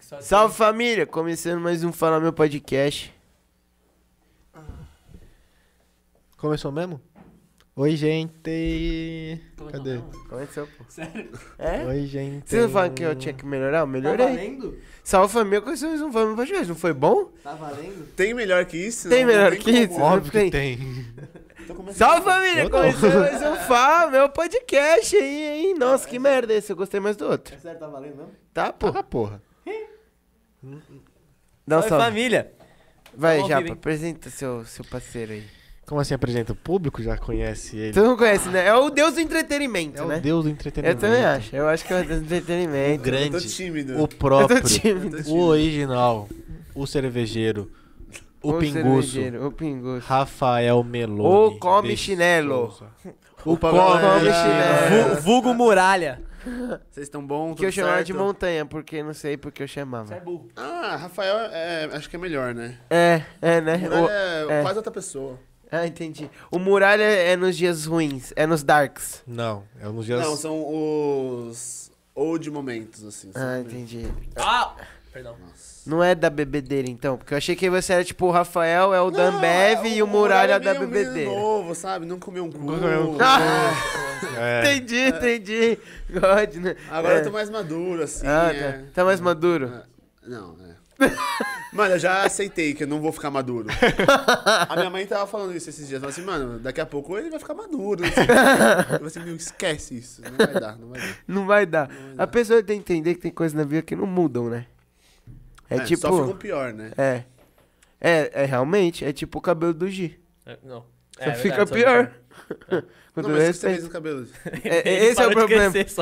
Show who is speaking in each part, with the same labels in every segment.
Speaker 1: Só tem-
Speaker 2: Salve família! Começando mais um Fala Meu Podcast.
Speaker 3: Começou mesmo? Oi, gente.
Speaker 1: Como é que
Speaker 3: Cadê?
Speaker 1: não, não?
Speaker 2: Começou, pô.
Speaker 1: Sério?
Speaker 2: É?
Speaker 3: Oi, gente.
Speaker 2: Você não fala que eu tinha que melhorar? Eu
Speaker 1: Tá
Speaker 2: melhorei.
Speaker 1: valendo?
Speaker 2: Salve família, começando mais um Fala Meu Podcast. Não foi bom?
Speaker 1: Tá valendo?
Speaker 4: Tem melhor que isso?
Speaker 2: Tem
Speaker 4: Não, não
Speaker 2: melhor que
Speaker 4: como.
Speaker 2: isso?
Speaker 3: Óbvio
Speaker 2: Tem.
Speaker 3: que tem.
Speaker 4: Tô começando.
Speaker 2: Salve família!
Speaker 3: Eu não.
Speaker 2: Começando mais um Fala Meu Podcast aí, hein? Nossa, que merda esse. Eu gostei mais do outro.
Speaker 1: É sério, tá valendo mesmo?
Speaker 2: Tá, pô?
Speaker 3: Ah, porra.
Speaker 2: Dá um
Speaker 1: Salve,
Speaker 2: salve.
Speaker 1: família!
Speaker 2: Vai,
Speaker 1: Vamos
Speaker 2: Japa,
Speaker 1: ouvir, hein?
Speaker 2: apresenta seu, seu parceiro aí.
Speaker 3: Como assim apresenta? O público já conhece ele.
Speaker 2: Tu não conhece, né? É o deus do entretenimento,
Speaker 3: é o
Speaker 2: né?
Speaker 3: deus do
Speaker 2: Eu
Speaker 3: entretenimento.
Speaker 2: também acho. Eu acho que é o deus do entretenimento.
Speaker 4: Eu tô
Speaker 3: Grande.
Speaker 4: tímido.
Speaker 3: O próprio.
Speaker 2: Eu tô tímido.
Speaker 3: O original. O cervejeiro. O, pinguço.
Speaker 2: cervejeiro, O pinguço.
Speaker 3: Rafael Meloni.
Speaker 2: O come
Speaker 3: de
Speaker 2: chinelo.
Speaker 3: Souza.
Speaker 4: O
Speaker 2: Come
Speaker 1: É.
Speaker 2: chinelo.
Speaker 4: Pablo.
Speaker 2: Vu-
Speaker 1: vulgo muralha.
Speaker 4: Vocês estão bom?
Speaker 2: Que eu
Speaker 4: Tudo
Speaker 2: chamava
Speaker 4: certo?
Speaker 2: de montanha, porque não sei porque eu chamava.
Speaker 1: Você é burro.
Speaker 4: Ah, Rafael, é, acho que é melhor, né?
Speaker 2: É, é, né?
Speaker 4: Muralha
Speaker 2: O-
Speaker 4: é,
Speaker 2: é.
Speaker 4: quase outra pessoa.
Speaker 2: Ah, entendi. O muralha é nos dias ruins, é nos darks.
Speaker 3: Não, é nos dias.
Speaker 4: Não, são os old momentos, assim.
Speaker 2: Ah,
Speaker 4: sabe?
Speaker 2: entendi.
Speaker 1: Ah! Perdão.
Speaker 2: Não é da bebedeira, então? Porque eu achei que você era tipo o Rafael, é o Dan
Speaker 4: Não,
Speaker 2: Bev
Speaker 4: é,
Speaker 2: e o Muralha é
Speaker 4: é
Speaker 2: da
Speaker 4: meio menino
Speaker 2: bebedeira.
Speaker 4: novo, sabe? Não comeu um cu.
Speaker 3: comeu um cu.
Speaker 2: Ah,
Speaker 3: É.
Speaker 2: entendi, entendi. God, né?
Speaker 4: Agora
Speaker 2: É.
Speaker 4: eu tô mais maduro, assim.
Speaker 2: Ah,
Speaker 4: é.
Speaker 2: tá. Tá mais maduro?
Speaker 4: É. Não, é. mano, eu já aceitei que eu não vou ficar maduro. A minha mãe tava falando isso esses dias. Ela assim, mano, daqui a pouco ele vai ficar maduro. não sei o quê. Eu falei assim, meu, esquece isso. Não vai dar, não vai dar.
Speaker 2: Não vai dar. A pessoa tem que entender que tem coisas na vida que não mudam, né? É, tipo.
Speaker 4: Só ficou pior, né?
Speaker 2: É. É, é realmente, é tipo o cabelo do G.
Speaker 1: É, Não.
Speaker 2: É Só fica um- pior. Com todo
Speaker 4: Não, mas o que você
Speaker 2: respeito.
Speaker 4: fez no cabelo?
Speaker 2: É, é- esse é o problema. Esse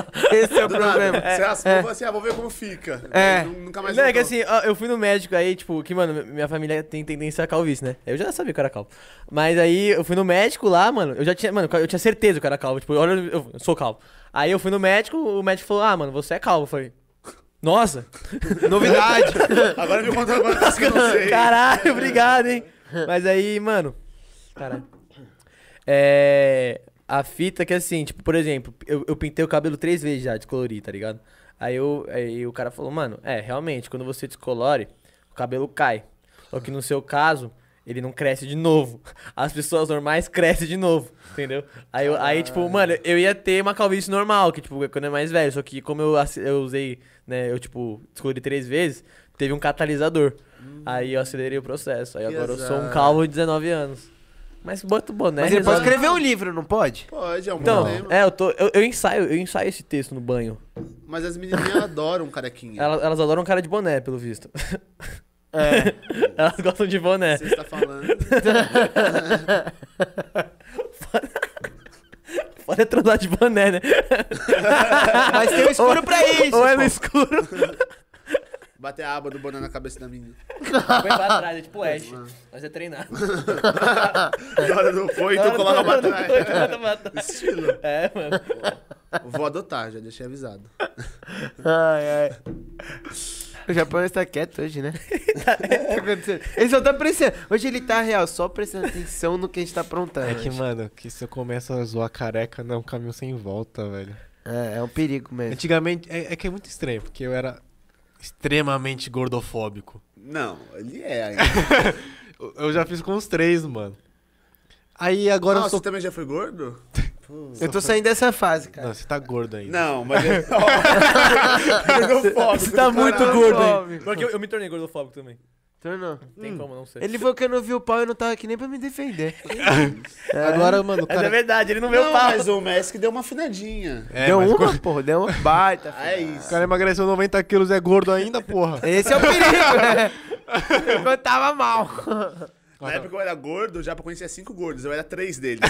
Speaker 2: é o
Speaker 4: Do nada.
Speaker 2: problema.
Speaker 4: Você raspou e falou assim, ah, vou ver como fica.
Speaker 2: É.
Speaker 4: Daí Nunca mais
Speaker 5: Não, é que
Speaker 4: voltou.
Speaker 5: assim, ó, eu fui no médico aí, tipo, que, mano, minha família tem tendência a calvície, né? Eu já sabia que eu era calvo. Mas aí eu fui no médico lá, mano, eu já tinha, mano, eu tinha certeza que eu era calvo. Tipo, olha, eu, eu sou calvo. Aí eu fui no médico, o médico falou, ah, mano, você é calvo. Eu falei, nossa,
Speaker 2: Novidade.
Speaker 4: Agora me conta alguma coisa que eu não sei.
Speaker 5: caralho, obrigado, hein? Mas aí, mano, caralho. É. A fita que assim, tipo, por exemplo, eu, eu pintei o cabelo três vezes já, descolori, tá ligado? Aí, eu, aí o cara falou, mano, é, realmente, quando você descolore, o cabelo cai. Só que no seu caso, ele não cresce de novo. As pessoas normais crescem de novo, entendeu? Aí, eu- aí tipo, mano, eu ia ter uma calvície normal, que, tipo, quando é mais velho. Só que como eu, ace- eu usei, né, eu, tipo, descolori três vezes, teve um catalisador. Aí eu acelerei o processo. Aí
Speaker 4: Hum. Que
Speaker 5: agora eu sou um
Speaker 4: azar.
Speaker 5: calvo de 19 anos. Mas bota o boné.
Speaker 2: Mas ele pode
Speaker 5: resolve.
Speaker 2: escrever um livro, não pode?
Speaker 4: Pode, é um
Speaker 5: Então,
Speaker 4: problema.
Speaker 5: é, eu, tô, eu, eu ensaio, eu ensaio esse texto no banho.
Speaker 4: Mas as menininhas adoram um carequinha.
Speaker 5: Elas, elas adoram cara de boné, pelo visto.
Speaker 2: É.
Speaker 5: elas gostam de boné.
Speaker 4: Você está falando.
Speaker 5: Pode é transar de boné, né?
Speaker 2: Mas tem um escuro pra isso.
Speaker 5: Ou é no
Speaker 2: pô.
Speaker 5: escuro.
Speaker 4: Bater a aba do boné na cabeça da menina.
Speaker 5: Põe pra trás, é tipo Ash. Mas é treinar.
Speaker 4: É. Na hora do foi, tu coloca pra trás. Estilo.
Speaker 5: É, mano.
Speaker 4: Vou adotar, já deixei avisado.
Speaker 2: Ai, ai. O japonês tá quieto hoje, né? Tá acontecendo. ele só tá prestando. Hoje ele tá real, só prestando atenção no que a gente tá aprontando.
Speaker 3: É que,
Speaker 2: hoje.
Speaker 3: mano, que se eu começo a zoar careca, não é um caminho sem volta, velho.
Speaker 2: É, é um perigo mesmo.
Speaker 3: Antigamente, é, é que é muito estranho, porque eu era extremamente gordofóbico.
Speaker 4: Não, ele é ainda.
Speaker 3: Eu- Eu já fiz com os três, mano. Aí agora
Speaker 4: Nossa,
Speaker 3: eu sou.
Speaker 4: Ah, você também já foi gordo?
Speaker 2: Eu tô saindo dessa fase, cara.
Speaker 3: Não, você tá gordo ainda.
Speaker 4: Não, mas... é eu- é um Gordofóbico
Speaker 5: Você tá
Speaker 4: do
Speaker 5: muito
Speaker 4: caralho.
Speaker 5: gordo,
Speaker 2: Óbvio.
Speaker 5: hein? Porque eu, eu me tornei gordofóbico também.
Speaker 2: Tornou.
Speaker 5: Tem como não ser.
Speaker 2: Ele falou que eu não vi o pau e não tava aqui nem pra me defender.
Speaker 3: Agora, mano, o
Speaker 5: Mas é
Speaker 3: cara.
Speaker 5: verdade, ele não veio
Speaker 4: Não,
Speaker 5: pau.
Speaker 4: mas o Mask deu uma afinadinha.
Speaker 3: É,
Speaker 2: deu
Speaker 3: mas
Speaker 2: uma,
Speaker 3: co-
Speaker 2: porra, deu uma baita.
Speaker 4: Ah, é
Speaker 3: O
Speaker 4: isso.
Speaker 3: cara emagreceu 90 quilos é gordo ainda, porra.
Speaker 2: Esse é o perigo, né? Eu tava mal.
Speaker 4: Na época eu era gordo, já pra conhecer cinco gordos, eu era três deles.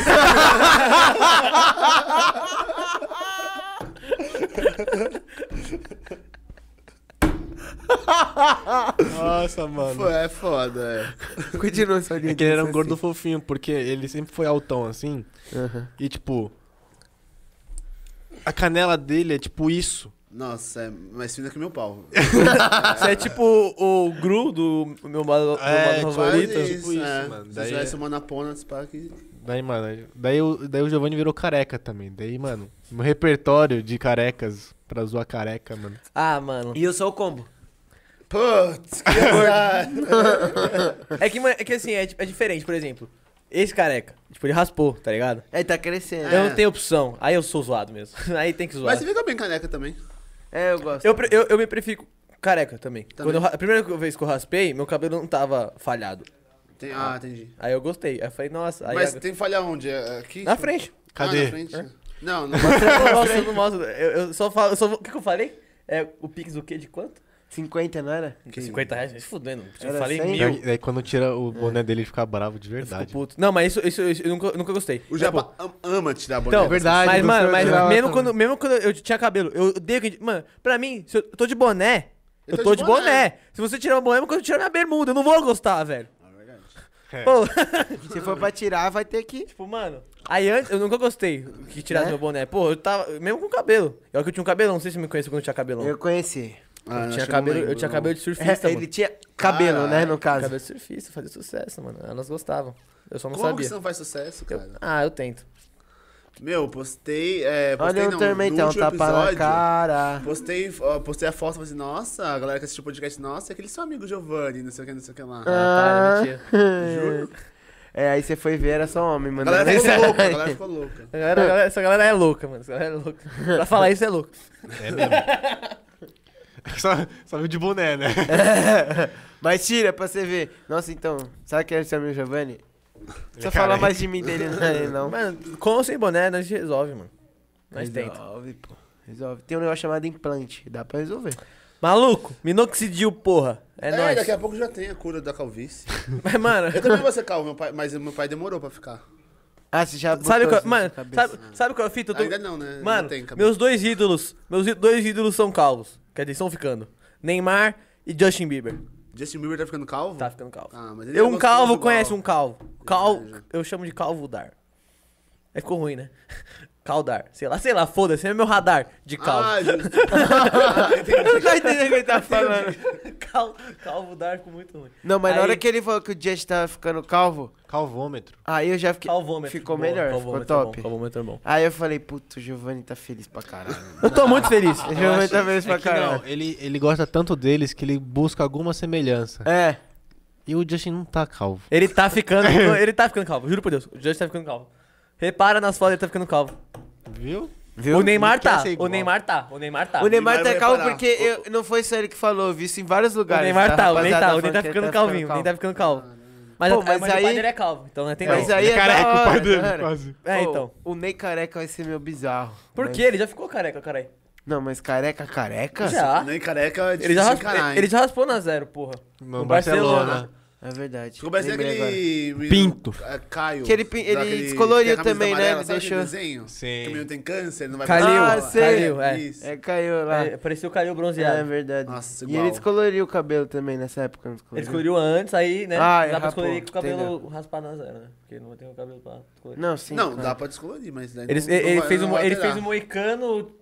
Speaker 3: Nossa, mano.
Speaker 4: é foda, é.
Speaker 2: Continua sua linha.
Speaker 3: É que ele era um
Speaker 2: de
Speaker 3: gordo fofinho, porque ele sempre foi altão assim.
Speaker 2: raciocínio. Aham.
Speaker 3: E tipo. A canela dele é tipo isso.
Speaker 4: Nossa, é mais fina que meu pau.
Speaker 5: Você é tipo o Gru do meu modo,
Speaker 3: É,
Speaker 5: meu modo
Speaker 3: quase
Speaker 5: favorito.
Speaker 3: isso. tipo
Speaker 4: é.
Speaker 3: mano.
Speaker 4: Se
Speaker 3: Daí
Speaker 4: tivesse
Speaker 3: é-
Speaker 4: uma napona, se pá, que...
Speaker 3: Daí, mano, aí- daí, o- daí o Giovanni virou careca também. Daí, mano, meu repertório de carecas pra zoar careca, mano.
Speaker 5: Ah, mano.
Speaker 2: E eu sou o combo.
Speaker 4: Putz, que azar.
Speaker 5: É que, mano, é que assim, é, di- é diferente, por exemplo. Esse careca, tipo, ele raspou, tá ligado?
Speaker 2: Aí tá crescendo.
Speaker 5: Eu não tenho opção. Aí eu sou zoado mesmo. Aí tem que zoar.
Speaker 4: É. Mas você fica bem caneca também.
Speaker 2: É, eu gosto.
Speaker 5: Eu, pre- eu, eu me prefiro careca também.
Speaker 4: Também.
Speaker 5: Quando eu ra- a primeira vez que eu raspei, meu cabelo não tava falhado.
Speaker 4: Tem- ah, entendi.
Speaker 5: Aí eu gostei. Aí eu falei, nossa. Tá Aí
Speaker 4: Mas
Speaker 5: a-
Speaker 4: tem que falhar onde? É Aqui?
Speaker 5: Na frente. É.
Speaker 4: Ah,
Speaker 3: Cadê?
Speaker 4: na frente. Não, não.
Speaker 5: Nossa, eu não mostro. Eu, eu só falo. eu só vou- o que, que eu falei? É o Pix do quê? De quanto?
Speaker 2: 50, não era?
Speaker 5: 50 reais? Se fudendo. Eu
Speaker 2: Era
Speaker 5: falei
Speaker 2: 100?
Speaker 4: É
Speaker 5: mil.
Speaker 3: Daí, daí quando tira o boné dele, É. ele fica bravo de
Speaker 5: Eu fico
Speaker 3: verdade.
Speaker 5: puto. Não, mas isso, isso, isso eu nunca, eu nunca gostei.
Speaker 4: O
Speaker 5: Tipo,
Speaker 4: Japa am- ama te dar boné. Ah,
Speaker 5: Então,
Speaker 3: É verdade,
Speaker 5: mas,
Speaker 3: do
Speaker 5: mano,
Speaker 3: seu
Speaker 5: mas
Speaker 3: geral
Speaker 5: mesmo
Speaker 3: também.
Speaker 5: quando, mesmo quando eu tinha cabelo, eu odeio que. Mano, pra mim, se eu tô de boné, eu, tô, de boné. Se você tirar o boné, é uma coisa que eu tirar minha bermuda, eu não vou gostar, velho.
Speaker 3: É.
Speaker 5: Pô,
Speaker 2: Se for pra tirar, vai ter que.
Speaker 5: tipo, mano. Aí antes, eu nunca gostei que tirasse
Speaker 2: É?
Speaker 5: meu boné. Pô, eu tava. Mesmo com cabelo. Eu que eu tinha um cabelão, não sei se você me conhece quando eu tinha cabelão.
Speaker 2: Eu conheci.
Speaker 4: Ah,
Speaker 5: Eu
Speaker 4: acho
Speaker 5: tinha
Speaker 4: que
Speaker 5: cabelo,
Speaker 4: não lembro,
Speaker 5: eu tinha
Speaker 4: não.
Speaker 5: cabelo de surfista,
Speaker 2: É,
Speaker 5: mano.
Speaker 2: ele tinha cabelo, né, no caso.
Speaker 5: Cabelo de surfista, fazia sucesso, mano. Elas gostavam. Eu só não
Speaker 4: Como que
Speaker 5: sabia.
Speaker 4: você não faz sucesso,
Speaker 5: Eu-
Speaker 4: cara?
Speaker 5: Ah, eu tento.
Speaker 4: Meu, postei. É,
Speaker 2: Olha
Speaker 4: postei não,
Speaker 2: um
Speaker 4: no
Speaker 5: tá
Speaker 2: tormentão,
Speaker 4: último
Speaker 2: tapa na
Speaker 4: episódio,
Speaker 2: cara.
Speaker 4: Postei, ó, postei a foto e falei assim, nossa, a galera que assistiu o podcast, nossa, é aquele seu amigo Giovanni, não sei o que, não sei o que lá.
Speaker 5: Ah, tá, é
Speaker 4: Juro.
Speaker 2: é, aí você foi ver, era só homem,
Speaker 4: A
Speaker 2: mano. Né?
Speaker 4: galera
Speaker 5: É
Speaker 4: ficou louca, a galera ficou louca.
Speaker 5: Essa galera, a galera- essa galera é louca, mano. Essa galera é louca. Pra falar isso é louco.
Speaker 3: É mesmo. só, só viu de boné, né?
Speaker 2: Mas tira pra você ver. Nossa, então, sabe quem era seu amigo Giovanni? Só
Speaker 3: Cara,
Speaker 2: fala mais de mim dele, não é, não.
Speaker 5: Mano, com ou sem boné, nós resolve, mano. Nós tenta.
Speaker 2: Resolve, pô. Resolve. Tem um negócio chamado implante, dá pra resolver.
Speaker 5: Maluco, minoxidil, porra. É,
Speaker 4: É,
Speaker 5: nóis.
Speaker 4: daqui a pouco já tem a cura da calvície.
Speaker 5: Mas, mano,
Speaker 4: Eu também vou ser calvo, meu pai, mas meu pai demorou pra ficar.
Speaker 2: Ah, você já
Speaker 5: sabe qual,
Speaker 2: botou isso na
Speaker 5: mano,
Speaker 2: sua cabeça.
Speaker 5: sabe, sabe qual é a fita? Eu tô-
Speaker 4: Ainda não, né?
Speaker 5: mano,
Speaker 4: não tem cabelo.
Speaker 5: meus dois ídolos, meus í- dois ídolos são calvos. Quer dizer, estão ficando. Neymar e Justin Bieber.
Speaker 4: Justin Bieber tá ficando calvo?
Speaker 5: Tá ficando calvo.
Speaker 4: Ah, mas ele
Speaker 5: Eu,
Speaker 4: é
Speaker 5: um
Speaker 4: gostoso
Speaker 5: calvo
Speaker 4: igual. é
Speaker 5: conhece um calvo. Calvo,
Speaker 4: Verdade.
Speaker 5: eu chamo de calvudar. Aí ficou ruim, né? Caldar. Sei lá, sei lá, foda-se. É meu radar de calvo.
Speaker 4: Ah, justo. Ah, entendi.
Speaker 2: Eu já entendi o que ele tá falando.
Speaker 5: Cal, calvudar ficou muito ruim.
Speaker 2: Não, mas na
Speaker 5: Aí-
Speaker 2: hora que ele falou que o Justin tava ficando calvo,
Speaker 3: Calvômetro.
Speaker 2: aí eu já fiquei.
Speaker 5: Calvômetro.
Speaker 2: Ficou
Speaker 5: Boa,
Speaker 2: melhor, ficou
Speaker 5: calvômetro é
Speaker 2: top.
Speaker 5: bom, calvômetro é bom.
Speaker 2: Aí eu falei, puto, o Giovanni tá feliz pra caralho.
Speaker 5: Eu tô muito feliz.
Speaker 2: O Giovanni tá feliz
Speaker 3: É
Speaker 2: pra
Speaker 3: que não,
Speaker 2: caralho.
Speaker 3: ele, ele gosta tanto deles que ele busca alguma semelhança.
Speaker 2: É.
Speaker 3: E o Justin não tá calvo.
Speaker 5: Ele tá ficando. ele tá ficando calvo, juro por Deus. O Justin tá ficando calvo. Repara nas fotos, ele tá ficando calvo.
Speaker 3: Viu?
Speaker 2: Viu?
Speaker 5: o Neymar
Speaker 3: Ele quer
Speaker 5: tá.
Speaker 3: ser igual.
Speaker 5: O Neymar tá. O Neymar tá.
Speaker 2: O Neymar
Speaker 4: Neymar
Speaker 2: tá
Speaker 4: vai
Speaker 2: calvo
Speaker 4: parar.
Speaker 2: porque eu, não foi só ele que falou, eu vi isso em vários
Speaker 5: O
Speaker 2: lugares.
Speaker 5: Neymar tá, o Ney
Speaker 2: rapaziada
Speaker 5: tá. O Ney tá
Speaker 2: falando que
Speaker 5: ficando
Speaker 2: ele
Speaker 5: calvinho. O Ney tá ficando calvo. Mas,
Speaker 2: Pô,
Speaker 5: a- mas,
Speaker 2: mas
Speaker 5: o pai
Speaker 2: aí-
Speaker 5: dele é calvo, então não tem
Speaker 2: Mas
Speaker 5: como.
Speaker 2: aí
Speaker 3: Ele
Speaker 2: é
Speaker 3: é careca,
Speaker 2: da
Speaker 3: o
Speaker 2: hora,
Speaker 3: pai dele,
Speaker 2: da hora.
Speaker 3: quase.
Speaker 5: É,
Speaker 2: Pô,
Speaker 5: então.
Speaker 2: O Ney careca vai ser meio bizarro.
Speaker 5: Por
Speaker 2: Mas-
Speaker 5: quê? Ele já ficou careca, caralho.
Speaker 2: Não, mas careca, careca?
Speaker 5: Já.
Speaker 4: Nem careca, é
Speaker 5: Tá. Ele já,
Speaker 4: difícil
Speaker 5: raspou,
Speaker 4: encarar,
Speaker 5: ele
Speaker 4: hein?
Speaker 5: já raspou na zero, porra.
Speaker 3: No,
Speaker 5: No
Speaker 3: Barcelona.
Speaker 5: Barcelona.
Speaker 2: É verdade.
Speaker 4: Ficou parecendo
Speaker 2: Lembrei agora.
Speaker 4: aquele... menino-
Speaker 3: Pinto.
Speaker 4: é, Caio.
Speaker 2: Que ele pin- ele
Speaker 4: daquele-
Speaker 2: descoloriu
Speaker 4: que a camisa
Speaker 2: também, né?
Speaker 4: amarela,
Speaker 2: Ele
Speaker 4: sabe aquele
Speaker 2: deixou-
Speaker 4: desenho?
Speaker 3: Sim.
Speaker 4: Que o menino tem câncer, ele não vai
Speaker 5: Calil,
Speaker 4: pra escola.
Speaker 2: Ah, sei.
Speaker 5: Calil, é.
Speaker 4: Isso.
Speaker 2: É, caiu lá.
Speaker 5: É, parecia o Calil
Speaker 2: É
Speaker 5: bronzeado.
Speaker 2: verdade.
Speaker 4: Nossa,
Speaker 2: e
Speaker 4: igual.
Speaker 2: ele descoloriu o cabelo também nessa época, não
Speaker 5: Ele
Speaker 2: descoloriu?
Speaker 5: descobriu antes, aí, né?
Speaker 2: Ah, é,
Speaker 5: dá pra
Speaker 2: rapou,
Speaker 5: escolher com o cabelo
Speaker 2: entendeu.
Speaker 5: raspar na zero, né? Porque não tem o cabelo pra escolher.
Speaker 2: Não, sim.
Speaker 4: Não,
Speaker 2: claro.
Speaker 4: dá pra descolorir, mas... daí
Speaker 5: Ele,
Speaker 4: não-
Speaker 5: ele-
Speaker 4: não
Speaker 5: ele
Speaker 4: vai-
Speaker 5: fez,
Speaker 4: não
Speaker 5: um,
Speaker 4: vai
Speaker 5: ele fez
Speaker 4: alterar.
Speaker 5: um moicano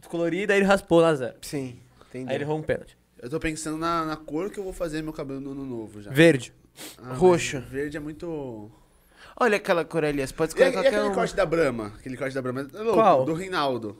Speaker 5: descolorido, aí ele raspou na zero.
Speaker 2: Sim, entendi.
Speaker 5: Aí ele errou um pênalti.
Speaker 4: Eu tô pensando na, na cor que eu vou fazer meu cabelo no ano novo já.
Speaker 5: Verde.
Speaker 4: Ah, mas
Speaker 2: Roxo.
Speaker 4: Verde é muito...
Speaker 2: Olha aquela cor ali, você pode
Speaker 4: E,
Speaker 2: escolher
Speaker 4: e
Speaker 2: qualquer
Speaker 4: aquele
Speaker 2: um.
Speaker 4: corte da Brahma? Aquele corte da Brahma é louco,
Speaker 5: Qual?
Speaker 4: do Reinaldo.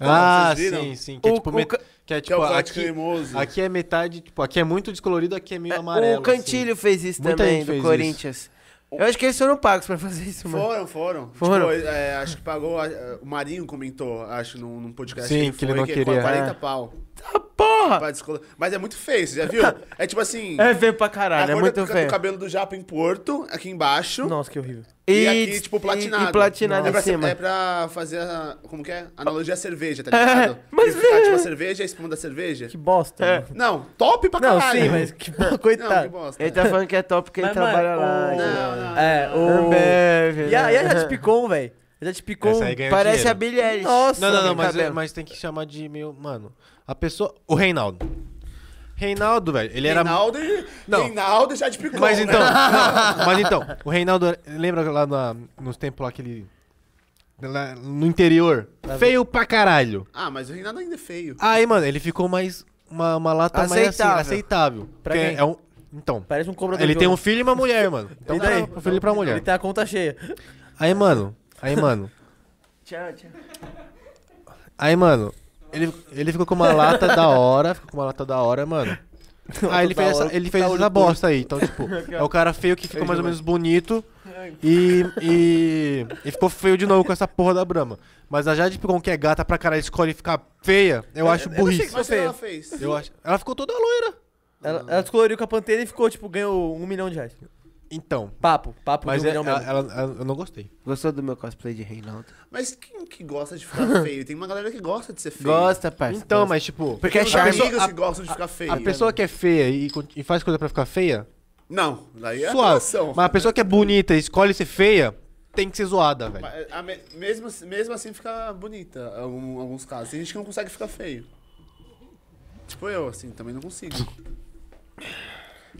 Speaker 3: Ah,
Speaker 4: Vocês viram?
Speaker 3: sim, sim. Que é
Speaker 2: O-
Speaker 3: tipo,
Speaker 2: o
Speaker 3: met-
Speaker 2: ca-
Speaker 3: que é,
Speaker 4: Que é
Speaker 3: tipo
Speaker 4: o corte
Speaker 3: aqui,
Speaker 4: cremoso.
Speaker 3: aqui é metade, tipo, aqui é muito descolorido, aqui é meio
Speaker 2: É,
Speaker 3: amarelo.
Speaker 2: o Cantilho fez isso
Speaker 3: Muita
Speaker 2: também,
Speaker 3: gente
Speaker 2: do
Speaker 3: fez
Speaker 2: Corinthians. Eu acho que eles foram pagos pra fazer isso, mano.
Speaker 4: Foram, foram.
Speaker 2: é? Foram.
Speaker 4: Tipo, é, acho que pagou. é, o Marinho comentou, acho, num, num podcast.
Speaker 3: Sim, que ele não queria.
Speaker 4: 40
Speaker 2: É.
Speaker 4: pau.
Speaker 2: Ah, porra!
Speaker 4: pra descolar. Mas é muito feio, você já viu? É tipo assim.
Speaker 2: É feio pra
Speaker 4: a
Speaker 2: caralho, é
Speaker 4: cor
Speaker 2: muito
Speaker 4: do,
Speaker 2: feio.
Speaker 4: do cabelo do Japa em Porto, aqui embaixo.
Speaker 5: Nossa, que horrível.
Speaker 4: E, aqui, tipo,
Speaker 2: e-
Speaker 4: platinado.
Speaker 2: E, platinado
Speaker 4: é pra,
Speaker 2: em cima.
Speaker 4: É pra fazer a. Como que é? Analogia à cerveja, tá ligado?
Speaker 2: mas-
Speaker 4: Ele fica, tipo, a cerveja, a espuma da cerveja.
Speaker 5: Que bosta.
Speaker 2: É.
Speaker 5: mano.
Speaker 4: Não, top pra
Speaker 5: Não,
Speaker 4: caralho.
Speaker 5: sim, mas que bo-
Speaker 4: Não, que
Speaker 5: coitado.
Speaker 4: bosta.
Speaker 2: Ele tá falando que é top porque ele
Speaker 5: Mas,
Speaker 2: trabalha
Speaker 5: mano,
Speaker 2: lá.
Speaker 5: o-
Speaker 2: entendeu?
Speaker 4: Não, não.
Speaker 5: É, o.
Speaker 2: Ambev,
Speaker 5: E a, e a
Speaker 2: né?
Speaker 5: Jade Picon, velho? A Jade Picon.
Speaker 3: Essa aí ganhou
Speaker 2: Parece a
Speaker 3: dinheiro.
Speaker 2: Billie Eilish.
Speaker 5: Nossa,
Speaker 3: Não, não, não,
Speaker 2: meu
Speaker 3: mas, é,
Speaker 2: cabelo.
Speaker 3: mas tem que chamar de meio. Mano, a pessoa. O Reinaldo. Reinaldo, velho, ele era.
Speaker 4: Reinaldo e.
Speaker 3: Não.
Speaker 4: Reinaldo já de picou.
Speaker 3: Mas
Speaker 4: né?
Speaker 3: então, não, mas então, o Reinaldo, era- lembra lá na, nos tempos lá que ele. lá no interior. Feio pra caralho.
Speaker 4: Ah, mas o Reinaldo ainda é feio.
Speaker 3: Aí, mano, ele ficou mais. Uma, uma lata mais
Speaker 2: Aceitável.
Speaker 3: assim, aceitável.
Speaker 5: Pra
Speaker 3: Porque
Speaker 5: quem?
Speaker 3: É um, então,
Speaker 5: Parece um cobrador.
Speaker 3: ele
Speaker 5: de
Speaker 3: tem um
Speaker 5: ônibus.
Speaker 3: filho e uma mulher, mano. Então
Speaker 5: E daí?
Speaker 3: tá, um filho pra mulher.
Speaker 5: Ele tem a conta cheia.
Speaker 3: Aí, mano, aí, mano,
Speaker 2: Tchau, tchau.
Speaker 3: aí, mano, ele, ele ficou com uma lata da hora, ficou com uma lata da hora, mano. Aí ele fez, essa, ele fez
Speaker 5: Tá
Speaker 3: essa
Speaker 5: olho
Speaker 3: bosta aí. Então, tipo, é o cara feio que ficou mais ou menos bonito e, e, e ficou feio de novo com essa porra da Brahma. Mas a Jade Picon, que é gata pra caralho, escolhe ficar feia, É, eu acho burrice.
Speaker 4: Mas o que ela fez?
Speaker 3: Eu acho. Ela ficou toda loira.
Speaker 5: Ela, ela descoloriu com a pantera e ficou, tipo, ganhou um milhão de reais.
Speaker 3: Então.
Speaker 5: Papo, papo
Speaker 3: Mas
Speaker 5: de um
Speaker 3: é-
Speaker 5: milhão
Speaker 3: ela,
Speaker 5: mesmo.
Speaker 3: ela- ela- eu não gostei.
Speaker 2: Gostou do meu cosplay de Reinaldo?
Speaker 4: Mas quem que gosta de ficar feio? Tem uma galera que gosta de ser feio.
Speaker 2: Gosta, parça.
Speaker 3: Então,
Speaker 2: gosta.
Speaker 3: mas tipo.
Speaker 2: Porque é
Speaker 4: Tem uns
Speaker 2: charme.
Speaker 4: amigos que gostam de ficar feio. né?
Speaker 3: A pessoa que é feia e, con- e faz coisa pra ficar feia,
Speaker 4: Não, daí é
Speaker 3: suave.
Speaker 4: atuação.
Speaker 3: Mas a pessoa que é bonita e escolhe ser feia, tem que ser zoada, velho.
Speaker 4: Mas, a me- mesmo, assim- mesmo assim fica bonita em algum- alguns casos. Tem gente que não consegue ficar feio. Tipo eu, assim, também não consigo.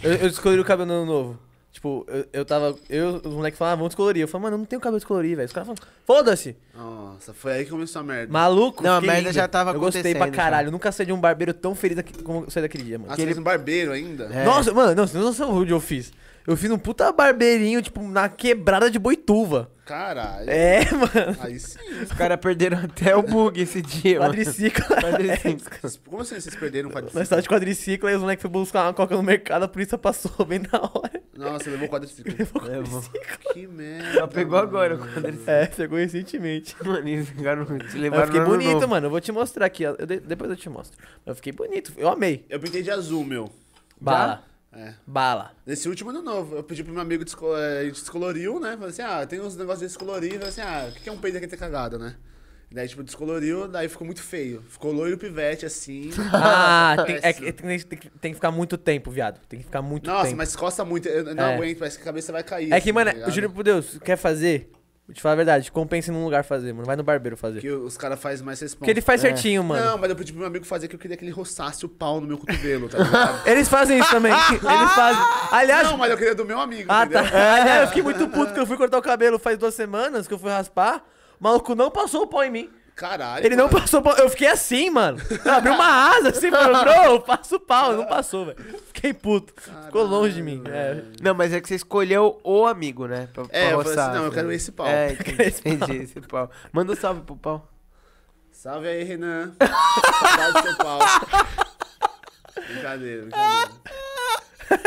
Speaker 5: Eu, eu descolori o cabelo novo. Tipo, eu, eu tava. Eu, os moleques falavam, ah, vamos descolorir. Eu falei, mano, eu não tenho cabelo descolorir, velho. Os caras falam, foda-se.
Speaker 4: Nossa, foi aí que começou a merda.
Speaker 5: Maluco,
Speaker 2: Não, a
Speaker 5: fiquei
Speaker 2: merda
Speaker 5: lindo.
Speaker 2: já tava
Speaker 5: Eu gostei pra
Speaker 2: acontecendo, já.
Speaker 5: caralho. Eu Nunca saí de um barbeiro tão feliz daqui- como eu saí daquele dia, mano.
Speaker 4: Ah, você fez um barbeiro ainda?
Speaker 2: É.
Speaker 5: Nossa, mano, não, você não sabe onde eu fiz. Eu fiz um puta barbeirinho, tipo, na quebrada de boituva.
Speaker 4: Caralho.
Speaker 5: É, mano.
Speaker 4: Aí sim.
Speaker 2: Os caras perderam até o bug esse dia, mano.
Speaker 5: Quadricicla.
Speaker 2: Quadriciclo.
Speaker 4: Vocês- Como assim vocês perderam o quadriciclo?
Speaker 5: Nós tava de quadricicla e os moleques foi buscar uma coca no mercado, a polícia passou bem na hora.
Speaker 4: Nossa, levou o quadriciclo.
Speaker 2: Levou.
Speaker 4: que merda.
Speaker 2: Ela pegou
Speaker 4: mano.
Speaker 2: agora o quadriciclo.
Speaker 5: É, chegou recentemente.
Speaker 2: Mano, eles pegaram, te
Speaker 5: Mas eu
Speaker 2: levaram
Speaker 5: fiquei
Speaker 2: no ano
Speaker 5: bonito,
Speaker 2: novo.
Speaker 5: mano. Eu vou te mostrar aqui. ó. Eu de- Depois eu te mostro. Eu fiquei bonito. Eu amei.
Speaker 4: Eu pintei de azul, meu.
Speaker 5: Bala.
Speaker 4: É.
Speaker 5: Bala.
Speaker 4: Nesse último ano novo, eu pedi pro meu amigo, desco- eh, a gente descoloriu, né? Falei assim, ah, tem uns negócios de descolorir. Falei assim, ah, o que que é um peido aqui ter cagado, né? Daí, tipo, descoloriu, daí ficou muito feio. Ficou loiro pivete, assim.
Speaker 5: Ah, tem, é
Speaker 4: Péssimo.
Speaker 5: que- tem, tem que- tem que ficar muito tempo, viado. Tem que ficar muito
Speaker 4: Nossa,
Speaker 5: tempo.
Speaker 4: mas costa muito. Eu não
Speaker 5: É.
Speaker 4: aguento, parece que a cabeça vai cair.
Speaker 5: É que,
Speaker 4: assim,
Speaker 5: mano,
Speaker 4: tá ligado?
Speaker 5: eu juro por Deus, quer fazer? Vou te falar a verdade, compensa em um lugar fazer, mano. Vai no barbeiro fazer.
Speaker 4: Que os caras fazem mais resposta.
Speaker 5: Porque ele faz certinho, mano.
Speaker 4: Não, mas eu pedi pro meu amigo fazer que eu queria que ele roçasse o pau no meu cotovelo, tá ligado?
Speaker 5: Eles fazem isso também. Eles fazem. Aliás,
Speaker 4: Ah! não, mas eu queria do meu amigo,
Speaker 5: ah, tá.
Speaker 4: entendeu?
Speaker 5: Aliás, eu fiquei muito puto que eu fui cortar o cabelo faz duas semanas que eu fui raspar. O maluco não passou o pau em mim.
Speaker 4: Caralho.
Speaker 5: Ele não
Speaker 4: mano.
Speaker 5: passou o pau. Eu fiquei assim, mano. Eu abri uma asa assim, mano. Bro, passa o pau. Não passou, velho. Fiquei puto. Ficou longe de mim. É.
Speaker 2: Não, mas é que você escolheu o amigo, né? Pra, pra
Speaker 4: É, eu
Speaker 2: roçar,
Speaker 4: falei assim, não, eu
Speaker 2: né?
Speaker 4: quero esse pau.
Speaker 2: É, entendi,
Speaker 5: Esse pau.
Speaker 2: entendi, esse pau. Manda um salve pro pau.
Speaker 4: Salve aí, Renan. Saudade do seu pau. Brincadeira, brincadeira.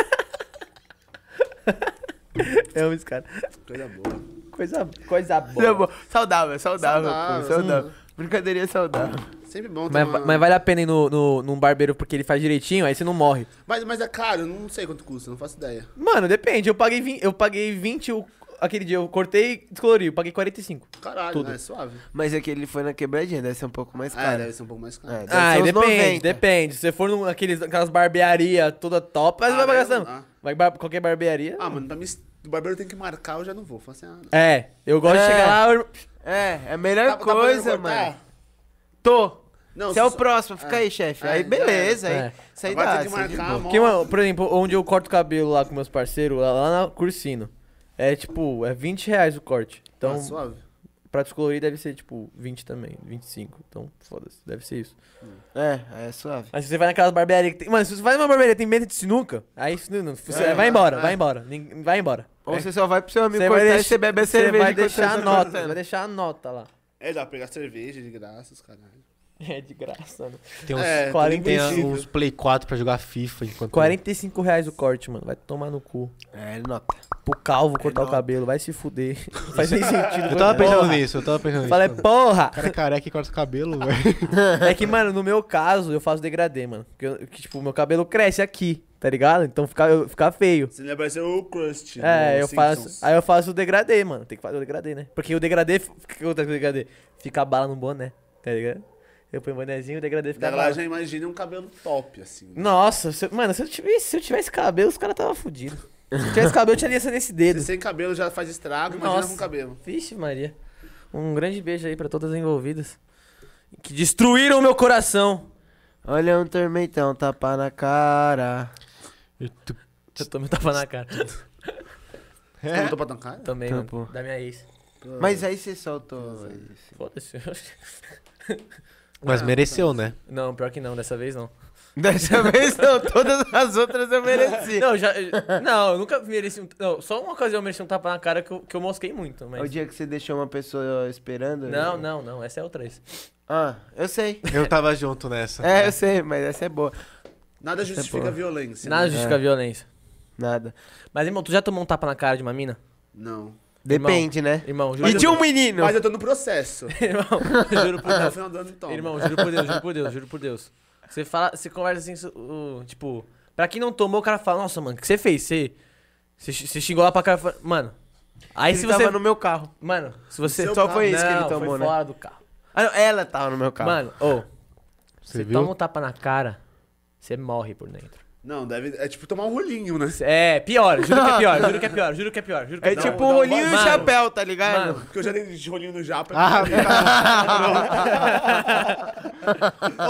Speaker 5: É, Eu amo esse cara.
Speaker 4: Coisa boa.
Speaker 5: Coisa, coisa
Speaker 2: Tá
Speaker 5: boa.
Speaker 2: bom. Saudável, saudável,
Speaker 4: Saudável. Hum.
Speaker 2: pô, saudável. Brincadeirinha saudável.
Speaker 4: Sempre bom ter
Speaker 5: Mas,
Speaker 4: uma...
Speaker 5: mas vale a pena ir no, no, num barbeiro porque ele faz direitinho, aí você não morre.
Speaker 4: Mas, mas é caro, eu não sei quanto custa, não faço ideia.
Speaker 5: Mano, depende. Eu paguei 20, eu paguei 20 o- aquele dia. Eu cortei e descolori. Eu paguei 45.
Speaker 4: Caralho,
Speaker 5: Tudo.
Speaker 4: né? É suave.
Speaker 2: Mas é que ele foi na quebradinha, deve ser um pouco mais
Speaker 4: Ah,
Speaker 2: caro.
Speaker 4: deve ser um pouco mais caro.
Speaker 2: É, deve
Speaker 5: Ah,
Speaker 2: ser uns
Speaker 5: depende,
Speaker 2: 90.
Speaker 5: depende. Se você for num- aqueles, aquelas barbearias toda top, mas
Speaker 4: Ah,
Speaker 5: vai
Speaker 4: daí
Speaker 5: gastando.
Speaker 4: não dá.
Speaker 5: Vai bar- qualquer barbearia.
Speaker 4: Ah, mano, pra mim, se o barbeiro tem que marcar, eu já não vou. Falo assim, ah, não.
Speaker 5: É, eu gosto
Speaker 2: É.
Speaker 5: de chegar lá. eu-
Speaker 2: É, é a
Speaker 4: Tá-
Speaker 2: melhor
Speaker 4: tá podendo
Speaker 2: coisa,
Speaker 4: cortar?
Speaker 2: mano. Tô.
Speaker 4: Não,
Speaker 2: Você é o
Speaker 4: só-
Speaker 2: próximo, fica
Speaker 4: É.
Speaker 2: aí, chefe.
Speaker 4: É,
Speaker 2: Aí
Speaker 4: já era.
Speaker 2: beleza, aí.
Speaker 5: É.
Speaker 2: Isso aí
Speaker 4: Agora
Speaker 2: dá.
Speaker 4: tem que
Speaker 2: isso aí de
Speaker 4: marcar,
Speaker 2: boa.
Speaker 4: mó-
Speaker 5: Que, mano, por exemplo, onde eu corto o cabelo lá com meus parceiros, lá, lá na Cursino. É tipo, é 20 reais o corte. Então,
Speaker 4: Ah, suave.
Speaker 5: pra descolorir deve ser tipo 20 também, 25. Então, foda-se, deve ser isso.
Speaker 2: É, aí é suave.
Speaker 5: Mas se você vai naquelas barbearias que tem. Mano, se você vai numa barbearia que tem mesa de sinuca, aí isso não- não- você-
Speaker 4: É,
Speaker 5: vai embora,
Speaker 4: é.
Speaker 5: vai embora. ninguém- Vai embora.
Speaker 2: Ou
Speaker 5: É.
Speaker 2: você só vai pro seu amigo
Speaker 5: Você vai
Speaker 2: cortar e
Speaker 5: deixar-
Speaker 2: é você bebe a
Speaker 5: você
Speaker 2: cerveja.
Speaker 5: vai
Speaker 2: enquanto
Speaker 5: deixar a
Speaker 2: tá
Speaker 5: nota,
Speaker 2: cortando.
Speaker 5: vai deixar a nota lá.
Speaker 4: É, dá pra pegar cerveja de graça, os caralho.
Speaker 5: É de graça, né?
Speaker 3: Tem uns,
Speaker 4: É,
Speaker 5: 40
Speaker 3: tem
Speaker 5: e-
Speaker 3: uns Play 4 pra jogar FIFA enquanto.
Speaker 5: 45 reais o corte, mano. Vai tomar no cu.
Speaker 2: É, nota.
Speaker 5: Pro calvo cortar o
Speaker 4: não.
Speaker 5: cabelo, vai se fuder. Não faz nem sentido.
Speaker 3: Eu tava pensando
Speaker 5: Porra.
Speaker 3: nisso, eu tava pensando nisso.
Speaker 5: Falei, porra!
Speaker 3: O cara é careca e corta o cabelo, velho.
Speaker 5: É que, mano, no meu caso, eu faço degradê, mano. Que, eu- que, tipo, meu cabelo cresce aqui, tá ligado? Então fica, eu- fica feio.
Speaker 4: Você lembra ser o Crust.
Speaker 5: É,
Speaker 4: do
Speaker 5: eu
Speaker 4: Simpsons.
Speaker 2: então.
Speaker 5: faço. Aí eu faço o degradê, mano. Tem que fazer o degradê, né? Porque o degradê. f- O que acontece com o degradê? Fica a bala no boné, tá ligado? Eu ponho o bonézinho o degradê fica a
Speaker 4: Da lá
Speaker 5: bala.
Speaker 4: já imagina um cabelo top, assim.
Speaker 5: Nossa, se eu- mano, se eu, tivesse, se eu tivesse cabelo, os caras tava fudido. Se eu tivesse cabelo, eu tinha aliança nesse dedo.
Speaker 4: Se sem cabelo já faz estrago, imagina
Speaker 5: Nossa.
Speaker 4: com cabelo.
Speaker 5: Vixe, Maria. Um grande beijo aí pra todas as envolvidas. Que destruíram o meu coração.
Speaker 2: Olha um tormentão, tapa na cara.
Speaker 5: Eu tomei um tapa na cara. É.
Speaker 4: Você não botou pra tancar?
Speaker 5: Também,
Speaker 2: Tá
Speaker 5: mano.
Speaker 2: bom.
Speaker 5: Da minha ex.
Speaker 2: Mas aí você soltou. isso.
Speaker 5: Foda-se.
Speaker 3: Mas mereceu, né?
Speaker 5: Não, pior que não, dessa vez não.
Speaker 2: Dessa vez não, todas as outras eu mereci. É
Speaker 5: Não, eu já. eu- Não, eu nunca mereci um. Não, só uma ocasião eu mereci um tapa na cara que eu, que eu mosquei muito,
Speaker 2: É o
Speaker 5: mas.
Speaker 2: dia que você deixou uma pessoa esperando?
Speaker 5: Não, não, não. Essa é outra vez.
Speaker 2: Ah, eu sei.
Speaker 3: Eu tava junto nessa.
Speaker 2: É, eu sei, mas essa é boa.
Speaker 4: Nada justifica
Speaker 5: boa.
Speaker 4: a violência.
Speaker 5: Nada
Speaker 4: né?
Speaker 2: é.
Speaker 5: justifica a violência.
Speaker 2: Nada.
Speaker 5: Mas, irmão, tu já tomou um tapa na cara de uma mina?
Speaker 4: Não.
Speaker 2: Depende, né?
Speaker 5: Irmão, juro.
Speaker 2: E de
Speaker 4: eu-
Speaker 2: um menino.
Speaker 4: Mas eu tô no processo.
Speaker 5: Irmão, juro por
Speaker 4: Até o
Speaker 5: Deus.
Speaker 4: final do ano
Speaker 2: um-
Speaker 4: toma.
Speaker 5: Irmão, juro por Deus, juro por Deus, juro por Deus. Você fala, você conversa assim, so- o- tipo, pra quem não tomou, o cara fala, nossa, mano, o que você fez? Você, você, xi- você xingou lá pra cara. fa- Mano. Aí
Speaker 2: Ele
Speaker 5: se
Speaker 2: tava
Speaker 5: você.
Speaker 2: no meu carro.
Speaker 5: Mano, se você.
Speaker 2: Só foi isso que ele
Speaker 5: Não,
Speaker 2: tomou,
Speaker 5: foi
Speaker 2: né?
Speaker 5: fora do carro.
Speaker 2: Ah, não, ela tava no meu carro.
Speaker 5: Mano, ô,
Speaker 3: Você
Speaker 5: você
Speaker 3: viu?
Speaker 5: toma um tapa na cara, você morre por dentro.
Speaker 4: Não, deve. É tipo tomar um rolinho, né?
Speaker 5: É, pior, juro que é pior, juro que é pior, juro que é pior. Juro que
Speaker 2: é
Speaker 5: pior.
Speaker 2: tipo
Speaker 4: dá
Speaker 2: o
Speaker 4: um
Speaker 2: olhinho e o
Speaker 5: mano.
Speaker 2: chapéu, tá ligado?
Speaker 5: Mano,
Speaker 4: Porque eu já dei de rolinho no japa.
Speaker 3: Ah,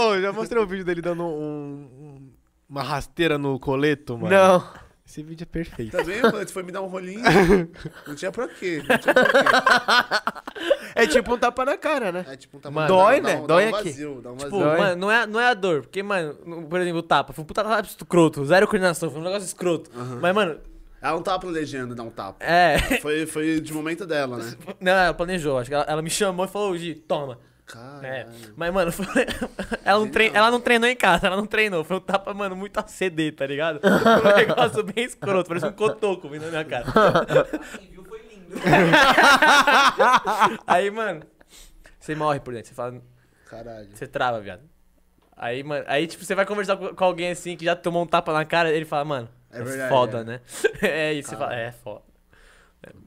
Speaker 3: Ô, eu já mostrei o vídeo dele dando um- um- uma rasteira no coleto, mano.
Speaker 2: não.
Speaker 3: Esse vídeo é perfeito.
Speaker 4: Também, mano, tu foi me dar um rolinho. Não tinha pra quê. Não tinha pra quê.
Speaker 2: É tipo um tapa na cara, né?
Speaker 4: É tipo um
Speaker 5: Mano,
Speaker 2: dói, né?
Speaker 4: um,
Speaker 2: Dói
Speaker 4: dá um
Speaker 2: aqui.
Speaker 4: vazio, dá um vazio.
Speaker 5: Tipo,
Speaker 2: Dói.
Speaker 5: mano, não é, não é a dor, porque, mano, no- por exemplo, o tapa, foi um puta tapa escroto, zero coordenação, foi um negócio escroto. Mas, mano,
Speaker 4: Ela não tava planejando dar um tapa.
Speaker 5: é.
Speaker 4: Foi, foi de momento dela, né?
Speaker 5: Não, ela planejou, acho que ela, ela me chamou e falou, Gi, toma. É,
Speaker 4: Caralho.
Speaker 5: mas, mano, foi- ela, não trein- ela não treinou em casa, ela não treinou. Foi um tapa, mano, muito ACD, tá ligado? Foi um negócio bem escroto, parece um cotoco vindo na minha cara.
Speaker 1: Quem viu foi lindo.
Speaker 5: Aí, mano, você morre por dentro, você fala,
Speaker 4: Caralho.
Speaker 5: você trava, viado. Aí, mano, aí, tipo, você vai conversar com, com alguém assim que já tomou um tapa na cara, ele fala, mano,
Speaker 4: É
Speaker 5: é,
Speaker 4: verdade,
Speaker 5: foda,
Speaker 4: é.
Speaker 5: né? É isso, você fala, é foda.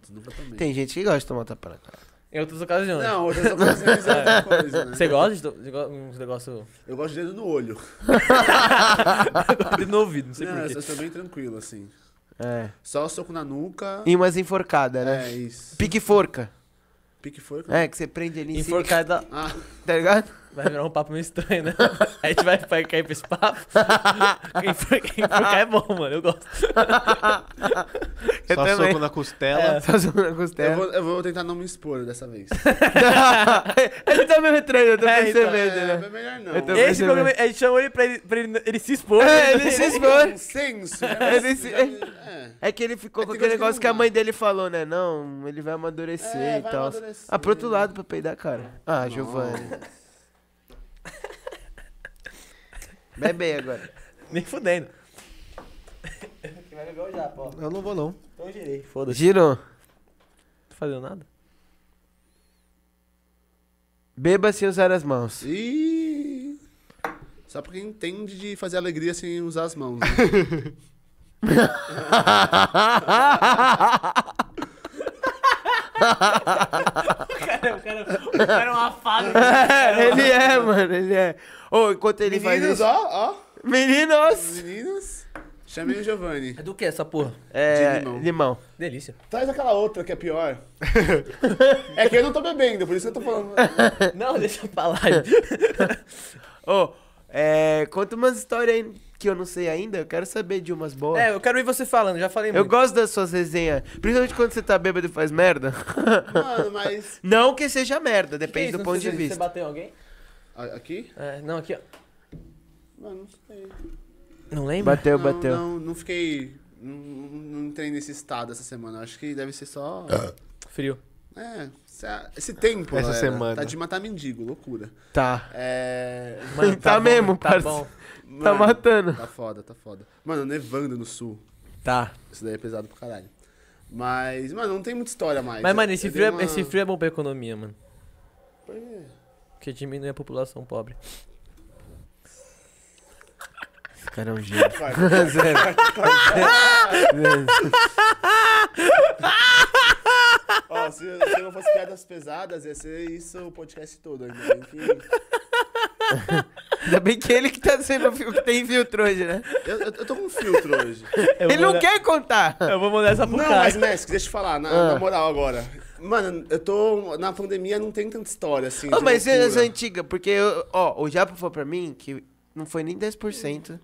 Speaker 4: Completamente.
Speaker 2: Tem gente que gosta de tomar tapa na cara.
Speaker 5: Em outras ocasiões.
Speaker 4: Não, outras ocasiões é outra coisa, né?
Speaker 5: Você gosta de, to- de go- uns negócios
Speaker 4: Eu gosto de dedo no olho.
Speaker 5: no ouvido, não sei
Speaker 4: não,
Speaker 5: por
Speaker 4: eu
Speaker 5: quê.
Speaker 4: sou- sou bem tranquilo, assim.
Speaker 2: É.
Speaker 4: Só soco na nuca.
Speaker 2: E umas enforcadas, né?
Speaker 4: É isso.
Speaker 2: Pique forca.
Speaker 4: Pique foi.
Speaker 2: É, que você prende ali em cima,
Speaker 5: Enforcada
Speaker 4: Ah,
Speaker 2: tá ligado?
Speaker 5: Vai virar um papo meio estranho, né? A gente vai vai cair pra esse papo. Enforcar enforcar é bom, mano. Eu gosto.
Speaker 2: Eu
Speaker 3: Só
Speaker 2: também. É.
Speaker 3: soco na costela.
Speaker 2: Só zoando a
Speaker 4: É. eu
Speaker 2: costela.
Speaker 4: vou, eu vou tentar não me expor dessa vez.
Speaker 2: ele tá me retraindo, eu tô
Speaker 5: É, então,
Speaker 2: percebendo,
Speaker 4: é,
Speaker 2: né?
Speaker 4: é melhor não.
Speaker 2: Eu tô-
Speaker 5: Esse
Speaker 2: percebi.
Speaker 5: programa, a gente chamou ele pra ele, pra ele, ele se expor. né?
Speaker 2: É, ele se expor.
Speaker 4: Um senso. já-
Speaker 2: Ele se-
Speaker 4: já me- é.
Speaker 2: É que ele ficou
Speaker 4: É,
Speaker 2: com
Speaker 4: tem
Speaker 2: aquele negócio
Speaker 4: coisa que não
Speaker 2: que a
Speaker 4: dá.
Speaker 2: mãe dele falou, né? Não, ele vai amadurecer
Speaker 4: É,
Speaker 2: e
Speaker 4: vai
Speaker 2: tal.
Speaker 4: amadurecer.
Speaker 2: Ah, pro outro lado pra peidar, cara. Ah, Giovanni. Bebe aí agora.
Speaker 5: Nem fudendo.
Speaker 3: Eu não vou, não.
Speaker 5: Então girei, foda-se.
Speaker 2: Giro,
Speaker 5: Não tô fazendo nada.
Speaker 2: beba sem usar as mãos.
Speaker 4: Ih. Só porque entende de fazer alegria sem usar as mãos. né?
Speaker 5: Cara, o cara, o cara é um afado.
Speaker 2: ele é, mano, ele é. Ô, enquanto ele faz
Speaker 4: Meninos,
Speaker 2: isso...
Speaker 4: ó, ó.
Speaker 2: Meninos!
Speaker 4: Meninos. Chamei o Giovanni.
Speaker 5: É do que essa porra?
Speaker 2: É,
Speaker 4: De limão.
Speaker 2: limão.
Speaker 5: Delícia.
Speaker 4: Traz aquela outra que é pior. é que eu não tô bebendo, por isso que eu tô falando.
Speaker 5: Não, deixa pra lá.
Speaker 2: Ô, é, conta umas histórias aí que eu não sei ainda. Eu quero saber de umas boas.
Speaker 5: É, eu quero ver você falando, já falei
Speaker 2: Eu
Speaker 5: muito.
Speaker 2: gosto das suas resenhas, principalmente quando você tá bêbado e faz merda.
Speaker 4: Mano, mas.
Speaker 2: Não que seja merda,
Speaker 5: Que
Speaker 4: é
Speaker 2: depende
Speaker 5: isso?
Speaker 2: do
Speaker 5: Não
Speaker 2: ponto de
Speaker 5: sei se Você
Speaker 2: vista.
Speaker 5: bateu em alguém?
Speaker 4: A- Aqui?
Speaker 5: É, não, aqui, ó.
Speaker 4: Mano, não sei.
Speaker 5: Não lembra?
Speaker 2: Bateu,
Speaker 4: não,
Speaker 2: bateu.
Speaker 4: Não, não fiquei. Não, não não entrei nesse estado essa semana. Acho que deve ser só.
Speaker 5: Frio.
Speaker 4: É, esse, esse tempo.
Speaker 3: Essa
Speaker 4: galera,
Speaker 3: semana.
Speaker 4: Tá de matar mendigo, loucura.
Speaker 2: Tá.
Speaker 4: É.
Speaker 5: Mano,
Speaker 2: Tá
Speaker 5: bom,
Speaker 2: mesmo,
Speaker 5: tá
Speaker 2: parça.
Speaker 5: bom.
Speaker 2: Tá
Speaker 4: mano,
Speaker 2: matando.
Speaker 4: Tá foda, tá foda. Mano, nevando no sul.
Speaker 5: Tá.
Speaker 4: Isso daí é pesado pro caralho. Mas, mano, não tem muita história mais.
Speaker 5: Mas,
Speaker 4: Eu-
Speaker 5: mano, esse
Speaker 4: eu
Speaker 5: frio,
Speaker 4: dei
Speaker 5: é,
Speaker 4: uma-
Speaker 5: esse frio é bom pra economia, mano.
Speaker 4: Por quê?
Speaker 5: Porque diminui a população pobre.
Speaker 2: Esse cara é um gênio.
Speaker 4: Vai,
Speaker 2: Zero. Zero.
Speaker 4: Ó, se, se não fosse piadas pesadas, ia ser isso o podcast todo ainda. bem que-
Speaker 2: Ainda bem que ele que tá sendo o fio- que tem filtro hoje, né?
Speaker 4: Eu, eu, eu tô com um filtro hoje.
Speaker 5: Eu vou
Speaker 2: ele não
Speaker 5: mandar-
Speaker 2: quer contar.
Speaker 5: Eu vou mandar essa pro
Speaker 4: Não,
Speaker 5: cara.
Speaker 4: mas, Mask, deixa eu te falar, na,
Speaker 2: Ah.
Speaker 4: na moral agora. Mano, eu tô. Na pandemia não tem tanta história assim.
Speaker 2: Ô,
Speaker 4: de
Speaker 2: mas
Speaker 4: loucura.
Speaker 2: essa é antiga, porque, eu- ó, o Japa falou pra mim que não foi nem 10%.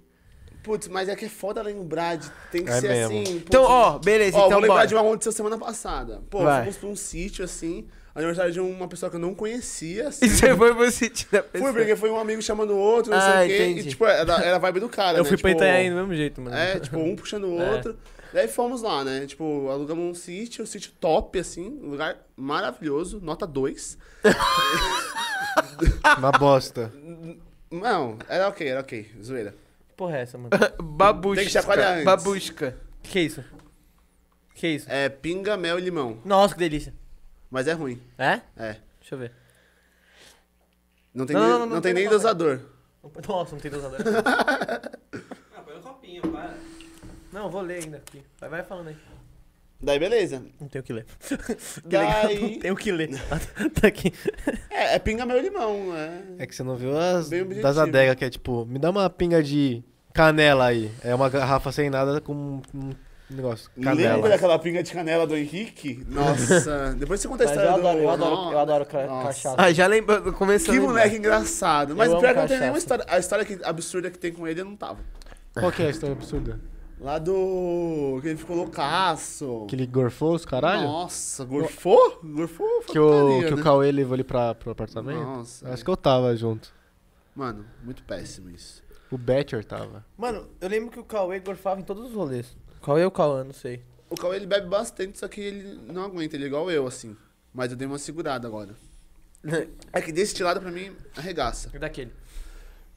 Speaker 4: Putz, mas é que é foda lembrar de. Tem que
Speaker 3: É
Speaker 4: ser
Speaker 3: mesmo.
Speaker 4: assim.
Speaker 2: Então,
Speaker 4: putz.
Speaker 2: ó, beleza,
Speaker 4: Ó,
Speaker 2: então
Speaker 4: vou lembrar
Speaker 2: bora.
Speaker 4: de uma que aconteceu semana passada. Pô,
Speaker 2: Vai.
Speaker 4: fomos pra um sítio assim, aniversário de uma pessoa que eu não conhecia. Assim.
Speaker 2: E você foi pro sítio da
Speaker 4: Fui,
Speaker 2: pessoa.
Speaker 4: porque foi um amigo chamando o outro, não sei
Speaker 2: Ah,
Speaker 4: o quê.
Speaker 2: entendi.
Speaker 4: E, tipo, era, era a vibe do cara.
Speaker 5: Eu
Speaker 4: né?
Speaker 5: fui pra
Speaker 4: tipo,
Speaker 5: Itanhaém do mesmo jeito, mano.
Speaker 2: né?
Speaker 4: É, tipo, um puxando o
Speaker 5: É.
Speaker 4: outro. Daí fomos lá, né? Tipo, alugamos um sítio, um sítio top, assim, um lugar maravilhoso, nota 2.
Speaker 3: Uma bosta.
Speaker 4: Não, era ok, era ok, zoeira.
Speaker 5: porra é essa, mano?
Speaker 2: Babusca.
Speaker 4: Tem que chacoalhar antes.
Speaker 2: Babusca.
Speaker 5: que isso? Que isso?
Speaker 4: É pinga, mel e limão.
Speaker 5: Nossa, que delícia.
Speaker 4: Mas é ruim.
Speaker 5: É?
Speaker 4: É.
Speaker 5: Deixa eu ver.
Speaker 4: Não tem
Speaker 5: Não,
Speaker 4: nem,
Speaker 5: não,
Speaker 4: não,
Speaker 5: não, não tem
Speaker 4: tem nem
Speaker 5: nada.
Speaker 4: dosador.
Speaker 5: Nossa, não tem dosador.
Speaker 1: Ah, põe no copinho, para.
Speaker 5: não, vou ler ainda aqui. Vai, vai falando aí.
Speaker 4: Daí beleza.
Speaker 5: Não tenho o que ler. que
Speaker 4: Daí-
Speaker 5: legal, não tenho o que ler. tá aqui.
Speaker 4: É, é pinga, mel e limão, é.
Speaker 3: É que você não viu as
Speaker 4: Bem objetivo.
Speaker 3: das adegas, que é tipo, me dá uma pinga de canela aí. É uma garrafa sem nada com um um negócio.
Speaker 4: Lembra
Speaker 3: Canela.
Speaker 4: daquela pinga de canela do Henrique? Nossa, depois você conta a
Speaker 5: Mas
Speaker 4: história
Speaker 5: eu adoro,
Speaker 4: do...
Speaker 5: eu adoro, eu adoro ca-
Speaker 4: Nossa.
Speaker 5: cachaça.
Speaker 2: Ah, já lembrou. Começou.
Speaker 4: Que moleque engraçado. Mas
Speaker 5: amo
Speaker 4: pior que não tem nenhuma
Speaker 5: cachaça.
Speaker 4: história. A história que- absurda que tem com ele, eu não tava.
Speaker 3: Qual que é a história absurda?
Speaker 4: Lá do... que ele ficou loucaço.
Speaker 3: Que ele gorfou os caralho?
Speaker 4: Nossa, gorfou? Gorfou? foi
Speaker 3: Que o,
Speaker 4: putaria,
Speaker 3: que o
Speaker 4: né?
Speaker 3: Cauê levou ele pra, pro apartamento?
Speaker 4: Nossa,
Speaker 3: Acho
Speaker 4: é.
Speaker 3: que eu tava junto.
Speaker 4: Mano, muito péssimo isso.
Speaker 3: O Betcher tava.
Speaker 5: Mano, eu lembro que o Cauê gorfava em todos os rolês. Cauê ou Cauã, não sei.
Speaker 4: O Cauê, ele bebe bastante, só que ele não aguenta. Ele é igual eu, assim. Mas eu dei uma segurada agora. É que destilado pra mim arregaça.
Speaker 5: E daquele.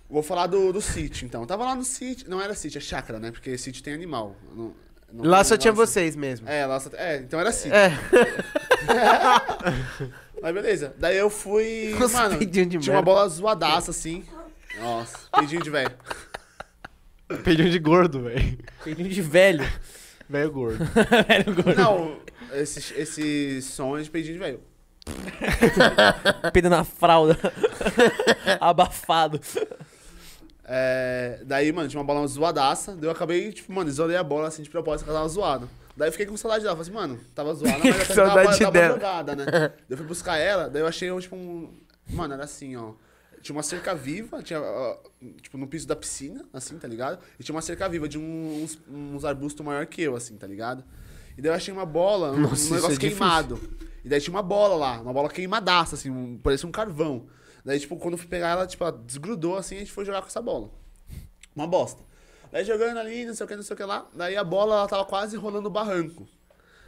Speaker 4: Vou falar do, do City, então. Eu tava lá no City. Não era City, é chácara, né? Porque City tem animal. Eu não- eu não-
Speaker 2: Lá só
Speaker 4: não-
Speaker 2: tinha
Speaker 4: lá-
Speaker 2: vocês mesmo.
Speaker 4: É, lá só. É, então era City.
Speaker 2: É.
Speaker 4: Mas beleza. Daí eu fui.
Speaker 2: Com os
Speaker 4: mano,
Speaker 2: peidinhos de
Speaker 4: tinha uma
Speaker 2: merda.
Speaker 4: bola zoadaça assim. Nossa, peidinho de velho.
Speaker 3: Pediu de gordo, velho.
Speaker 5: Peidinho de velho.
Speaker 3: Velho gordo.
Speaker 5: velho gordo.
Speaker 4: Não, esse, esse som é de peidinho de velho.
Speaker 5: Peido na fralda. Abafado.
Speaker 4: É, daí, mano, tinha uma bola zoadaça. Daí eu acabei, tipo, mano, isolei a bola assim de propósito, porque ela tava zoada. Daí eu fiquei com saudade dela. Falei assim, mano, tava zoada, mas ela tava,
Speaker 2: Saudade
Speaker 4: tava, tava
Speaker 2: dela.
Speaker 4: jogada, né? Daí eu fui buscar ela, daí eu achei, um, tipo, um. Mano, era assim, ó. Tinha uma cerca viva, tinha, ó, tipo, no piso da piscina, assim, tá ligado? E tinha uma cerca viva de um- uns, uns arbustos maior que eu, assim, tá ligado? E daí eu achei uma bola, um-
Speaker 2: Nossa, isso
Speaker 4: um negócio
Speaker 2: é difícil.
Speaker 4: queimado. E daí tinha uma bola lá, uma bola queimadaça, assim, um, parecia um carvão. Daí, tipo, quando eu fui pegar ela, tipo, ela desgrudou assim e a gente foi jogar com essa bola. Uma bosta. Daí jogando ali, não sei o que, não sei o que lá. Daí a bola, ela tava quase rolando o barranco.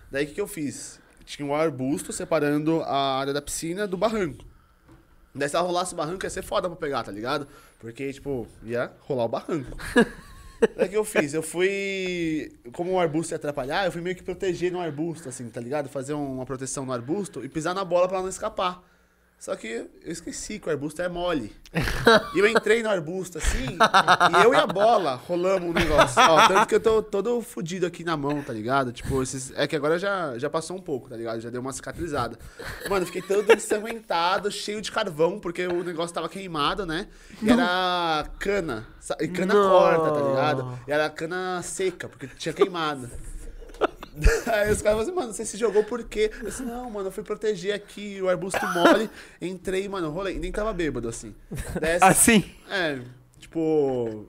Speaker 4: Daí o que, que eu fiz? Tinha um arbusto separando a área da piscina do barranco. Daí se ela rolasse o barranco ia ser foda pra pegar, tá ligado? Porque, tipo, ia rolar o barranco. Daí o que eu fiz? Eu fui. Como o arbusto ia atrapalhar, eu fui meio que proteger no arbusto, assim, tá ligado? Fazer uma proteção no arbusto e pisar na bola pra ela não escapar. Só que eu esqueci que o arbusto é mole. E eu entrei no arbusto assim, e eu e a bola rolamos um negócio. Ó, tanto que eu tô todo fudido aqui na mão, tá ligado? Tipo, esses, é que agora já, já passou um pouco, tá ligado? Já deu uma cicatrizada. Mano, eu fiquei todo ensanguentado, cheio de carvão, porque o negócio tava queimado, né? E era cana. sa- E cana
Speaker 2: Não.
Speaker 4: corta, tá ligado? E era cana seca, porque tinha queimado. Aí os caras falam assim, mano, você se jogou por quê? Eu disse, não, mano, eu fui proteger aqui o arbusto mole, entrei, mano, rolei. Nem tava bêbado, assim. Daí,
Speaker 2: Assim.
Speaker 4: é, tipo.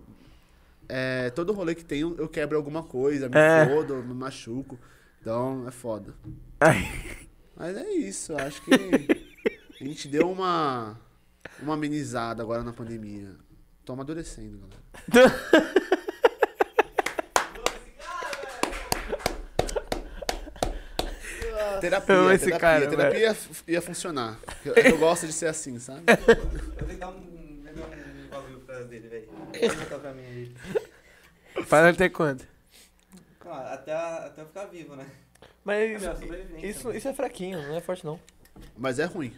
Speaker 4: É, todo rolê que tem, eu quebro alguma coisa, me
Speaker 2: É.
Speaker 4: fodo, me machuco. Então é foda.
Speaker 2: Assim? Ai.
Speaker 4: Mas é isso, eu acho que a gente deu uma, uma amenizada agora na pandemia. Tô amadurecendo, galera. Terapia,
Speaker 2: Eu amo
Speaker 4: terapia,
Speaker 2: esse cara,
Speaker 4: terapia
Speaker 2: velho.
Speaker 4: ia, fu- ia funcionar. Eu, eu gosto de ser assim, sabe?
Speaker 1: Eu tenho que dar um, pegar um bagulho pra dele, velho. Deixa eu tocar a minha aí.
Speaker 2: Para até quando?
Speaker 1: Não, até, até eu ficar vivo, né?
Speaker 5: Mas
Speaker 1: É, sobrevivência,
Speaker 5: isso,
Speaker 1: mano.
Speaker 5: isso é fraquinho, não é forte não.
Speaker 4: Mas é ruim,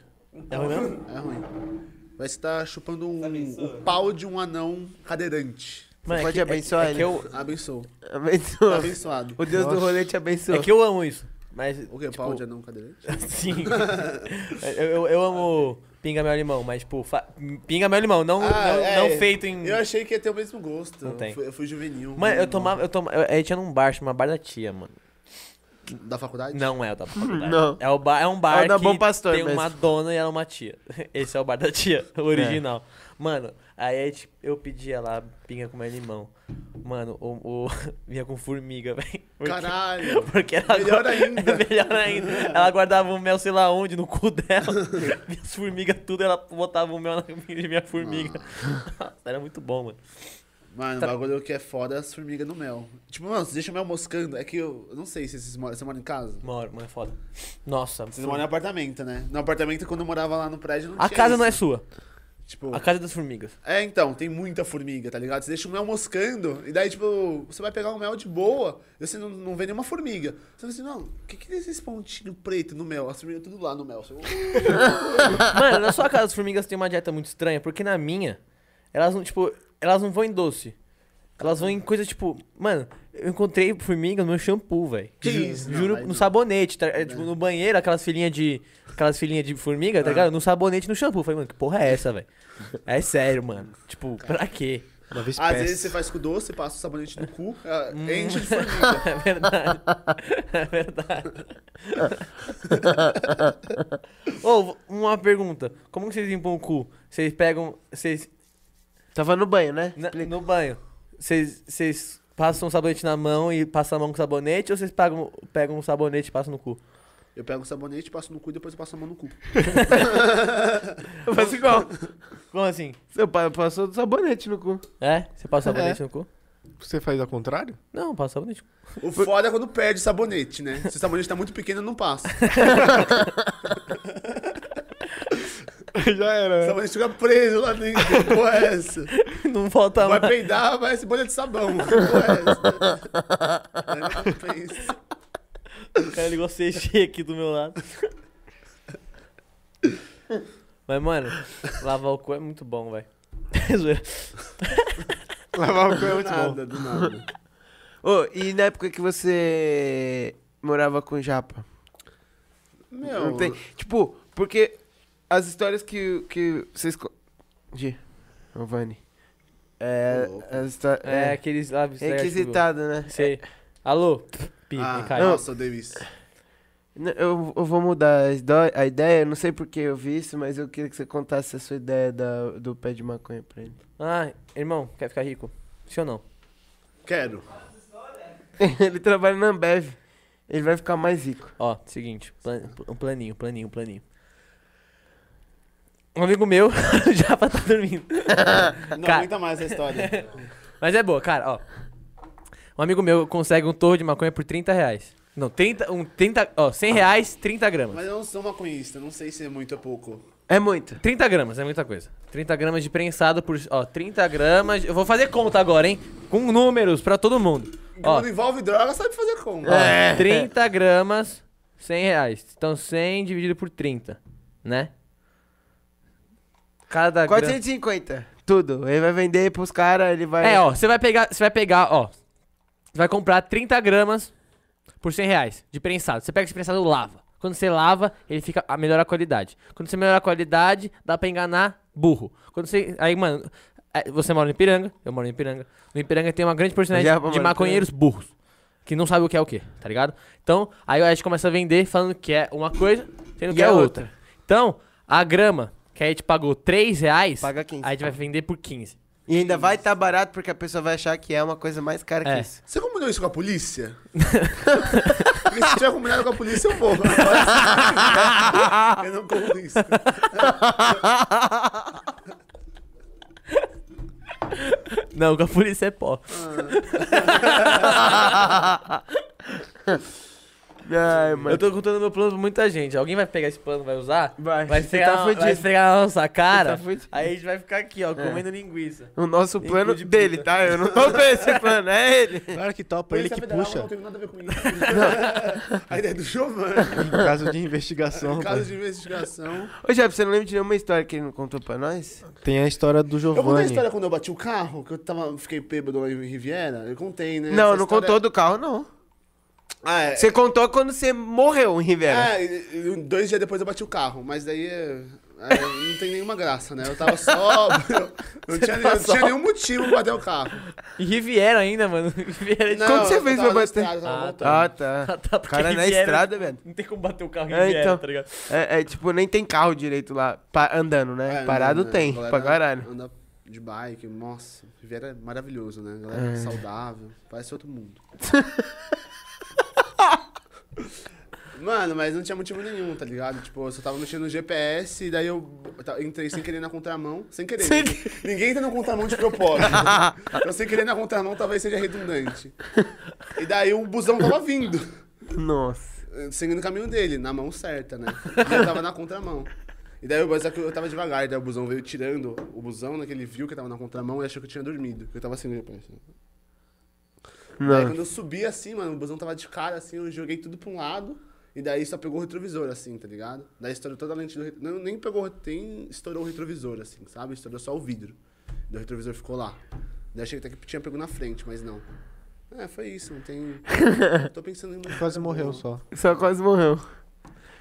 Speaker 5: É ruim mesmo?
Speaker 4: é ruim. Vai estar chupando um,
Speaker 1: Tá abençoa?
Speaker 4: o pau de um anão cadeirante.
Speaker 5: Mano,
Speaker 2: pode
Speaker 5: é que,
Speaker 2: abençoar
Speaker 5: é, é
Speaker 2: ele.
Speaker 5: que eu,
Speaker 4: Abençoou. Tá
Speaker 2: Abençoa.
Speaker 4: abençoado.
Speaker 2: O Deus do rolê te abençoa.
Speaker 5: é que eu amo isso. Mas,
Speaker 4: O que?
Speaker 5: tipo,
Speaker 4: Pau de anão cadeirante?
Speaker 5: Sim. eu, eu, eu amo pinga mel limão, mas tipo, fa- pinga mel limão, não,
Speaker 4: Ah,
Speaker 5: não,
Speaker 4: é.
Speaker 5: não feito em.
Speaker 4: Eu achei que ia ter o mesmo gosto.
Speaker 5: hum. Não tem.
Speaker 4: Eu, fui, eu fui juvenil.
Speaker 5: Mano, eu tomava, eu tomava, eu, eu tinha num bar, chama Bar da Tia, mano.
Speaker 4: Da faculdade?
Speaker 5: Não é o da faculdade.
Speaker 2: Não.
Speaker 5: É, o bar, é um bar
Speaker 2: É o da
Speaker 5: que
Speaker 2: Bom Pastor
Speaker 5: tem uma
Speaker 2: mesmo.
Speaker 5: dona e ela é uma tia. Esse é o bar da tia, o original. Mano, aí a gente- eu pedia lá pinga com mel limão. Mano, o, o- vinha com formiga, velho. Porque-
Speaker 4: Caralho.
Speaker 5: Porque ela
Speaker 4: Melhor
Speaker 5: guarda-
Speaker 4: ainda.
Speaker 5: Melhor ainda. Ela guardava o mel, sei lá onde, no cu dela. Minhas formigas, tudo, ela botava o mel na minha minha formiga.
Speaker 4: Ah.
Speaker 5: Era muito bom, mano.
Speaker 4: Mano,
Speaker 5: Tá.
Speaker 4: o bagulho que é foda é as formigas no mel. Tipo, mano, você deixa o mel moscando. É que eu, eu não sei se vocês moram, você mora em casa.
Speaker 5: Mano, mano, é foda. Nossa,
Speaker 4: Vocês moram em apartamento, né? No apartamento, quando eu morava lá no prédio, não
Speaker 5: a
Speaker 4: tinha
Speaker 5: casa
Speaker 4: isso.
Speaker 5: não é sua.
Speaker 4: Tipo.
Speaker 5: A Casa das Formigas.
Speaker 4: É, então, tem muita formiga, tá ligado? Você deixa o mel moscando, e daí, tipo, você vai pegar o mel de boa, e você não, não vê nenhuma formiga. Você fala assim, não, o que que é esses pontinhos pretos no mel? As formigas tudo lá no mel. Você-
Speaker 5: Mano, na sua Casa das Formigas tem uma dieta muito estranha, porque na minha, elas não, tipo, elas não vão em doce. Elas vão em coisa tipo. Mano, eu encontrei formiga no meu shampoo, velho.
Speaker 4: Que
Speaker 5: Ju-
Speaker 4: isso? Não,
Speaker 5: Juro,
Speaker 4: aí
Speaker 5: no
Speaker 4: não. Né?
Speaker 5: sabonete. tá- é, tipo, no banheiro, aquelas filhinhas de. Aquelas filhinhas de formiga,
Speaker 4: Ah.
Speaker 5: tá ligado? No sabonete no shampoo. Falei, mano, que porra é essa, velho? É sério, mano. Tipo, pra quê?
Speaker 3: Uma vez
Speaker 4: Às
Speaker 3: peça.
Speaker 4: vezes você faz com doce, passa o sabonete no cu, ah, enche de formiga.
Speaker 5: É verdade. É verdade. Ô, uma pergunta. Como que vocês limpam o cu? Vocês pegam. Vocês.
Speaker 2: Tava no banho, né?
Speaker 5: na- no banho. Vocês. Vocês passam o sabonete na mão e passam a mão com sabonete ou vocês pegam, pegam um sabonete e passam no cu?
Speaker 4: Eu pego o sabonete, passo no cu e depois eu passo a mão no cu.
Speaker 2: Eu faço igual.
Speaker 5: Como assim?
Speaker 2: Seu pai passou do sabonete no cu.
Speaker 5: É? Você passa o sabonete no cu?
Speaker 3: Você faz ao contrário?
Speaker 5: Não, passa sabonete.
Speaker 4: O foda é quando perde o sabonete, né? Se o sabonete tá muito pequeno, eu não passo.
Speaker 3: Já
Speaker 4: O
Speaker 3: era. né?
Speaker 4: sabonete fica preso lá dentro. Que porra é essa?
Speaker 5: Não volta
Speaker 4: Vai
Speaker 5: mais.
Speaker 4: peidar, vai se bolha de sabão. Que porra é essa? Aí não pensa.
Speaker 5: O cara ligou CG aqui do meu lado. Mas, mano, lavar o cu é muito bom, velho. Zoeira.
Speaker 3: Lavar o cu é
Speaker 4: Do
Speaker 3: muito bom.
Speaker 4: nada, do nada.
Speaker 2: Ô, e na época que você morava com japa?
Speaker 4: Meu,
Speaker 2: Não tem. Tipo, porque as histórias que, que vocês. co- Gi, ô, Vani. É.
Speaker 4: Ô, louco.
Speaker 2: As histó-
Speaker 5: É,
Speaker 2: é,
Speaker 5: aqueles lá.
Speaker 2: é inquisitado, né?
Speaker 5: Sei. Alô? Pi,
Speaker 4: Ah,
Speaker 5: me cai.
Speaker 4: nossa, Davis.
Speaker 2: N- Eu, eu vou mudar as idó- a ideia, eu não sei porque eu vi isso, mas eu queria que você contasse a sua ideia da- do pé de maconha pra ele.
Speaker 5: Ah, irmão, quer ficar rico? Sim ou não?
Speaker 4: Quero.
Speaker 2: ele trabalha na Ambev. Ele vai ficar mais rico.
Speaker 5: Ó, seguinte, plan- um planinho, planinho, planinho. Um amigo meu já pra tá dormindo.
Speaker 4: Não
Speaker 5: Cara.
Speaker 4: aguenta mais essa história.
Speaker 5: Mas é boa, cara, ó. Um amigo meu consegue um torre de maconha por 30 reais. Não, 30, um 30, ó, 100 reais, 30 gramas.
Speaker 4: Mas eu não sou maconhista, não sei se é muito ou pouco.
Speaker 2: É muito.
Speaker 5: 30 gramas, é muita coisa. 30 gramas de prensado por, ó, 30 gramas. Eu vou fazer conta agora, hein? Com números pra todo mundo. Ó, É.
Speaker 4: Quando envolve droga, sabe fazer como.
Speaker 5: Ó, 30 gramas, 100 reais. Então 100 dividido por 30, né? Cada grama...
Speaker 2: 450. Tudo. Ele vai vender pros caras, ele vai.
Speaker 5: É, ó, você vai pegar, você vai pegar, ó. Você vai comprar 30 gramas por 100 reais de prensado. Você pega esse prensado e lava. Quando você lava, ele fica a melhor a qualidade. Quando você melhora a qualidade, dá pra enganar burro. Quando você. Aí, mano, é, você mora no Ipiranga, eu moro no Ipiranga. No Ipiranga tem uma grande porcentagem
Speaker 2: Já
Speaker 5: de
Speaker 2: moro no
Speaker 5: maconheiros burros. Que não sabe o que é o que, tá ligado? Então, aí a gente começa a vender falando que é uma coisa, sendo
Speaker 2: E
Speaker 5: que é
Speaker 2: a
Speaker 5: outra.
Speaker 2: outra?
Speaker 5: Então, a grama, que a gente pagou 3 reais,
Speaker 2: Paga tá. 15.
Speaker 5: a gente vai vender por 15.
Speaker 2: E ainda vai estar tá barato porque a pessoa vai achar que é uma coisa mais cara
Speaker 5: É.
Speaker 2: que isso.
Speaker 4: Você combinou isso com a polícia? Porque se tiver combinado com a polícia, um eu vou. Mas- eu não compro isso.
Speaker 5: Não, com a polícia é pó.
Speaker 2: Ai, mano.
Speaker 5: Eu tô contando meu plano pra muita gente. Alguém vai pegar esse plano, vai usar?
Speaker 2: Vai.
Speaker 5: Vai
Speaker 2: Você
Speaker 5: pegar,
Speaker 2: tá
Speaker 5: vai
Speaker 2: fudido.
Speaker 5: esfregar na nossa cara. É.
Speaker 2: Você tá fudido.
Speaker 5: aí a gente vai ficar aqui, ó, comendo linguiça.
Speaker 2: O nosso
Speaker 5: Tem
Speaker 2: plano
Speaker 5: cu de
Speaker 2: dele, tá? Eu não tô vendo esse plano, é ele.
Speaker 3: Claro que topa, ele que
Speaker 4: Federal
Speaker 3: puxa.
Speaker 4: não teve nada a ver com isso. a ideia do Giovanni. um
Speaker 3: Em caso de investigação.
Speaker 4: Caso de investigação.
Speaker 2: Ô, Jap, você não lembra de nenhuma história que ele não contou pra nós?
Speaker 3: Tem a história do
Speaker 4: Eu contei a
Speaker 3: Giovanni.
Speaker 4: história quando eu bati o carro, que eu tava, fiquei bêbado lá em Riviera. Eu contei,
Speaker 2: não,
Speaker 4: né? Essa
Speaker 2: não
Speaker 4: história-
Speaker 2: contou do carro, não.
Speaker 4: Ah, é.
Speaker 2: Você contou quando você morreu em Rivera.
Speaker 4: É, e- e dois dias depois eu bati o carro, mas daí é, é, não tem nenhuma graça, né? Eu tava sóbrio, não, tinha,
Speaker 5: tava
Speaker 4: não tinha
Speaker 5: sóbrio.
Speaker 4: nenhum motivo pra bater o carro.
Speaker 5: E Riviera ainda, mano. Riviera de...
Speaker 4: Não,
Speaker 2: Quando você
Speaker 4: eu
Speaker 2: fez
Speaker 4: tava
Speaker 2: pra
Speaker 4: na
Speaker 2: bater?
Speaker 4: estrada, eu tava
Speaker 5: Ah,
Speaker 4: voltando.
Speaker 2: Ah, tá.
Speaker 5: Tá, porque
Speaker 2: Cara na
Speaker 4: né?
Speaker 5: Riviera-
Speaker 2: estrada, velho.
Speaker 5: Não tem como bater o carro em
Speaker 2: É,
Speaker 5: Riviera,
Speaker 2: então.
Speaker 5: tá ligado?
Speaker 2: É, é, tipo, nem tem carro direito lá, pa- andando, né?
Speaker 4: É,
Speaker 2: Parado
Speaker 4: né?
Speaker 2: tem,
Speaker 4: A galera
Speaker 2: pra caralho.
Speaker 4: Anda de bike, nossa, Riviera é maravilhoso, né? A
Speaker 2: É.
Speaker 4: Galera saudável, parece outro mundo. Mano, mas não tinha motivo nenhum, tá ligado? Tipo, eu só tava mexendo no GPS e daí eu ta- entrei sem querer na contramão. Sem querer.
Speaker 2: Sem
Speaker 4: Ninguém- Ninguém entra na contramão de propósito. eu sem querer na contramão talvez seja redundante. E daí o busão tava vindo,
Speaker 2: Nossa.
Speaker 4: eh, seguindo o caminho dele, na mão certa, né? E eu tava na contramão. E daí, mas só que eu tava devagar, e daí o busão veio tirando o busão, né, que ele viu que eu tava na contramão e achou que eu tinha dormido, que eu tava assim, né, parece. Aí
Speaker 2: Não.
Speaker 4: quando eu subi assim, mano, o busão tava de cara assim, eu joguei tudo pra um lado. E daí só pegou o retrovisor, assim, tá ligado? Daí estourou toda a lente do re- não Nem pegou, tem, estourou o retrovisor, assim, sabe? Estourou só o vidro. Daí o retrovisor ficou lá. Daí achei que até que tinha pego na frente, mas não. É, foi isso, não tem. Tô pensando em. uma-
Speaker 3: Quase morreu só.
Speaker 2: Só quase morreu.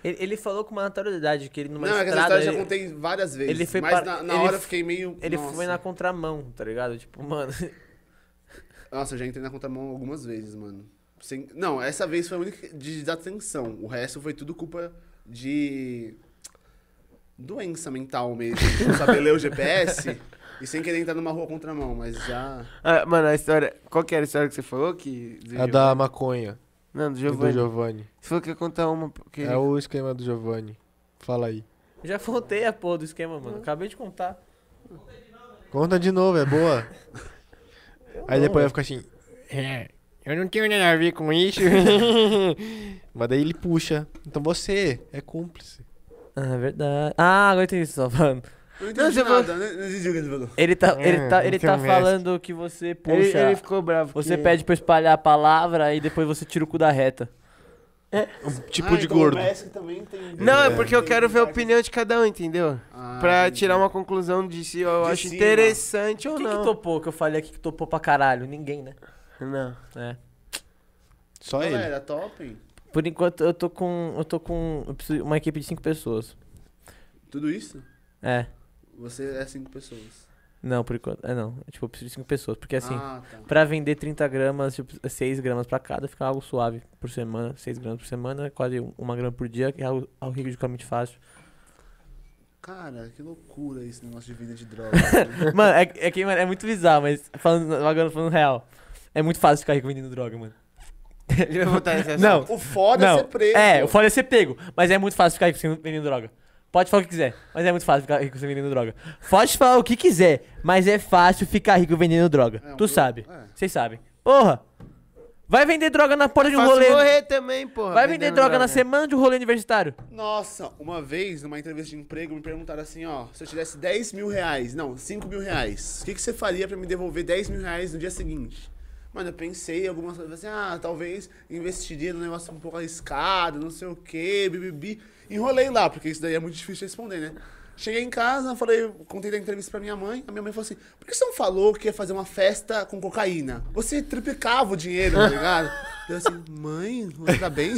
Speaker 5: Ele, ele falou com uma naturalidade que ele numa
Speaker 4: não, é que essa
Speaker 5: estrada,
Speaker 4: história eu já
Speaker 5: ele-
Speaker 4: contei várias vezes.
Speaker 5: ele foi
Speaker 4: mas
Speaker 5: par-
Speaker 4: na, na
Speaker 5: ele
Speaker 4: hora eu
Speaker 5: f-
Speaker 4: fiquei meio.
Speaker 5: Ele
Speaker 4: nossa.
Speaker 5: foi na contramão, tá ligado? Tipo, mano.
Speaker 4: Nossa, eu já entrei na contramão algumas vezes, mano. Sem- Não, essa vez foi a única de desatenção. O resto foi tudo culpa de. doença mental mesmo. de Não saber ler o GPS e sem querer entrar numa rua contramão, mas já.
Speaker 2: Ah, mano, a história. Qual que era a história que você falou? Que, do
Speaker 3: A
Speaker 2: Giovanni?
Speaker 3: da maconha.
Speaker 2: Não, do
Speaker 3: e Do
Speaker 2: Giovanni.
Speaker 3: Giovanni.
Speaker 2: Você falou que ia contar uma. Porque...
Speaker 3: É o esquema do Giovanni. Fala aí.
Speaker 5: Já contei a porra do esquema, mano. Acabei de contar.
Speaker 3: Conta de novo, é boa. Aí depois vai ficar assim. "É, eu não tenho nada a ver com isso. Mas daí ele puxa. Então você é cúmplice.
Speaker 5: Ah, é verdade. Ah, agora eu entendi o que você tá falando.
Speaker 4: Não entendi
Speaker 2: Não, você
Speaker 4: nada, né? Não entendi o que ele falou.
Speaker 5: Ele tá, ele
Speaker 3: É,
Speaker 5: tá, ele
Speaker 3: então
Speaker 5: tá
Speaker 3: mestre.
Speaker 5: falando que você puxa.
Speaker 2: ele, ele ficou bravo.
Speaker 5: Você
Speaker 2: porque-
Speaker 5: pede pra eu espalhar a palavra e depois você tira o cu da reta.
Speaker 3: Um tipo
Speaker 4: Ah,
Speaker 3: de
Speaker 4: então
Speaker 3: gordo.
Speaker 4: O mestre também tem.
Speaker 2: Não, é porque eu quero ver a opinião de cada um, entendeu?
Speaker 4: Ah,
Speaker 2: pra
Speaker 4: entendi.
Speaker 2: tirar um- uma conclusão de se eu
Speaker 4: De
Speaker 2: acho
Speaker 4: cima.
Speaker 2: interessante ou
Speaker 5: Quem que
Speaker 2: não.
Speaker 5: topou? Que eu falei aqui que topou pra caralho? Ninguém, né?
Speaker 2: Não.
Speaker 5: É.
Speaker 3: Só ele.
Speaker 4: Ah, Galera, topem.
Speaker 5: Por enquanto eu tô com. Eu tô com. Eu preciso de uma equipe de cinco pessoas.
Speaker 4: Tudo isso?
Speaker 5: É.
Speaker 4: Você é cinco pessoas.
Speaker 5: Não, por enquanto. É não. Tipo, eu preciso de cinco pessoas. Porque assim,
Speaker 4: Ah, tá.
Speaker 5: pra vender 30 gramas, tipo, 6 gramas pra cada, fica algo suave por semana. 6 gramas por semana, quase um- uma grama por dia, que é algo, algo ridiculamente fácil.
Speaker 4: Cara, que loucura esse negócio de vida de droga. né?
Speaker 5: mano, é, é que mano, é muito bizarro, mas falando, agora falando real. É muito fácil ficar rico vendendo droga, mano.
Speaker 2: Ele vai voltar nesse assunto.
Speaker 5: Não,
Speaker 4: o foda é
Speaker 5: Não,
Speaker 4: ser preso.
Speaker 5: É, o foda é ser pego, mas é muito fácil ficar rico sendo- vendendo droga. Pode falar o que quiser, mas é muito fácil ficar rico sendo vendendo droga. Pode falar o que quiser, mas é fácil ficar rico vendendo droga.
Speaker 4: É, um
Speaker 5: tu
Speaker 4: pro-
Speaker 5: sabe.
Speaker 4: é.
Speaker 5: Vocês sabem. Porra! Vai vender droga na porta de um
Speaker 2: Faço
Speaker 5: rolê.
Speaker 2: morrer também, porra.
Speaker 5: Vai vender
Speaker 2: vendendo
Speaker 5: droga, na semana de um rolê universitário.
Speaker 4: Nossa, uma vez, numa entrevista de emprego, me perguntaram assim, ó, se eu tivesse 10 mil reais, não, 5 mil reais, o que, que você faria pra me devolver 10 mil reais no dia seguinte? Mano, eu pensei algumas coisas assim, ah, talvez investiria num negócio um pouco arriscado, não sei o quê, bibibi. Enrolei lá, porque isso daí é muito difícil de responder, né? Cheguei em casa, falei, contei da entrevista pra minha mãe, a minha mãe falou assim, por que você não falou que ia fazer uma festa com cocaína? Você triplicava o dinheiro, tá ligado? Eu assim, mãe, você tá bem?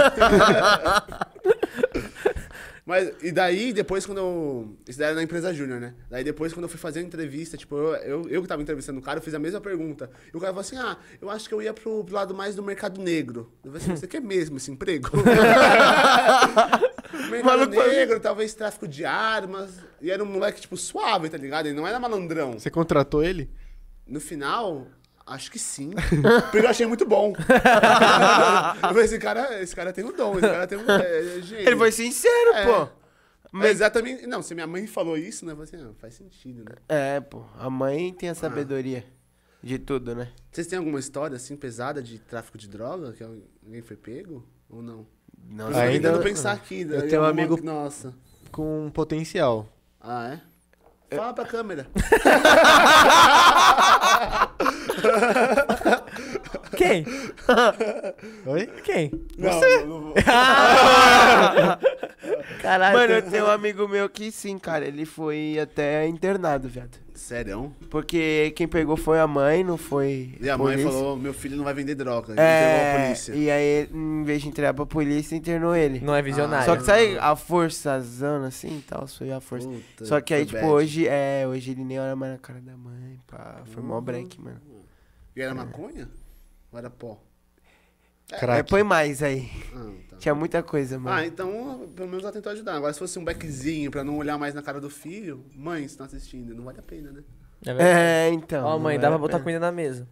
Speaker 4: Mas, e daí, depois, quando eu... Isso daí era na empresa júnior, né? Daí, depois, quando eu fui fazer a entrevista, tipo, eu, eu, eu que tava entrevistando o cara, eu fiz a mesma pergunta. E o cara falou assim, ah, eu acho que eu ia pro, pro lado mais do mercado negro. Eu falei assim, você quer mesmo esse emprego? mercado
Speaker 2: Maluco falou-
Speaker 4: negro, talvez tráfico de armas. E era um moleque, tipo, suave, tá ligado? Ele não era malandrão.
Speaker 3: Você contratou ele?
Speaker 4: No final... Acho que sim. Porque eu achei muito bom. eu falei, esse cara, esse cara tem um dom, esse cara tem um. É, é gênio.
Speaker 2: Ele foi sincero,
Speaker 4: É.
Speaker 2: pô.
Speaker 4: Mas exatamente. Não, se minha mãe falou isso, né? Eu falei assim, ah, faz sentido, né?
Speaker 2: É, pô. A mãe tem a sabedoria de tudo, né?
Speaker 4: Vocês têm alguma história assim pesada de tráfico de droga? Que alguém foi pego? Ou não? Eu
Speaker 2: Nossa,
Speaker 4: tô
Speaker 3: Ainda-
Speaker 4: tentando pensar aqui. né? daí
Speaker 3: tenho um
Speaker 4: alguma-
Speaker 3: amigo-
Speaker 4: Nossa.
Speaker 3: Com um potencial.
Speaker 4: Ah, é? Fala pra câmera.
Speaker 5: Quem?
Speaker 3: Oi?
Speaker 5: Quem?
Speaker 4: Não, não, não vou.
Speaker 5: Caralho.
Speaker 2: Mano,
Speaker 5: tem-
Speaker 2: eu tenho um amigo meu que sim, cara. Ele foi até internado, viado.
Speaker 4: Sério?
Speaker 2: Porque quem pegou foi a mãe, não foi.
Speaker 4: E a mãe
Speaker 2: polícia.
Speaker 4: falou: meu filho não vai vender droga. Ele pegou a
Speaker 2: É,
Speaker 4: polícia.
Speaker 2: e aí, em vez de entregar pra polícia, internou ele.
Speaker 5: Não é visionário.
Speaker 2: Só que sabe a forçazana assim e tal? Foi a força.
Speaker 4: Puta,
Speaker 2: Só que aí,
Speaker 4: foi
Speaker 2: tipo,
Speaker 4: bad.
Speaker 2: hoje, é, hoje ele nem olha mais na cara da mãe, pá. Foi
Speaker 4: Uhum.
Speaker 2: mó break, mano.
Speaker 4: E era maconha? Ou era pó?
Speaker 2: Aí
Speaker 3: Crack.
Speaker 2: põe mais aí.
Speaker 4: Ah, tá.
Speaker 2: Tinha muita coisa, mano.
Speaker 4: Ah, então pelo menos ela tentou ajudar. Agora, se fosse um beckzinho pra não olhar mais na cara do filho, mãe, se tá assistindo, não vale a pena, né?
Speaker 5: É verdade.
Speaker 2: É, então.
Speaker 5: Ó, mãe,
Speaker 2: não
Speaker 5: dá
Speaker 2: vale
Speaker 5: pra
Speaker 2: a
Speaker 5: botar
Speaker 2: pena.
Speaker 5: comida na mesa.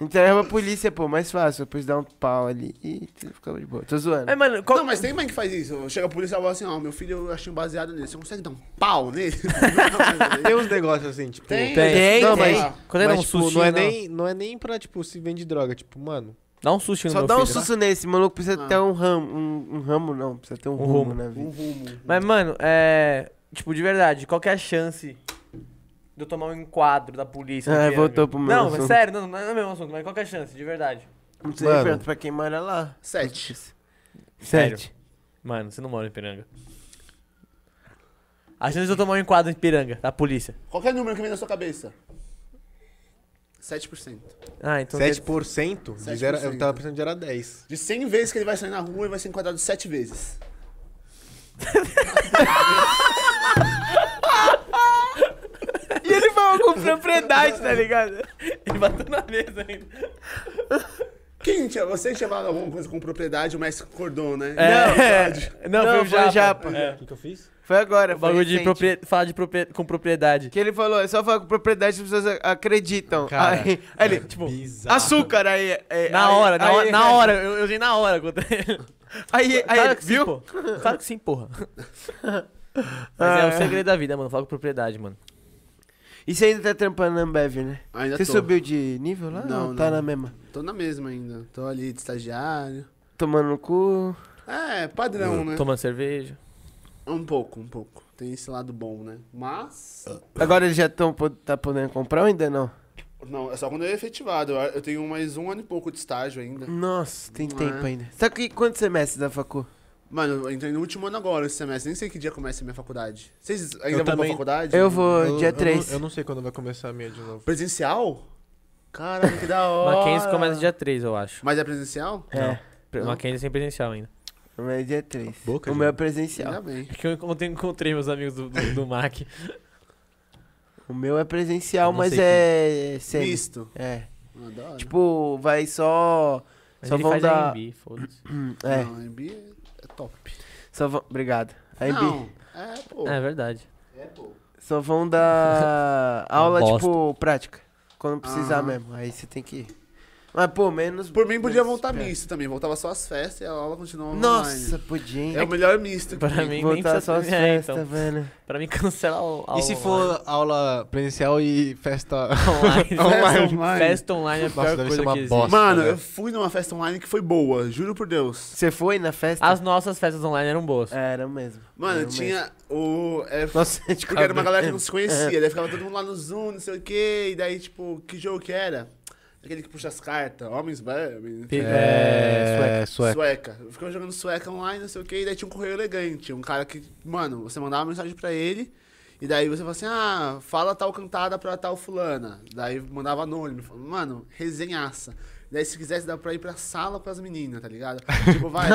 Speaker 2: Entrega pra polícia, pô, mais fácil. Depois dá um pau ali e tudo ficava de boa. Tô zoando.
Speaker 5: Mas, mano, qual...
Speaker 4: Não, mas tem mãe que faz isso. Chega a polícia e fala assim, ó, meu filho eu achei um baseado nele. Você consegue dar um pau nele?
Speaker 3: Tem uns negócios assim, tipo.
Speaker 4: Tem?
Speaker 5: Tem,
Speaker 2: Tem,
Speaker 5: não,
Speaker 2: tem.
Speaker 5: mas quando era
Speaker 3: Mas,
Speaker 5: um
Speaker 2: é
Speaker 3: tipo,
Speaker 5: sushi,
Speaker 3: não é nem não é nem pra, tipo, se vende droga. Tipo, mano,
Speaker 5: Dá um susto no
Speaker 2: Só
Speaker 5: meu
Speaker 2: dá um
Speaker 5: filho,
Speaker 2: susto nesse, maluco. Precisa
Speaker 4: Ah.
Speaker 2: ter um ramo. Um, um ramo, não. Precisa ter um,
Speaker 5: Um
Speaker 2: rumo,
Speaker 5: rumo.
Speaker 2: na
Speaker 4: Um
Speaker 2: vida.
Speaker 4: rumo.
Speaker 5: Mas, mano, é. Tipo, de verdade, qual que é a chance de eu tomar um enquadro da polícia?
Speaker 2: Ah,
Speaker 5: aqui,
Speaker 2: voltou
Speaker 5: né?
Speaker 2: pro meu
Speaker 5: Não, mas
Speaker 2: assunto.
Speaker 5: sério, não, não é o mesmo assunto, mas qual que é a chance, de verdade?
Speaker 2: Não sei,
Speaker 3: Mano.
Speaker 2: pergunta pra quem mora lá.
Speaker 4: Sete.
Speaker 5: Sério?
Speaker 2: Sete.
Speaker 5: Mano, você não mora em Piranga. A chance de eu tomar um enquadro em Piranga, da polícia.
Speaker 4: Qualquer número que vem na sua cabeça. 7%.
Speaker 5: Ah, então.
Speaker 3: 7%? De zero, eu
Speaker 4: 7%.
Speaker 3: tava pensando que era 10.
Speaker 4: De 100 vezes que ele vai sair na rua, ele vai ser enquadrado 7 vezes.
Speaker 2: E ele falou com propriedade, tá ligado?
Speaker 5: Ele bateu na mesa ainda.
Speaker 4: Quem tinha, você tinha falado alguma coisa com propriedade, o mestre concordou, né?
Speaker 5: É, não,
Speaker 2: Não,
Speaker 5: não, foi o Japa.
Speaker 2: Japa.
Speaker 5: É.
Speaker 3: que eu fiz?
Speaker 2: Foi agora.
Speaker 5: O
Speaker 2: foi
Speaker 5: Um bagulho de
Speaker 2: recente.
Speaker 5: propria... falar de propria... com propriedade.
Speaker 2: Que ele falou, é só falar com propriedade as pessoas acreditam.
Speaker 3: Cara, é
Speaker 2: aí, aí ele, tipo,
Speaker 3: Bizarro.
Speaker 2: açúcar, aí. aí-
Speaker 5: Na
Speaker 2: aí-
Speaker 5: hora, na
Speaker 2: aí-
Speaker 5: hora, na hora, eu, eu dei na hora contra ele.
Speaker 2: Aí, aí,
Speaker 5: Claro
Speaker 2: ele,
Speaker 5: que
Speaker 2: viu?
Speaker 5: Sim, pô. claro que sim, porra. Mas é o segredo da vida, mano. Fala com propriedade, mano.
Speaker 2: E você ainda tá trampando na Ambev, né?
Speaker 4: Ainda
Speaker 2: Você
Speaker 4: tô.
Speaker 2: subiu de nível lá?
Speaker 4: Não,
Speaker 2: ou tá
Speaker 4: não.
Speaker 2: na mesma.
Speaker 4: Tô na mesma ainda. Tô ali de estagiário.
Speaker 2: Tomando no cu.
Speaker 4: É, padrão, né?
Speaker 5: Tomando cerveja.
Speaker 4: Um pouco, um pouco. Tem esse lado bom, né? Mas.
Speaker 2: Agora eles já estão tá podendo comprar ou ainda não?
Speaker 4: Não, é só quando eu é efetivado. Eu- Eu tenho mais um ano e pouco de estágio ainda.
Speaker 2: Nossa, tem
Speaker 4: Não
Speaker 2: tempo
Speaker 4: é.
Speaker 2: ainda. Sabe que, quantos semestres da facu?
Speaker 4: Mano, eu entrei no último ano agora esse semestre. Nem sei que dia começa a minha faculdade. Vocês ainda vão
Speaker 5: também-
Speaker 4: pra faculdade?
Speaker 2: Eu vou dia
Speaker 3: eu, Eu
Speaker 2: 3.
Speaker 3: não, eu não sei quando vai começar a minha de novo.
Speaker 4: Presencial? Caralho, que da hora.
Speaker 5: Mackenzie começa dia 3, eu acho.
Speaker 4: Mas é presencial?
Speaker 2: É,
Speaker 5: Pre-
Speaker 4: Não.
Speaker 5: Mackenzie sem presencial ainda.
Speaker 2: mas é dia 3.
Speaker 3: Boca,
Speaker 2: o
Speaker 3: gente.
Speaker 2: meu é
Speaker 4: Ainda
Speaker 2: presencial.
Speaker 4: bem.
Speaker 5: É que eu ontem encontrei meus amigos do, do, do Mac.
Speaker 2: O meu é presencial,
Speaker 3: Eu não
Speaker 2: mas
Speaker 3: sei
Speaker 2: é. semi.
Speaker 4: Misto.
Speaker 2: É.
Speaker 4: Ah, da hora.
Speaker 2: Tipo, vai só.
Speaker 5: Mas
Speaker 2: Só
Speaker 5: ele
Speaker 2: vão
Speaker 5: faz
Speaker 2: dar-
Speaker 5: R&B, foda-se.
Speaker 2: Hum, É,
Speaker 4: Não, MB é top.
Speaker 2: só vão. Obrigado. Aí,
Speaker 4: Não, é, pô.
Speaker 5: É verdade.
Speaker 4: É, pô.
Speaker 2: Só vão dar aula,
Speaker 5: bosta.
Speaker 2: tipo, prática. Quando precisar
Speaker 4: Aham.
Speaker 2: mesmo. Aí você tem que ir. Mas, pô, menos.
Speaker 4: Por mim podia
Speaker 2: menos
Speaker 4: voltar
Speaker 2: pior.
Speaker 4: misto também. Voltava só as festas e a aula continuava
Speaker 2: é. Nossa,
Speaker 4: online.
Speaker 2: podia, hein?
Speaker 4: É o melhor misto.
Speaker 5: Pra mim, nem
Speaker 2: voltar
Speaker 5: precisa
Speaker 2: só as
Speaker 5: é,
Speaker 2: festas,
Speaker 5: então.
Speaker 2: velho.
Speaker 5: Pra mim, cancela o- a
Speaker 3: E se
Speaker 5: aula
Speaker 3: for aula presencial e festa.
Speaker 5: online.
Speaker 4: Online.
Speaker 5: Festa online. Festa online é a pior
Speaker 3: Nossa, deve
Speaker 5: coisa
Speaker 3: ser uma
Speaker 5: que existe.
Speaker 3: bosta.
Speaker 4: Mano,
Speaker 3: né?
Speaker 4: eu fui numa festa online que foi boa, juro por Deus.
Speaker 2: Você foi na festa?
Speaker 5: As nossas festas online eram boas.
Speaker 2: Era mesmo.
Speaker 4: Mano,
Speaker 2: Era mesmo.
Speaker 4: tinha o. é,
Speaker 2: Nossa, a gente
Speaker 4: porque era uma
Speaker 2: acabou.
Speaker 4: galera que não se conhecia, daí ficava todo mundo lá no Zoom, não sei o quê, e daí, tipo, que jogo que era? Aquele que puxa as cartas, homens, né? velho.
Speaker 5: Pe-
Speaker 3: É,
Speaker 4: Sueca.
Speaker 3: sueca.
Speaker 4: sueca. Eu ficava jogando sueca online, não sei o que, e daí tinha um correio elegante. Um cara que, mano, você mandava uma mensagem pra ele, e daí você falava assim, ah, fala tal cantada pra tal fulana. Daí mandava anônimo. Falava, mano, resenhaça. Daí se quisesse, dá pra ir pra sala com as meninas, tá ligado? Tipo, vai.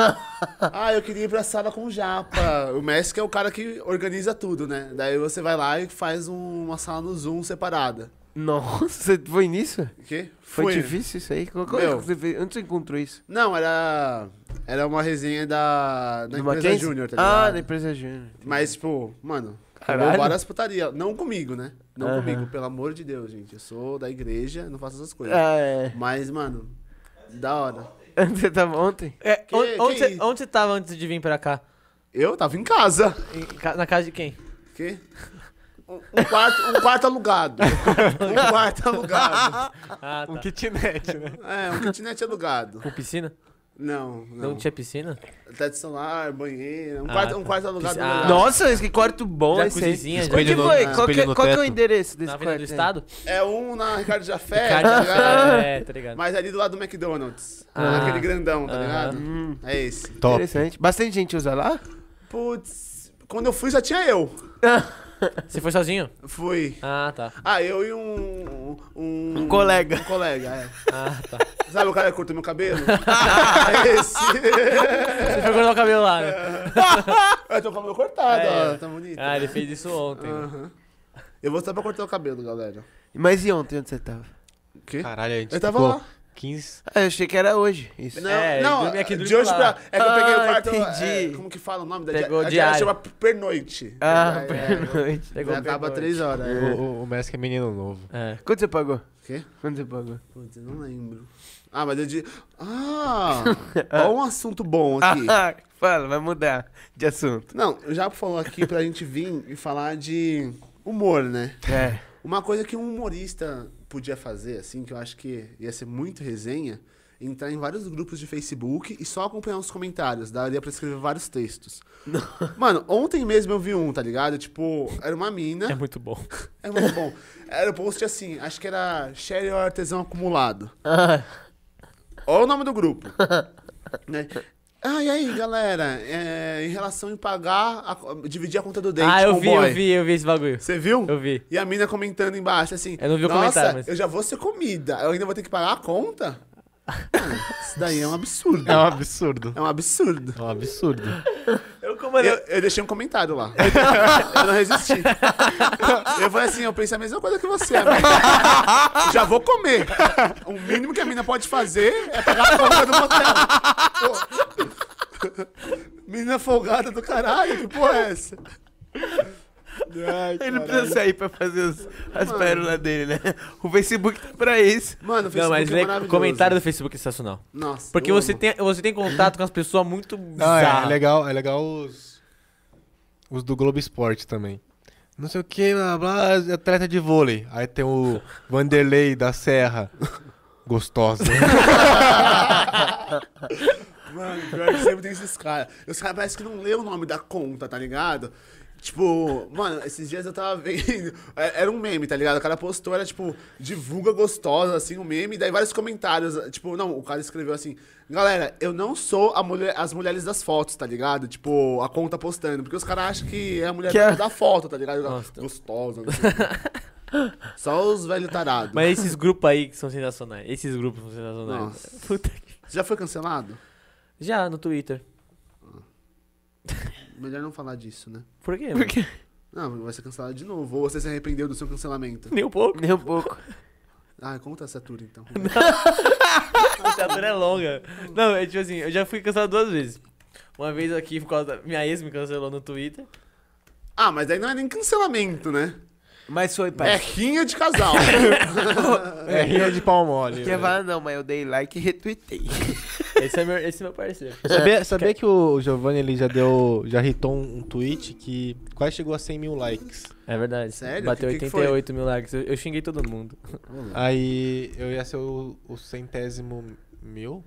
Speaker 4: ah, eu queria ir pra sala com o Japa. O mestre que é o cara que organiza tudo, né? Daí você vai lá e faz um- uma sala no Zoom separada.
Speaker 2: Nossa, você foi nisso?
Speaker 4: O quê?
Speaker 2: Foi
Speaker 4: Fui.
Speaker 2: difícil isso aí? Como como é
Speaker 4: Meu.
Speaker 2: que você fez? Onde você encontrou isso?
Speaker 4: Não, era. Era uma resenha da. Da
Speaker 2: Do
Speaker 4: empresa
Speaker 2: Mackenzie?
Speaker 4: Júnior, tá ligado?
Speaker 2: Ah, da empresa Júnior.
Speaker 4: Mas, tipo, mano,
Speaker 2: Caralho.
Speaker 4: rolou várias putaria. Não comigo, né? Não
Speaker 2: Aham.
Speaker 4: comigo, pelo amor de Deus, gente. Eu sou da igreja, não faço essas coisas.
Speaker 2: Ah, é.
Speaker 4: Mas, mano, da hora.
Speaker 2: Você tava ontem?
Speaker 5: É,
Speaker 4: Que-
Speaker 5: onde,
Speaker 4: que
Speaker 5: onde, você,
Speaker 4: isso?
Speaker 5: onde você tava antes de vir pra cá?
Speaker 4: Eu tava em casa.
Speaker 5: Em ca- na casa de quem?
Speaker 4: Que? Um, um quarto, um quarto alugado. um quarto alugado.
Speaker 5: Ah, tá.
Speaker 3: kitnet, né?
Speaker 4: É, um kitnet alugado.
Speaker 5: Com piscina?
Speaker 4: Não,
Speaker 5: Não.
Speaker 4: não.
Speaker 5: tinha piscina?
Speaker 4: Teto solar, banheiro. Um,
Speaker 5: Ah,
Speaker 4: quarto,
Speaker 5: tá.
Speaker 4: um quarto alugado.
Speaker 5: Ah.
Speaker 4: alugado.
Speaker 2: Nossa, que quarto bom esse aí.
Speaker 5: Jacuzzizinha,
Speaker 3: Escolhe
Speaker 2: Onde
Speaker 3: Espelho no-
Speaker 2: foi?
Speaker 3: ah,
Speaker 2: Qual, que,
Speaker 3: espelho no
Speaker 2: qual que é o
Speaker 3: teto.
Speaker 2: endereço
Speaker 5: na
Speaker 2: desse
Speaker 5: Avenida
Speaker 2: quarto?
Speaker 5: do Estado?
Speaker 2: aí?
Speaker 4: É um na Ricardo Jafé,
Speaker 5: Ricardo
Speaker 4: tá ligado?
Speaker 5: é, tá ligado?
Speaker 4: Mas ali do lado do McDonald's.
Speaker 5: Ah.
Speaker 4: Aquele grandão, tá
Speaker 5: Ah.
Speaker 4: ligado?
Speaker 2: Hum,
Speaker 4: É esse.
Speaker 3: Top.
Speaker 2: interessante. Bastante gente usa lá?
Speaker 4: Putz, quando eu fui já tinha eu.
Speaker 5: Você foi sozinho?
Speaker 4: Fui.
Speaker 5: Ah, tá.
Speaker 4: Ah, eu e um. Um,
Speaker 2: Um colega.
Speaker 4: Um colega, é.
Speaker 5: Ah, tá.
Speaker 4: Sabe o cara que cortou meu cabelo? É Esse.
Speaker 5: Você foi cortar o cabelo lá, né?
Speaker 4: É, Eu tô com o cabelo cortado,
Speaker 5: É.
Speaker 4: ó. Tá bonito.
Speaker 5: Ah, ele fez isso ontem. né?
Speaker 4: Aham. Eu vou só pra cortar o cabelo, galera.
Speaker 2: Mas e ontem onde você tava?
Speaker 4: O quê?
Speaker 5: Ah,
Speaker 3: Caralho, a gente
Speaker 4: Eu tava
Speaker 3: ficou
Speaker 4: lá.
Speaker 3: 15.
Speaker 2: Ah, eu achei que era hoje. Isso.
Speaker 4: Não,
Speaker 5: É,
Speaker 4: não,
Speaker 5: dormi aqui, dormi
Speaker 4: de hoje
Speaker 5: lá.
Speaker 4: pra. É que eu peguei o
Speaker 2: Ah,
Speaker 4: quarto.
Speaker 2: entendi.
Speaker 4: é, como que fala o nome da
Speaker 5: Pegou
Speaker 4: a- a
Speaker 5: diário.
Speaker 4: chama pernoite.
Speaker 2: Ah,
Speaker 4: É,
Speaker 2: boa noite.
Speaker 4: é,
Speaker 5: Pegou Uhum.
Speaker 4: é, acaba
Speaker 5: vergonha.
Speaker 4: três horas.
Speaker 3: O,
Speaker 4: É.
Speaker 3: o, o Mask é menino novo.
Speaker 5: É.
Speaker 2: Quanto você pagou?
Speaker 4: Quê?
Speaker 2: Quanto você pagou?
Speaker 4: Putz, eu não lembro. Ah, mas eu de. Ah! ó, um assunto bom aqui.
Speaker 2: Ah, Fala, vai mudar de assunto.
Speaker 4: Não, o Japo falou aqui pra gente vir e falar de humor, né?
Speaker 2: É.
Speaker 4: Uma coisa que um humorista podia fazer, assim, que eu acho que ia ser muito resenha, entrar em vários grupos de Facebook e só acompanhar os comentários. Daria pra escrever vários textos. Mano, ontem mesmo eu vi um, tá ligado? Tipo, era uma mina.
Speaker 5: É muito bom.
Speaker 4: É muito bom. Era o post assim, acho que era Share Your Artesão Acumulado.
Speaker 5: Ah.
Speaker 4: Olha o nome do grupo. né? Ah, e aí, galera? é, em relação em pagar, a co- dividir a conta do dente
Speaker 5: ah,
Speaker 4: com
Speaker 5: eu
Speaker 4: o
Speaker 5: vi,
Speaker 4: boy.
Speaker 5: eu vi, eu vi esse bagulho.
Speaker 4: Você viu?
Speaker 5: Eu vi.
Speaker 4: E a mina comentando embaixo, assim...
Speaker 5: Eu não vi o
Speaker 4: Nossa,
Speaker 5: comentário, mas-
Speaker 4: eu já vou ser comida. Eu ainda vou ter que pagar a conta? Mano, isso daí é um absurdo.
Speaker 3: É um absurdo.
Speaker 4: É um absurdo.
Speaker 3: É um absurdo.
Speaker 5: Eu,
Speaker 4: Eu, eu deixei um comentário lá. Eu não resisti. Eu falei assim, eu pensei a mesma coisa que você, amigo. Já vou comer. O mínimo que a mina pode fazer é pagar a conta do motel. Pô. Menina folgada do caralho, que porra é essa? Ai,
Speaker 2: Ele não
Speaker 4: caralho.
Speaker 2: precisa sair pra fazer os- as pérolas dele, né? O Facebook tá pra isso.
Speaker 4: Mano, o
Speaker 5: Não,
Speaker 4: Facebook
Speaker 5: mas
Speaker 4: é
Speaker 5: lê-
Speaker 4: maravilhoso.
Speaker 5: comentário do Facebook é sensacional.
Speaker 4: Nossa,
Speaker 5: Porque
Speaker 4: eu
Speaker 5: você
Speaker 4: amo. Ah,
Speaker 5: tem, você tem contato com as pessoas muito
Speaker 3: Não, é, é
Speaker 5: bizarras.
Speaker 3: legal, é legal os. Os do Globo Esporte também. Não sei o que, blá blá, atleta de vôlei. Aí tem o Vanderlei da Serra. Gostosa.
Speaker 4: Mano, pior que sempre tem esses caras. Os caras parecem que não lê o nome da conta, tá ligado? Tipo, mano, esses dias eu tava vendo. é- Era um meme, tá ligado? O cara postou, era tipo, divulga gostosa, assim, o meme, e daí vários comentários. Tipo, não, o cara escreveu assim, galera, eu não sou a mulher, as mulheres das fotos, tá ligado? Tipo, a conta postando, porque os caras acham que é a mulher
Speaker 2: Que é-
Speaker 4: da foto, tá ligado?
Speaker 5: Nossa.
Speaker 4: Gostosa, não sei o quê. Só os velhos tarados.
Speaker 5: Mas esses grupos aí que são sensacionais. Esses grupos são sensacionais.
Speaker 4: Nossa.
Speaker 5: Puta que...
Speaker 4: Já foi cancelado?
Speaker 5: Já, no Twitter.
Speaker 4: Melhor não falar disso, né?
Speaker 5: Por quê?
Speaker 2: Por quê?
Speaker 4: Não, vai ser cancelado de novo. Ou você se arrependeu do seu cancelamento.
Speaker 5: Nem um pouco.
Speaker 2: Nem um pouco.
Speaker 4: Ah, conta essa tour então.
Speaker 5: A teatro é longa. Não, é tipo assim, eu já fui cancelado duas vezes. Uma vez aqui, por causa da... Minha ex me cancelou no Twitter.
Speaker 4: ah, mas daí não é nem cancelamento, né?
Speaker 2: Mas foi, pai.
Speaker 4: É rinha de casal.
Speaker 3: é rinha de pau mole.
Speaker 2: Quer falar, não, mas eu dei like e retuitei.
Speaker 5: Esse é meu, esse é meu parceiro.
Speaker 3: Sabia, sabia que o Giovanni ele já deu. Já hitou um, um tweet que quase chegou a 100 mil likes.
Speaker 5: É verdade.
Speaker 4: Sério?
Speaker 5: Bateu
Speaker 4: Que- que que foi?
Speaker 5: 88 mil likes. Eu, eu xinguei todo mundo.
Speaker 3: Aí eu ia ser o, o centésimo mil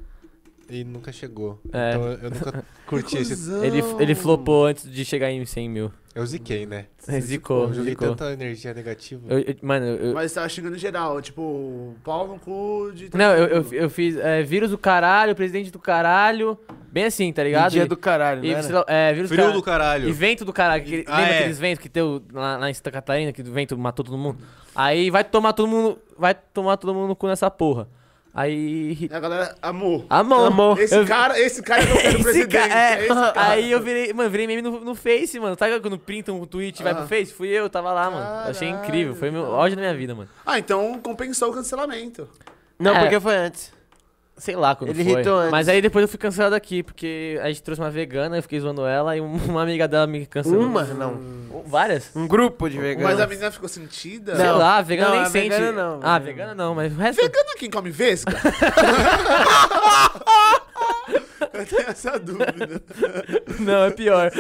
Speaker 3: e nunca chegou.
Speaker 5: É.
Speaker 3: Então eu, eu nunca curti esse.
Speaker 5: Ele, ele flopou antes de chegar em 100 mil.
Speaker 3: Eu ziquei, né?
Speaker 5: Zicou,
Speaker 3: eu joguei
Speaker 5: zicou.
Speaker 3: tanta energia negativa.
Speaker 5: Eu- eu- mano, eu,
Speaker 4: Mas tava xingando geral, tipo, pau no cu de.
Speaker 5: Não, eu, eu, eu fiz é, vírus do caralho, presidente do caralho. Bem assim, tá ligado?
Speaker 2: Dia
Speaker 5: E-
Speaker 2: do caralho,
Speaker 5: e,
Speaker 2: né?
Speaker 5: sei lá, é, vírus
Speaker 3: Frio do
Speaker 5: caralho. E
Speaker 3: caralho.
Speaker 5: vento do caralho. aquele-
Speaker 3: Ah,
Speaker 5: lembra
Speaker 3: é.
Speaker 5: aqueles ventos que teu lá, lá em Santa Catarina, que o vento matou todo mundo? Aí vai tomar todo mundo. Vai tomar todo mundo no cu nessa porra. Aí.
Speaker 4: A galera amor.
Speaker 5: Amor.
Speaker 2: Amor.
Speaker 4: Esse
Speaker 5: Eu-
Speaker 4: cara, esse cara é o
Speaker 5: Esse
Speaker 4: quero presidente.
Speaker 5: ca- é,
Speaker 4: é esse cara.
Speaker 5: Aí eu virei, mano, virei meme no, no Face, mano. Sabe quando printam um tweet e vai pro Face? Fui eu, tava lá, mano. Eu Achei
Speaker 4: Ah. Caralho,
Speaker 5: incrível. Foi meu ódio da minha vida, mano.
Speaker 4: Ah, então compensou o cancelamento.
Speaker 2: Não,
Speaker 5: É.
Speaker 2: porque foi antes.
Speaker 5: Sei lá quando
Speaker 2: Ele
Speaker 5: foi.
Speaker 2: irritou antes.
Speaker 5: Mas aí depois eu fui cancelado aqui, porque a gente trouxe uma vegana, eu fiquei zoando ela e um- uma amiga dela me cancelou.
Speaker 2: Uma? Não.
Speaker 5: Ou Várias?
Speaker 2: Um grupo de veganos.
Speaker 4: Mas a menina ficou sentida.
Speaker 5: Sei
Speaker 2: Não.
Speaker 5: lá, a vegana
Speaker 2: Não,
Speaker 5: nem
Speaker 2: a
Speaker 5: sente.
Speaker 2: vegana não,
Speaker 5: Ah,
Speaker 2: a
Speaker 5: a vegana não, mas o resto.
Speaker 4: Vegano é quem come vesga? eu tenho essa dúvida.
Speaker 5: Não, é pior.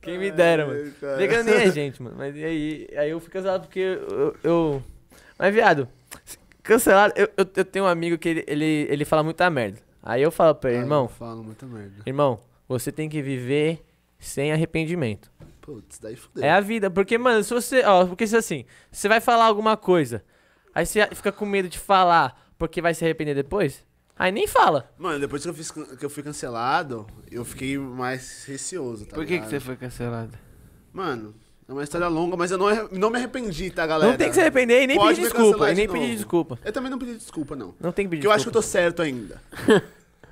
Speaker 5: Quem me dera, mano.
Speaker 4: Ai, cara.
Speaker 5: Vegana nem é gente, mano. Mas e aí, aí eu fui cancelado porque eu. eu- Mas, viado, cancelado. Eu, eu, eu tenho um amigo que ele, ele, ele fala muita merda. Aí eu falo pra ele,
Speaker 4: Ah, eu
Speaker 5: irmão,
Speaker 4: falo muita merda.
Speaker 5: irmão, você tem que viver sem arrependimento.
Speaker 4: Putz, daí fudeu.
Speaker 5: É a vida, porque, mano, se você. Ó, porque se assim, você vai falar alguma coisa, aí você fica com medo de falar porque vai se arrepender depois, aí nem fala.
Speaker 4: Mano, depois que eu, fiz- que eu fui cancelado, eu fiquei mais receoso, tá
Speaker 2: Por que, que você
Speaker 4: ligado?
Speaker 2: foi cancelado?
Speaker 4: Mano, é uma história longa, mas eu não, arre- não me arrependi, tá, galera?
Speaker 5: não tem que se arrepender e nem
Speaker 4: Pode
Speaker 5: pedir
Speaker 4: me
Speaker 5: desculpa.
Speaker 4: cancelar
Speaker 5: E nem
Speaker 4: de
Speaker 5: pedir
Speaker 4: novo.
Speaker 5: desculpa.
Speaker 4: Eu também não pedi desculpa, não.
Speaker 5: Não tem que pedir
Speaker 4: Porque eu acho que eu
Speaker 5: desculpa.
Speaker 4: tô certo ainda.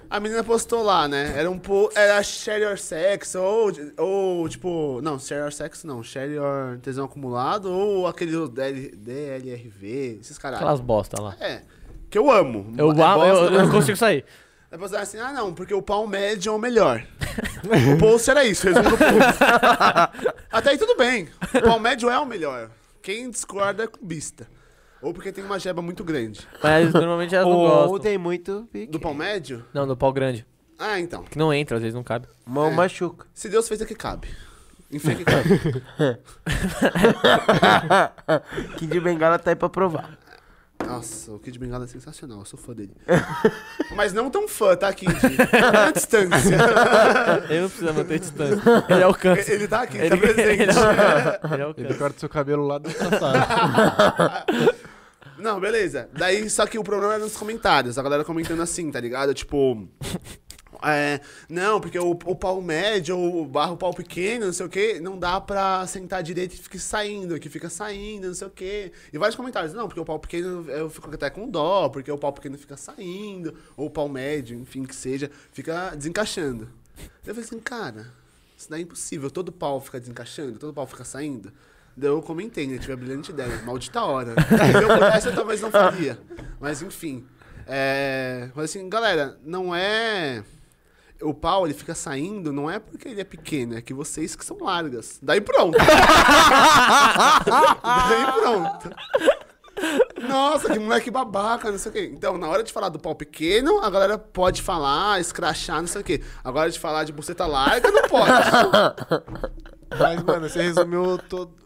Speaker 4: A menina postou lá, né? Era um po... Era share your sex, ou, ou tipo... Não, share your sex não. Share your tesão acumulado, ou aquele do DL... DLRV, esses
Speaker 5: Aquelas
Speaker 4: caralho.
Speaker 5: bosta lá.
Speaker 4: É, que eu amo.
Speaker 5: Eu, amo,
Speaker 4: É
Speaker 5: eu,
Speaker 4: bosta,
Speaker 5: eu não consigo sair.
Speaker 4: Aí postaram assim, ah não, porque o pau médio é o melhor. o post era isso, resumo do post. Até aí tudo bem, o pau médio é o melhor. Quem discorda é clubista. Ou porque tem uma jeba muito grande.
Speaker 5: Mas normalmente elas não
Speaker 2: Ou
Speaker 4: é
Speaker 5: gostam.
Speaker 2: tem muito pique.
Speaker 4: Do pau médio?
Speaker 5: Não, do pau grande.
Speaker 4: Ah, então.
Speaker 5: Que não entra, às vezes não cabe.
Speaker 2: Mão machuca.
Speaker 4: Se Deus fez, é que cabe. Enfim, é que cabe.
Speaker 2: Kid Bengala tá aí pra provar.
Speaker 4: Nossa, o Kid Bengala é sensacional, eu sou fã dele. Mas não tão fã, tá, Kid? Na distância.
Speaker 5: Eu não preciso manter distância. Ele alcança.
Speaker 4: Ele tá aqui,
Speaker 5: Ele, é
Speaker 4: tá presente.
Speaker 5: ele- ele
Speaker 3: Ele
Speaker 5: alcança.
Speaker 3: corta seu cabelo lá do passado.
Speaker 4: Não, beleza. Daí, só que o problema era nos comentários. A galera comentando assim, tá ligado? Tipo. é, não, porque o, o pau médio, ou o barro o pau pequeno, não sei o quê, não dá pra sentar direito e fica saindo, que fica saindo, não sei o quê. E vários comentários, não, porque o pau pequeno eu fico até com dó, porque o pau pequeno fica saindo, ou o pau médio, enfim, que seja, fica desencaixando. Daí eu falei assim, cara, isso daí é impossível, todo pau fica desencaixando, todo pau fica saindo. Daí eu comentei, né? Tive a brilhante ideia. Maldita hora. Se eu pudesse, eu talvez não faria. Mas enfim. É... Falei assim, galera, não é. O pau, ele fica saindo, não é porque ele é pequeno, é que vocês que são largas. Daí pronto. Daí pronto. Nossa, que moleque babaca, não sei o quê. Então, na hora de falar do pau pequeno, a galera pode falar, escrachar, não sei o quê. Agora de falar de buceta larga, não pode.
Speaker 3: Mas, mano, você resumiu todo.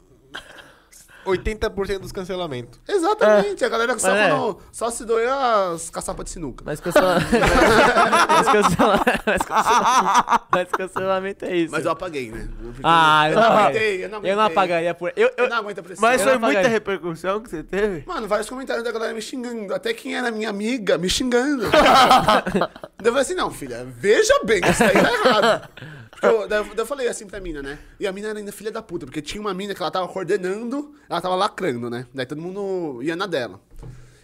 Speaker 3: 80% dos cancelamentos.
Speaker 4: Exatamente, a galera só,
Speaker 5: Mas é.
Speaker 4: falou, só se doer as caçapas de sinuca.
Speaker 5: Mas cancelamento. mas, cancela- mas cancela- mas cancelamento é isso.
Speaker 4: Mas eu aguei, né? Porque
Speaker 5: Ah, eu
Speaker 4: eu
Speaker 5: não
Speaker 4: não
Speaker 5: aguentei.
Speaker 4: aguentei,
Speaker 5: Eu
Speaker 4: eu
Speaker 5: não,
Speaker 4: não aguentei.
Speaker 5: apagaria por. Eu, eu-
Speaker 4: Eu não aguento a pressão.
Speaker 2: Mas
Speaker 5: Eu
Speaker 2: foi
Speaker 5: não paguei.
Speaker 2: muita repercussão que você teve?
Speaker 4: Mano, vários comentários da galera me xingando. Até quem era minha amiga me xingando. Daí eu falei assim, não, filha, veja bem, isso aí tá errado. Porque Eu, daí, eu- daí eu falei assim pra mina, né? E a mina era ainda filha da puta, porque tinha uma mina que ela tava coordenando, ela tava lacrando, né? Daí todo mundo ia na dela.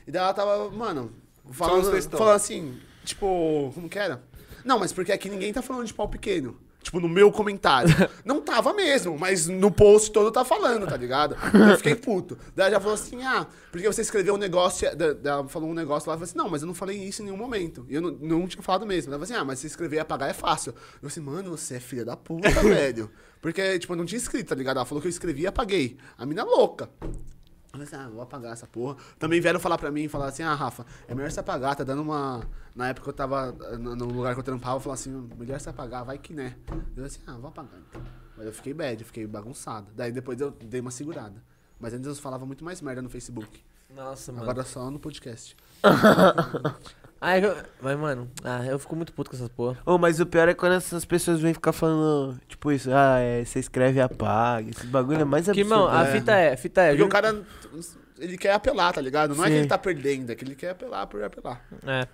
Speaker 4: E daí ela tava, mano,
Speaker 3: Só
Speaker 4: falando,
Speaker 3: uns textão.
Speaker 4: falando assim, tipo, como que era? Não, mas porque aqui ninguém tá falando de pau pequeno. Tipo, no meu comentário. Não tava mesmo, mas no post todo tá falando, tá ligado? Eu fiquei puto. Daí ela já falou assim, ah, porque você escreveu um negócio, da- da- ela falou um negócio lá, eu falei assim, não, mas eu não falei isso em nenhum momento. E eu não, não tinha falado mesmo. Ela falou assim, ah, mas se escrever e apagar é fácil. Eu falei assim, mano, você é filha da puta, velho. Porque, tipo, eu não tinha escrito, tá ligado? Ela falou que eu escrevi e apaguei. A mina é louca. Eu falei assim, ah, vou apagar essa porra. Também vieram falar pra mim, falar assim, ah, Rafa, é melhor se apagar, tá dando uma... Na época eu tava eh, no no lugar que eu trampava, falaram assim, melhor se apagar, vai que né. Eu falei assim, ah, vou apagar então. Mas eu fiquei bad, eu fiquei bagunçado. Daí depois eu dei uma segurada. Mas antes eu falava muito mais merda no Facebook.
Speaker 5: Nossa, mano.
Speaker 4: Agora só no podcast.
Speaker 5: Ai, Ah, eu- Mas, mano, ah, eu fico muito puto com essas porra.
Speaker 2: Oh, mas o pior é quando essas pessoas vêm ficar falando, tipo isso, ah, é, você escreve e apaga, esse bagulho é mais
Speaker 5: Porque,
Speaker 2: absurdo.
Speaker 5: irmão, a
Speaker 4: é.
Speaker 5: fita é, a fita é.
Speaker 4: Porque o cara, ele quer apelar, tá ligado? Não é que
Speaker 2: Sim.
Speaker 4: ele tá perdendo, é que ele quer apelar por apelar.
Speaker 5: É.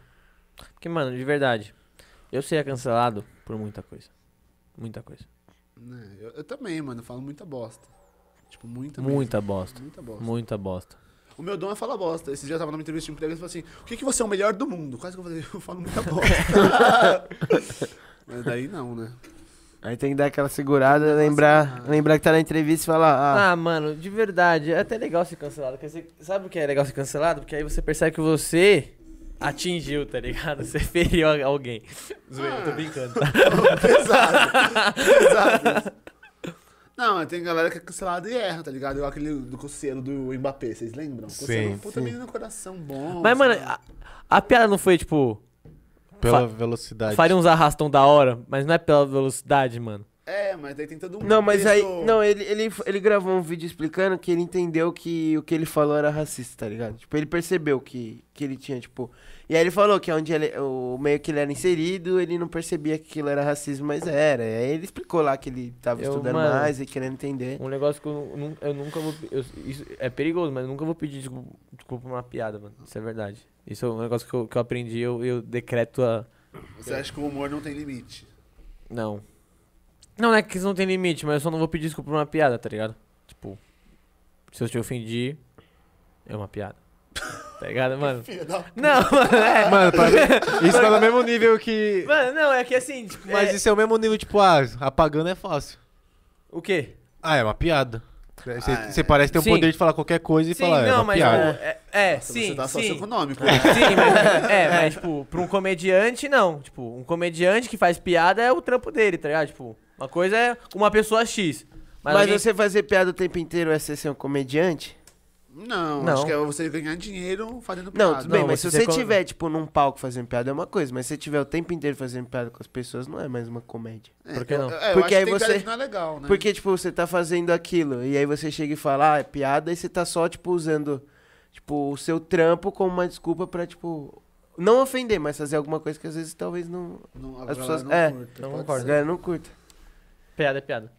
Speaker 5: Porque, mano, de verdade, eu seria cancelado por muita coisa. Muita coisa.
Speaker 4: Né, Eu, eu também, mano, eu falo muita bosta. Tipo, muita mesmo,
Speaker 5: Muita bosta.
Speaker 4: Muita bosta.
Speaker 5: Muita bosta.
Speaker 4: O meu dom é falar bosta. Esse dia eu tava numa entrevista de emprego e ele falou assim: O que, que você é o melhor do mundo? Quase que eu falei: Eu falo muita bosta. Mas daí não, né?
Speaker 2: Aí tem que dar aquela segurada, lembrar, lembrar que tá na entrevista e falar, ah,
Speaker 5: Ah, mano, de verdade, é até legal ser cancelado. Porque você, sabe o que é legal ser cancelado? Porque aí você percebe que você atingiu, tá ligado? Você feriu a- alguém. Zoeira, eu tô brincando.
Speaker 4: Pesado. Pesado. isso. Não, mas tem galera que é cancelada e erra, tá ligado? Igual aquele do coceiro do Mbappé, vocês lembram? Coceiro,
Speaker 3: Sim,
Speaker 4: puta menino coração bom.
Speaker 5: Mas, mano,
Speaker 4: sabe?
Speaker 5: a, a piada não foi, tipo,
Speaker 3: Pela velocidade.
Speaker 5: faria uns arrastão da hora, mas não é pela velocidade, mano.
Speaker 4: É, mas daí tem todo um.
Speaker 2: Ah, não, mas aí,
Speaker 4: texto-
Speaker 2: não, ele, ele, ele gravou um vídeo explicando que ele entendeu que o que ele falou era racista, tá ligado? Tipo, ele percebeu que, que ele tinha, tipo, e aí ele falou que onde ele, o meio que ele era inserido, ele não percebia que aquilo era racismo, mas era, e aí ele explicou lá que ele tava
Speaker 5: Eu,
Speaker 2: estudando
Speaker 5: mano,
Speaker 2: mais e querendo entender.
Speaker 5: Um negócio que eu, nun- eu nunca vou. eu- isso é perigoso, mas eu nunca vou pedir desculpa, desculpa por uma piada, mano. Isso é verdade. Isso é um negócio que eu, que eu aprendi, eu, eu decreto a.
Speaker 4: Você acha que o humor não tem limite?
Speaker 5: Não. Não, não é que isso não tem limite, mas eu só não vou pedir desculpa por uma piada, tá ligado? Tipo, se eu te ofendi, é uma piada. Tá ligado, mano?
Speaker 4: Filha da
Speaker 5: Não, mano, é.
Speaker 3: Mano, pra mim, isso tá no mesmo nível que.
Speaker 5: Mano, não, é que assim, tipo,
Speaker 3: Mas
Speaker 5: é-
Speaker 3: isso é o mesmo nível, tipo, ah, apagando é fácil.
Speaker 5: O quê?
Speaker 3: Ah, é uma piada. Você
Speaker 4: Ah, é.
Speaker 3: você parece ter o
Speaker 5: Sim.
Speaker 3: poder de falar qualquer coisa e
Speaker 5: sim,
Speaker 3: falar, é
Speaker 5: não,
Speaker 3: uma
Speaker 5: mas
Speaker 3: piada.
Speaker 5: tipo, é, é, sim,
Speaker 4: Você tá
Speaker 5: sim.
Speaker 4: socioeconômico.
Speaker 5: Sim, mas, é, mas tipo, pra um comediante, não. Tipo, um comediante que faz piada é o trampo dele, tá ligado? Tipo, uma coisa é uma pessoa X. Mas,
Speaker 2: Mas,
Speaker 5: alguém-
Speaker 2: você fazer piada o tempo inteiro é ser ser um comediante?
Speaker 4: Não,
Speaker 5: Não.
Speaker 4: acho que é você ganhar dinheiro fazendo
Speaker 2: Não,
Speaker 4: piada.
Speaker 2: tudo
Speaker 5: Ah,
Speaker 2: bem,
Speaker 5: Não,
Speaker 2: mas
Speaker 5: você
Speaker 2: se
Speaker 5: ser
Speaker 2: você
Speaker 5: com-
Speaker 2: tiver, tipo, num palco fazendo piada é uma coisa, mas se você tiver o tempo inteiro fazendo piada com as pessoas, não é mais uma comédia.
Speaker 4: É,
Speaker 5: Por que
Speaker 4: eu-
Speaker 5: não?
Speaker 4: é, eu
Speaker 2: Porque
Speaker 4: acho que
Speaker 2: aí
Speaker 4: tem piada
Speaker 2: você-
Speaker 4: que não é legal, né?
Speaker 2: Porque, tipo, você tá fazendo aquilo, e aí você chega e fala, ah, é piada, e você tá só, tipo, usando. tipo, o seu trampo como uma desculpa pra, tipo, não ofender, mas fazer alguma coisa que às vezes talvez não.
Speaker 4: Não, a
Speaker 2: As
Speaker 4: galera
Speaker 2: pessoas-
Speaker 4: não
Speaker 2: é,
Speaker 5: não
Speaker 4: curta, pode
Speaker 2: A
Speaker 5: concordo.
Speaker 4: ser.
Speaker 2: galera não curta.
Speaker 5: Piada, piada.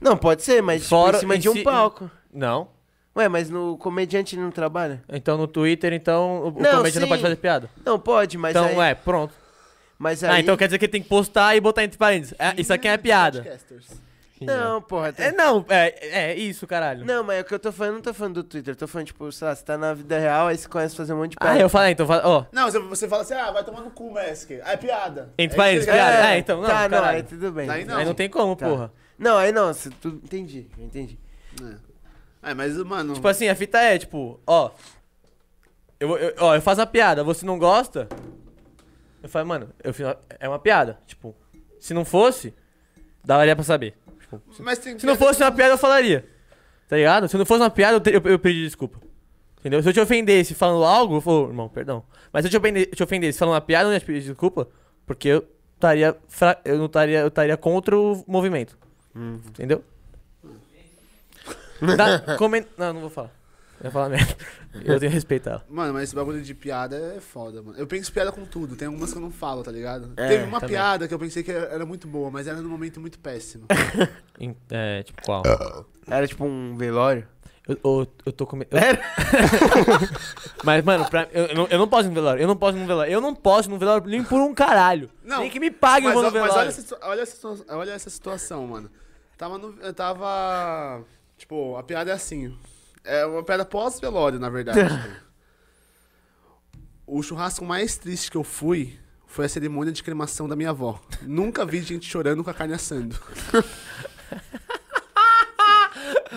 Speaker 2: Não, pode ser, mas tipo,
Speaker 5: Fora
Speaker 2: em cima
Speaker 5: em
Speaker 2: de um
Speaker 5: si-
Speaker 2: palco.
Speaker 5: Não.
Speaker 2: Ué, mas no comediante ele não trabalha?
Speaker 5: Então no Twitter, então, o o
Speaker 2: Não,
Speaker 5: comediante não
Speaker 2: sim.
Speaker 5: pode fazer piada.
Speaker 2: Não, pode, mas
Speaker 5: então,
Speaker 2: aí,
Speaker 5: é, pronto.
Speaker 2: Mas aí...
Speaker 5: Ah, então quer dizer que ele tem que postar e botar entre parênteses. É, isso aqui é piada.
Speaker 4: Podcasters.
Speaker 2: Não, porra. tá-
Speaker 5: É, não, é, é isso, caralho.
Speaker 2: Não, mas é o que eu tô falando, não tô falando do Twitter. Eu tô falando, tipo, sei lá, você tá na vida real, aí você começa a fazer um monte de
Speaker 5: Ah,
Speaker 2: piada.
Speaker 5: eu falei, então, fala- ó.
Speaker 4: Não, você- você fala assim, ah, vai tomar no cu, Mask. Ah, é piada.
Speaker 5: Entre
Speaker 4: É isso
Speaker 5: parênteses,
Speaker 4: que ele-
Speaker 5: piada. É, então, não,
Speaker 2: Tá, não,
Speaker 5: caralho.
Speaker 2: aí tudo bem.
Speaker 4: Aí
Speaker 5: Aí não tem como,
Speaker 2: Tá.
Speaker 5: porra.
Speaker 2: Não, aí não, se tu... entendi, eu entendi.
Speaker 4: É, mas, mano...
Speaker 5: Tipo assim, a fita é, tipo, ó. Eu, vou- eu- ó, eu faço a piada, você não gosta? Eu falo, mano, eu fiz uma- é uma piada. Tipo, se não fosse, daria pra saber. Tipo, se,
Speaker 4: mas tem
Speaker 5: se não fosse uma piada, eu falaria. Tá ligado? Se não fosse uma piada, eu, te- eu, eu pedi desculpa. Entendeu? Se eu te ofendesse falando algo, eu falo, "Ô, irmão, perdão. Mas se eu te ofende- te ofendesse falando uma piada, eu não ia te pedir desculpa, porque eu estaria. fra- Eu não estaria. Eu estaria contra o movimento. Entendeu? Dá- comen- Não, não vou falar. Eu ia falar merda. Eu tenho que respeitar.
Speaker 4: Mano, mas esse bagulho de piada é foda, mano. Eu penso piada com tudo. Tem algumas que eu não falo, tá ligado?
Speaker 2: É,
Speaker 4: Teve uma
Speaker 5: também.
Speaker 4: piada que eu pensei que era era muito boa, mas era num momento muito péssimo.
Speaker 5: Em- É, tipo, qual?
Speaker 2: Era tipo um velório?
Speaker 5: Eu, eu, eu tô com medo. Mas, mano, pra- eu, eu não, eu não posso ir no velório. Eu não posso ir no velório. Eu não posso ir no velório nem por um caralho.
Speaker 4: Não,
Speaker 5: nem que me pague eu
Speaker 4: mas,
Speaker 5: vou no
Speaker 4: ó- mas
Speaker 5: velório.
Speaker 4: olha, essa, situa- olha, essa, situa- olha essa situação, mano. Tava no. Eu tava. Tipo, a piada é assim. É uma piada pós-velório, na verdade. tipo. o churrasco mais triste que eu fui foi a cerimônia de cremação da minha avó. Nunca vi gente chorando com a carne assando.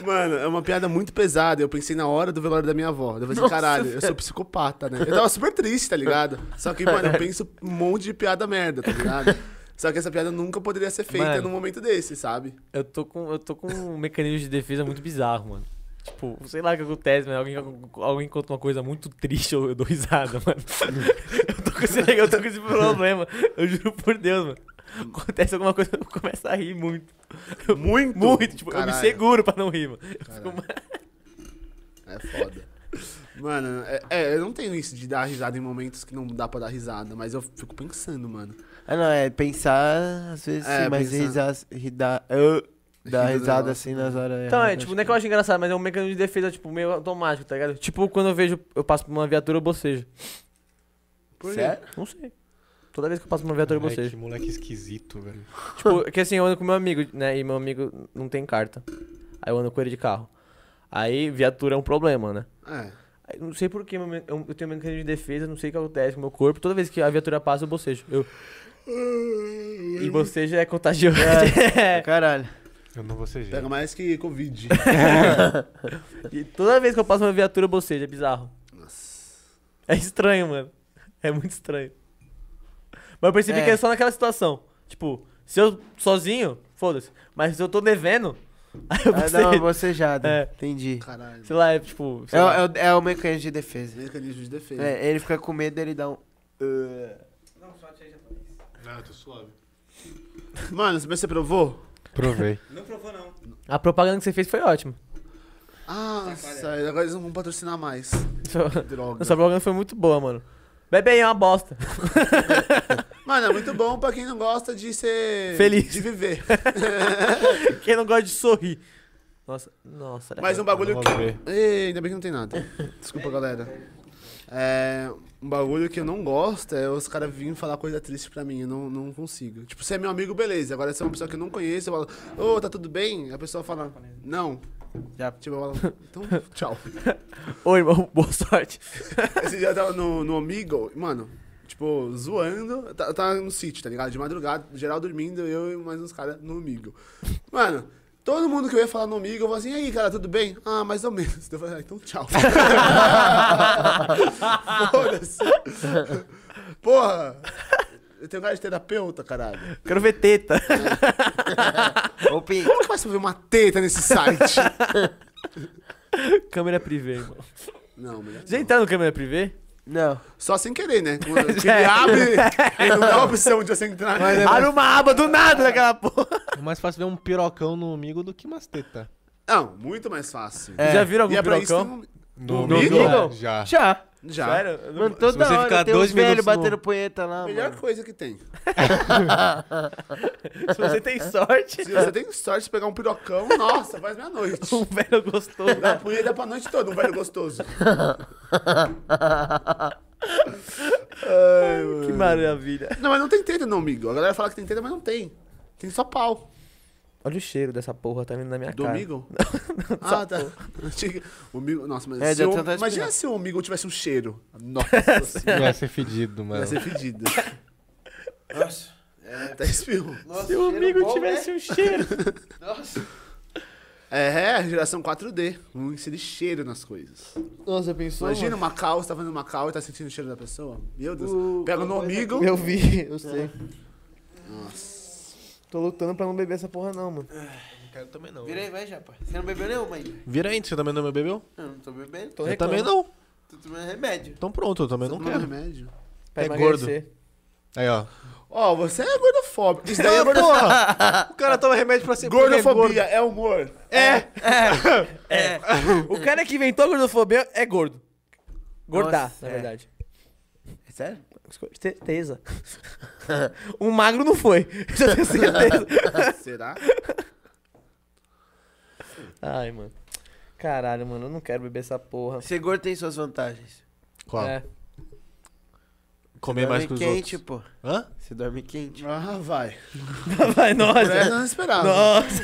Speaker 4: Mano, é uma piada muito pesada. Eu pensei na hora do velório da minha avó. Eu falei assim, caralho, eu sou psicopata, né? Eu tava super triste, tá ligado? Só que, mano, eu penso um monte de piada merda, tá ligado? Só que essa piada nunca poderia ser feita
Speaker 5: Mano.
Speaker 4: num momento desse, sabe?
Speaker 5: Eu tô com, eu tô com um mecanismo de defesa muito bizarro, mano. Tipo, sei lá o que acontece, mas alguém, alguém conta uma coisa muito triste, eu, eu dou risada, mano. eu, tô com esse, eu tô com esse problema. Eu juro por Deus, mano. Acontece alguma coisa, eu começo a rir muito.
Speaker 4: Muito?
Speaker 5: Muito, tipo, eu me
Speaker 4: Caralho.
Speaker 5: seguro pra não rir, mano. Eu fico,
Speaker 4: Caralho.
Speaker 5: mano,
Speaker 4: É foda. Mano, é, é, eu não tenho isso de dar risada em momentos que não dá pra dar risada, mas eu fico pensando, mano.
Speaker 2: Ah, não, é pensar, às vezes,
Speaker 4: É,
Speaker 2: sim, mas
Speaker 4: pensar.
Speaker 2: risar, ridar, ah, dar
Speaker 4: Rir do
Speaker 2: risada
Speaker 4: negócio,
Speaker 2: assim nas horas...
Speaker 5: Então, é,
Speaker 2: erradas,
Speaker 5: tipo, não é que eu acho engraçado, mas é um mecanismo de defesa, tipo, meio automático, tá ligado? Tipo, quando eu vejo, eu passo por uma viatura, eu bocejo.
Speaker 4: Por
Speaker 2: Sério?
Speaker 5: Não sei. Toda vez que eu passo por uma viatura, eu
Speaker 3: Ai,
Speaker 5: bocejo.
Speaker 3: que moleque esquisito, velho.
Speaker 5: Tipo, que assim, eu ando com meu amigo, né? E meu amigo não tem carta. Aí eu ando com ele de carro. Aí viatura é um problema, né?
Speaker 4: É.
Speaker 5: Aí, não sei porquê, eu, eu tenho um mecanismo de defesa, não sei o que acontece com o meu corpo. Toda vez que a viatura passa, eu bocejo. Eu... E bocejo é contagioso. é.
Speaker 2: pra é. Caralho.
Speaker 3: Eu não vou ser
Speaker 4: Pega
Speaker 3: gente.
Speaker 4: mais que Covid.
Speaker 5: E toda vez que eu passo por uma viatura, eu bocejo. É bizarro.
Speaker 4: Nossa.
Speaker 5: É estranho, mano. É muito estranho. Mas eu percebi
Speaker 2: É.
Speaker 5: que é só naquela situação. Tipo, se eu sozinho, foda-se. Mas se eu tô devendo, aí eu
Speaker 2: Ah, dá uma
Speaker 5: bocejo.
Speaker 2: bocejada,
Speaker 5: É.
Speaker 2: entendi.
Speaker 4: Caralho.
Speaker 5: Sei lá, é tipo.
Speaker 2: É,
Speaker 5: sei lá.
Speaker 2: o- é, o- é o mecanismo de defesa.
Speaker 4: Mecanismo de defesa.
Speaker 2: É, ele fica com medo, ele dá um... ah.
Speaker 1: Não, só achei japonês.
Speaker 4: Ah, tô suave. Mano, mas você provou?
Speaker 3: Provei.
Speaker 1: Não provou, não.
Speaker 5: A propaganda que você fez foi ótima.
Speaker 4: Ah, nossa, agora eles não vão patrocinar mais.
Speaker 5: Sua,
Speaker 4: Droga.
Speaker 5: sua propaganda foi muito boa, mano. Bebe aí, é uma bosta.
Speaker 4: Mano, é muito bom pra quem não gosta de ser.
Speaker 5: Feliz.
Speaker 4: De viver.
Speaker 5: Quem não gosta de sorrir. Nossa, nossa.
Speaker 4: Mas um bagulho
Speaker 3: Vamos
Speaker 4: que.
Speaker 3: ver.
Speaker 4: Ei, ainda bem que não tem nada. Desculpa, galera. É. Um bagulho que eu não gosto é os caras virem falar coisa triste pra mim. Eu não, não consigo. Tipo, você é meu amigo, beleza. Agora se é uma pessoa que eu não conheço, eu falo, ô, tá tudo bem? A pessoa fala, não.
Speaker 2: Já.
Speaker 4: Tipo, eu falo, então, tchau. um-
Speaker 5: Ô, irmão, boa sorte.
Speaker 4: Esse dia eu tava no, no Amigo, mano, tipo, zoando. Eu ta- eu tava no sítio, tá ligado? De madrugada, geral dormindo, eu e mais uns caras no Amigo. Mano, todo mundo que eu ia falar no Amigo, eu falava assim, e aí, cara, tudo bem? Ah, mais ou menos. Eu falei, ah, então tchau. Foda-se. Porra! Eu tenho cara de terapeuta, caralho.
Speaker 5: Quero ver teta.
Speaker 2: Ô, Pink,
Speaker 4: Como que faz pra ver uma teta nesse site?
Speaker 5: câmera privê, irmão.
Speaker 4: Não, melhor.
Speaker 5: Já entraram no câmera privê?
Speaker 2: não.
Speaker 4: Só sem querer, né? Quando ele abre, ele não dá a opção de você entrar.
Speaker 5: Abre uma aba do nada daquela porra.
Speaker 3: É mais fácil ver um pirocão no amigo do que umas teta.
Speaker 4: Não, muito mais fácil.
Speaker 5: Já viram algum
Speaker 4: e é pra isso
Speaker 5: pirocão?
Speaker 4: que não-
Speaker 3: No,
Speaker 2: No
Speaker 3: Omegle?
Speaker 2: Omegle?
Speaker 3: Já.
Speaker 2: Já.
Speaker 4: Já.
Speaker 5: Sério?
Speaker 2: Mano, toda
Speaker 3: se você
Speaker 2: hora
Speaker 3: ficar
Speaker 2: tem
Speaker 3: dois
Speaker 2: uns velhos
Speaker 3: minutos no-
Speaker 2: batendo punheta lá,
Speaker 4: Melhor
Speaker 2: Ah, mano.
Speaker 4: coisa que tem.
Speaker 5: Se você tem
Speaker 4: é.
Speaker 5: sorte,
Speaker 4: Se você tem sorte de pegar um pirocão, nossa, faz minha noite.
Speaker 5: um velho gostoso.
Speaker 4: Dá punheta pra noite toda, um velho gostoso. Ai, mano.
Speaker 5: Que maravilha.
Speaker 4: Não, mas não tem teta no umbigo. A galera fala que tem teta, mas não tem. Tem só pau.
Speaker 5: Olha o cheiro dessa porra, tá vindo na minha
Speaker 4: Do
Speaker 5: cara.
Speaker 4: umbigo? ah, tá. Achei que- O umbigo... Nossa, mas
Speaker 2: É,
Speaker 4: se
Speaker 2: deu
Speaker 4: o-
Speaker 2: tanta
Speaker 4: imagina
Speaker 2: espinha.
Speaker 4: se o umbigo tivesse um cheiro. Nossa senhora,
Speaker 3: Vai ser fedido, mano.
Speaker 4: ia ser fedido.
Speaker 1: Nossa. É,
Speaker 4: Até espirro.
Speaker 1: nossa,
Speaker 5: Se o
Speaker 1: cheiro
Speaker 5: amigo
Speaker 1: bom,
Speaker 5: tivesse
Speaker 1: né?
Speaker 5: um cheiro.
Speaker 1: Nossa.
Speaker 4: É, a geração 4D. Vamos inserir cheiro nas coisas.
Speaker 5: Nossa, pensou?
Speaker 4: Imagina uma cal, você tá fazendo uma cal e tá sentindo o cheiro da pessoa. Meu Deus.
Speaker 5: O-
Speaker 4: Pega no umbigo.
Speaker 5: Eu vi, eu sei.
Speaker 4: Nossa.
Speaker 5: É. Tô lutando pra não beber essa porra, não, mano.
Speaker 3: Não quero também não.
Speaker 2: Vira aí, vai, Japa. Você não bebeu nenhuma ainda?
Speaker 3: Vira aí, você também não me bebeu?
Speaker 2: Eu não tô bebendo.
Speaker 5: Tô
Speaker 3: eu
Speaker 5: reclamando.
Speaker 3: também não.
Speaker 2: Tô tomando remédio.
Speaker 3: Então pronto, eu também
Speaker 4: Não
Speaker 3: não
Speaker 4: quero
Speaker 3: quero.
Speaker 4: remédio.
Speaker 5: Pra
Speaker 3: É
Speaker 5: emagrecer.
Speaker 3: Aí, ó.
Speaker 4: Ó, você é gordofóbico. Isso daí é
Speaker 3: Não,
Speaker 4: gordo-
Speaker 3: porra! O cara toma remédio pra ser
Speaker 4: gordofobia, é humor.
Speaker 3: É!
Speaker 5: É. O cara que inventou a gordofobia é gordo. Gordar,
Speaker 2: Nossa,
Speaker 5: na
Speaker 2: é.
Speaker 5: verdade.
Speaker 2: É sério?
Speaker 5: Com certeza. um magro não foi. Isso eu tenho certeza.
Speaker 4: Será?
Speaker 5: Ai, mano. Caralho, mano, eu não quero beber essa porra.
Speaker 2: Ser gordo tem suas vantagens.
Speaker 3: Qual?
Speaker 5: É.
Speaker 3: Comer mais que
Speaker 2: dorme
Speaker 3: os
Speaker 2: quente,
Speaker 3: outros.
Speaker 2: pô.
Speaker 3: Hã?
Speaker 2: Você dorme quente.
Speaker 4: Ah, vai.
Speaker 5: Vai,
Speaker 4: Por essa
Speaker 5: nossa.
Speaker 4: eu não
Speaker 3: Ah,
Speaker 4: esperava.
Speaker 5: Nossa.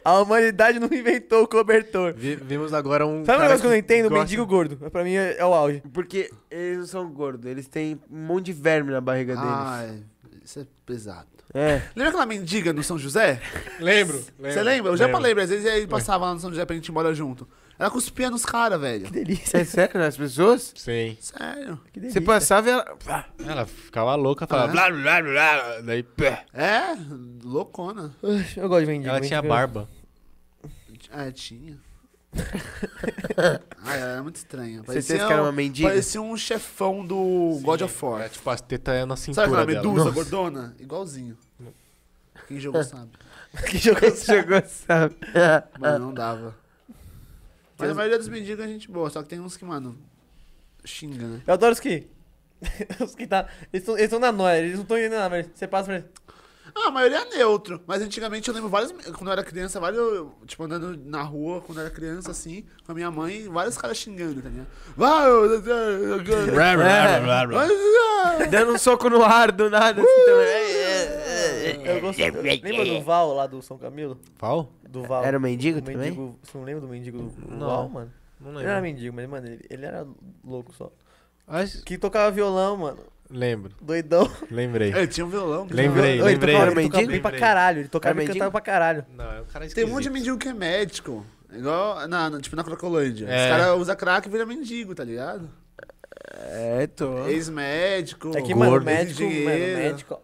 Speaker 5: a humanidade não inventou o cobertor.
Speaker 3: Vi- vimos agora
Speaker 5: Sabe
Speaker 3: um.
Speaker 5: um
Speaker 3: cara
Speaker 5: negócio que eu não entendo?
Speaker 3: gosta-
Speaker 5: Mendigo gordo. Pra mim é, é o auge.
Speaker 2: Porque eles não são gordos, eles têm um monte de verme na barriga
Speaker 3: Ah,
Speaker 2: deles.
Speaker 4: Ai, isso é pesado.
Speaker 2: É.
Speaker 4: Lembra aquela mendiga no São José?
Speaker 3: Lembro.
Speaker 4: Você lembra? Eu já falei, às vezes ele passava lá no São José pra gente morar junto. Ela cuspia nos caras, velho.
Speaker 5: Que delícia.
Speaker 2: É sério, né? As pessoas?
Speaker 3: Sim.
Speaker 4: Sério.
Speaker 5: Que delícia.
Speaker 2: Você passava e ela.
Speaker 3: Ela ficava louca, falava.
Speaker 4: Ah.
Speaker 3: Blá, blá, blá, daí, pé.
Speaker 4: É, loucona.
Speaker 5: Ux, Eu gosto de mendigo.
Speaker 3: Ela tinha
Speaker 5: mendigo.
Speaker 3: barba.
Speaker 4: É, tinha. Ai, ela era muito estranha.
Speaker 2: Certeza
Speaker 4: Parecia,
Speaker 2: que era uma
Speaker 4: um-
Speaker 2: mendiga?
Speaker 4: parecia um chefão do God of
Speaker 3: É,
Speaker 4: War.
Speaker 3: tipo, as tetas é na cintura
Speaker 4: Sabe aquela
Speaker 3: dela.
Speaker 4: medusa, gordona? Igualzinho. Quem jogou sabe.
Speaker 5: Que jogou
Speaker 2: Quem chegou sabe.
Speaker 4: Mano, não dava. Mas a maioria dos mendigos é gente boa, só que tem uns que, mano, xinga, né?
Speaker 5: Eu adoro os que. os que tá. Eles estão na noia, eles não estão indo nada, mas você passa pra eles.
Speaker 4: Ah, a maioria é neutro. Mas antigamente eu lembro vários. Quando eu era criança, vários. eu, Tipo, andando na rua, quando eu era criança, assim, com a minha mãe, vários caras xingando, tá ligado? Vai, eu- eu- eu- eu- eu-
Speaker 3: Blá, blá, blá, blá, blá.
Speaker 4: Mas-
Speaker 2: Dando um soco no ar do nada.
Speaker 4: Uh!
Speaker 2: Assim, também.
Speaker 3: É,
Speaker 5: Eu gosto. Lembra do Val lá do São Camilo?
Speaker 3: Pau?
Speaker 5: Do Val.
Speaker 2: é. Era o
Speaker 4: Um
Speaker 2: mendigo
Speaker 5: O
Speaker 2: também?
Speaker 5: mendigo- Você não lembra do mendigo do do
Speaker 3: Não.
Speaker 5: Val, mano?
Speaker 3: Não
Speaker 5: Ele não era
Speaker 3: lembro.
Speaker 5: mendigo, mas, mano, ele, ele era louco só.
Speaker 3: Acho-
Speaker 5: Que tocava violão, mano.
Speaker 3: Lembro.
Speaker 5: Doidão.
Speaker 3: Lembrei.
Speaker 4: É, tinha um violão. cara.
Speaker 3: Lembrei,
Speaker 5: Ele tocava, ele
Speaker 3: lembrei.
Speaker 2: Era
Speaker 5: tocava bem
Speaker 3: mendigo?
Speaker 5: pra caralho. Ele tocava
Speaker 2: Era
Speaker 5: e cantava
Speaker 2: mendigo?
Speaker 5: pra caralho.
Speaker 3: Não, é um cara
Speaker 4: Tem
Speaker 3: esquisito.
Speaker 4: um monte de mendigo que é médico. Igual na, na- tipo na Crocolândia.
Speaker 3: É.
Speaker 4: Os caras usam crack e viram mendigo, tá ligado?
Speaker 2: É, tô.
Speaker 4: Ex-médico.
Speaker 5: É que, mano,
Speaker 3: gordo.
Speaker 5: médico, mano,
Speaker 4: dinheiro.
Speaker 5: médico.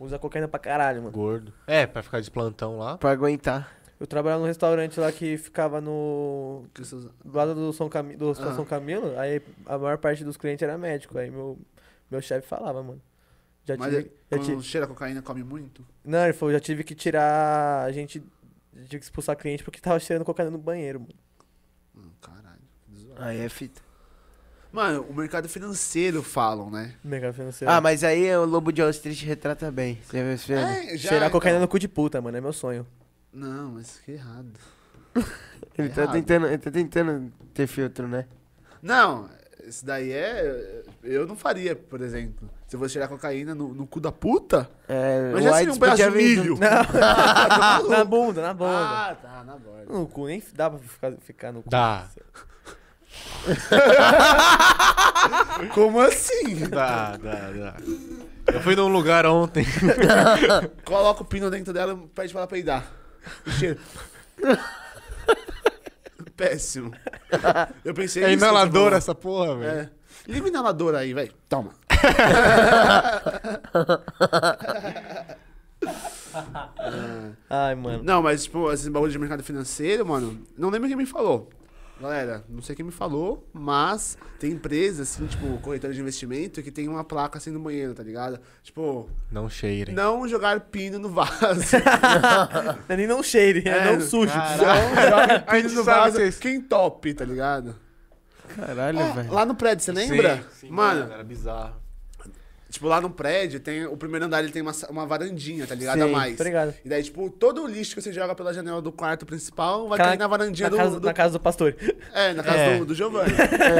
Speaker 5: Usa cocaína pra caralho, mano.
Speaker 3: Gordo. É, pra ficar de plantão lá.
Speaker 2: Pra aguentar.
Speaker 5: Eu trabalhava num restaurante lá que ficava no.
Speaker 4: Que isso-
Speaker 5: do lado do São, Cami do Hospital
Speaker 4: Ah.
Speaker 5: São Camilo, aí a maior parte dos clientes era médico. Aí meu, meu chefe falava, mano. Já
Speaker 4: Mas é
Speaker 5: tive, já
Speaker 4: quando
Speaker 5: tive-
Speaker 4: cheira cocaína, come muito?
Speaker 5: Não, ele falou, já tive que tirar a gente. Tive que expulsar cliente porque tava cheirando cocaína no banheiro, mano.
Speaker 4: Hum, caralho. que zoado.
Speaker 2: Aí é fita.
Speaker 4: Mano, o mercado financeiro falam, né?
Speaker 5: No mercado financeiro.
Speaker 2: Ah, mas aí o Lobo de Wall Street retrata bem. Você viu esse filme?
Speaker 4: É, já,
Speaker 5: Cheirar
Speaker 4: então.
Speaker 5: cocaína no cu de puta, mano, é meu sonho.
Speaker 4: Não, mas que errado.
Speaker 2: ele, tá
Speaker 4: é errado.
Speaker 2: tentando, ele tá tentando ter filtro, né?
Speaker 4: Não, isso daí é. Eu não faria, por exemplo. Se eu fosse tirar cocaína no, no cu da puta.
Speaker 2: É,
Speaker 4: Mas já seria um pedaço de milho.
Speaker 5: Não, na bunda, na bunda.
Speaker 4: Ah, tá, na borda.
Speaker 5: No cu, nem dá pra ficar, ficar no cu.
Speaker 3: Dá.
Speaker 4: Como assim?
Speaker 3: Dá, dá, dá. Eu fui num lugar ontem.
Speaker 4: Coloca o pino dentro dela e pede pra ela peidar. O cheiro. Péssimo. Eu pensei
Speaker 3: É
Speaker 4: nisso
Speaker 3: inalador
Speaker 4: quando
Speaker 3: essa porra,
Speaker 4: você falou.
Speaker 3: velho.
Speaker 4: tipo, É. Liga o inalador aí, velho. Toma.
Speaker 5: Ai, mano.
Speaker 4: Não, mas, tipo, esses bagulho de mercado financeiro, mano, não lembro quem me falou. Galera, não sei quem me falou, mas tem empresa, assim, tipo, corretora de investimento, que tem uma placa assim no banheiro, tá ligado? Tipo,
Speaker 3: Não cheirem.
Speaker 4: não jogar pino no vaso.
Speaker 5: Não é nem não cheire, é,
Speaker 4: É,
Speaker 5: não sujo.
Speaker 4: Não um joga
Speaker 3: A gente
Speaker 4: pino no
Speaker 3: sabe
Speaker 4: vaso.
Speaker 3: que é isso.
Speaker 4: Quem top, tá ligado?
Speaker 2: Caralho,
Speaker 4: Ah,
Speaker 2: velho.
Speaker 4: lá no prédio, você lembra? mano,
Speaker 3: era bizarro.
Speaker 4: tipo, lá no prédio, tem o primeiro andar ele tem uma, sa- uma varandinha, tá ligado?
Speaker 5: Sim,
Speaker 4: a mais.
Speaker 5: tô ligado.
Speaker 4: E daí, tipo, todo o lixo que você joga pela janela do quarto principal vai
Speaker 5: Ca-
Speaker 4: cair na varandinha
Speaker 5: na,
Speaker 4: do,
Speaker 5: casa,
Speaker 4: do-
Speaker 5: na casa do pastor.
Speaker 4: É, na casa
Speaker 3: É.
Speaker 4: do, do Giovanni.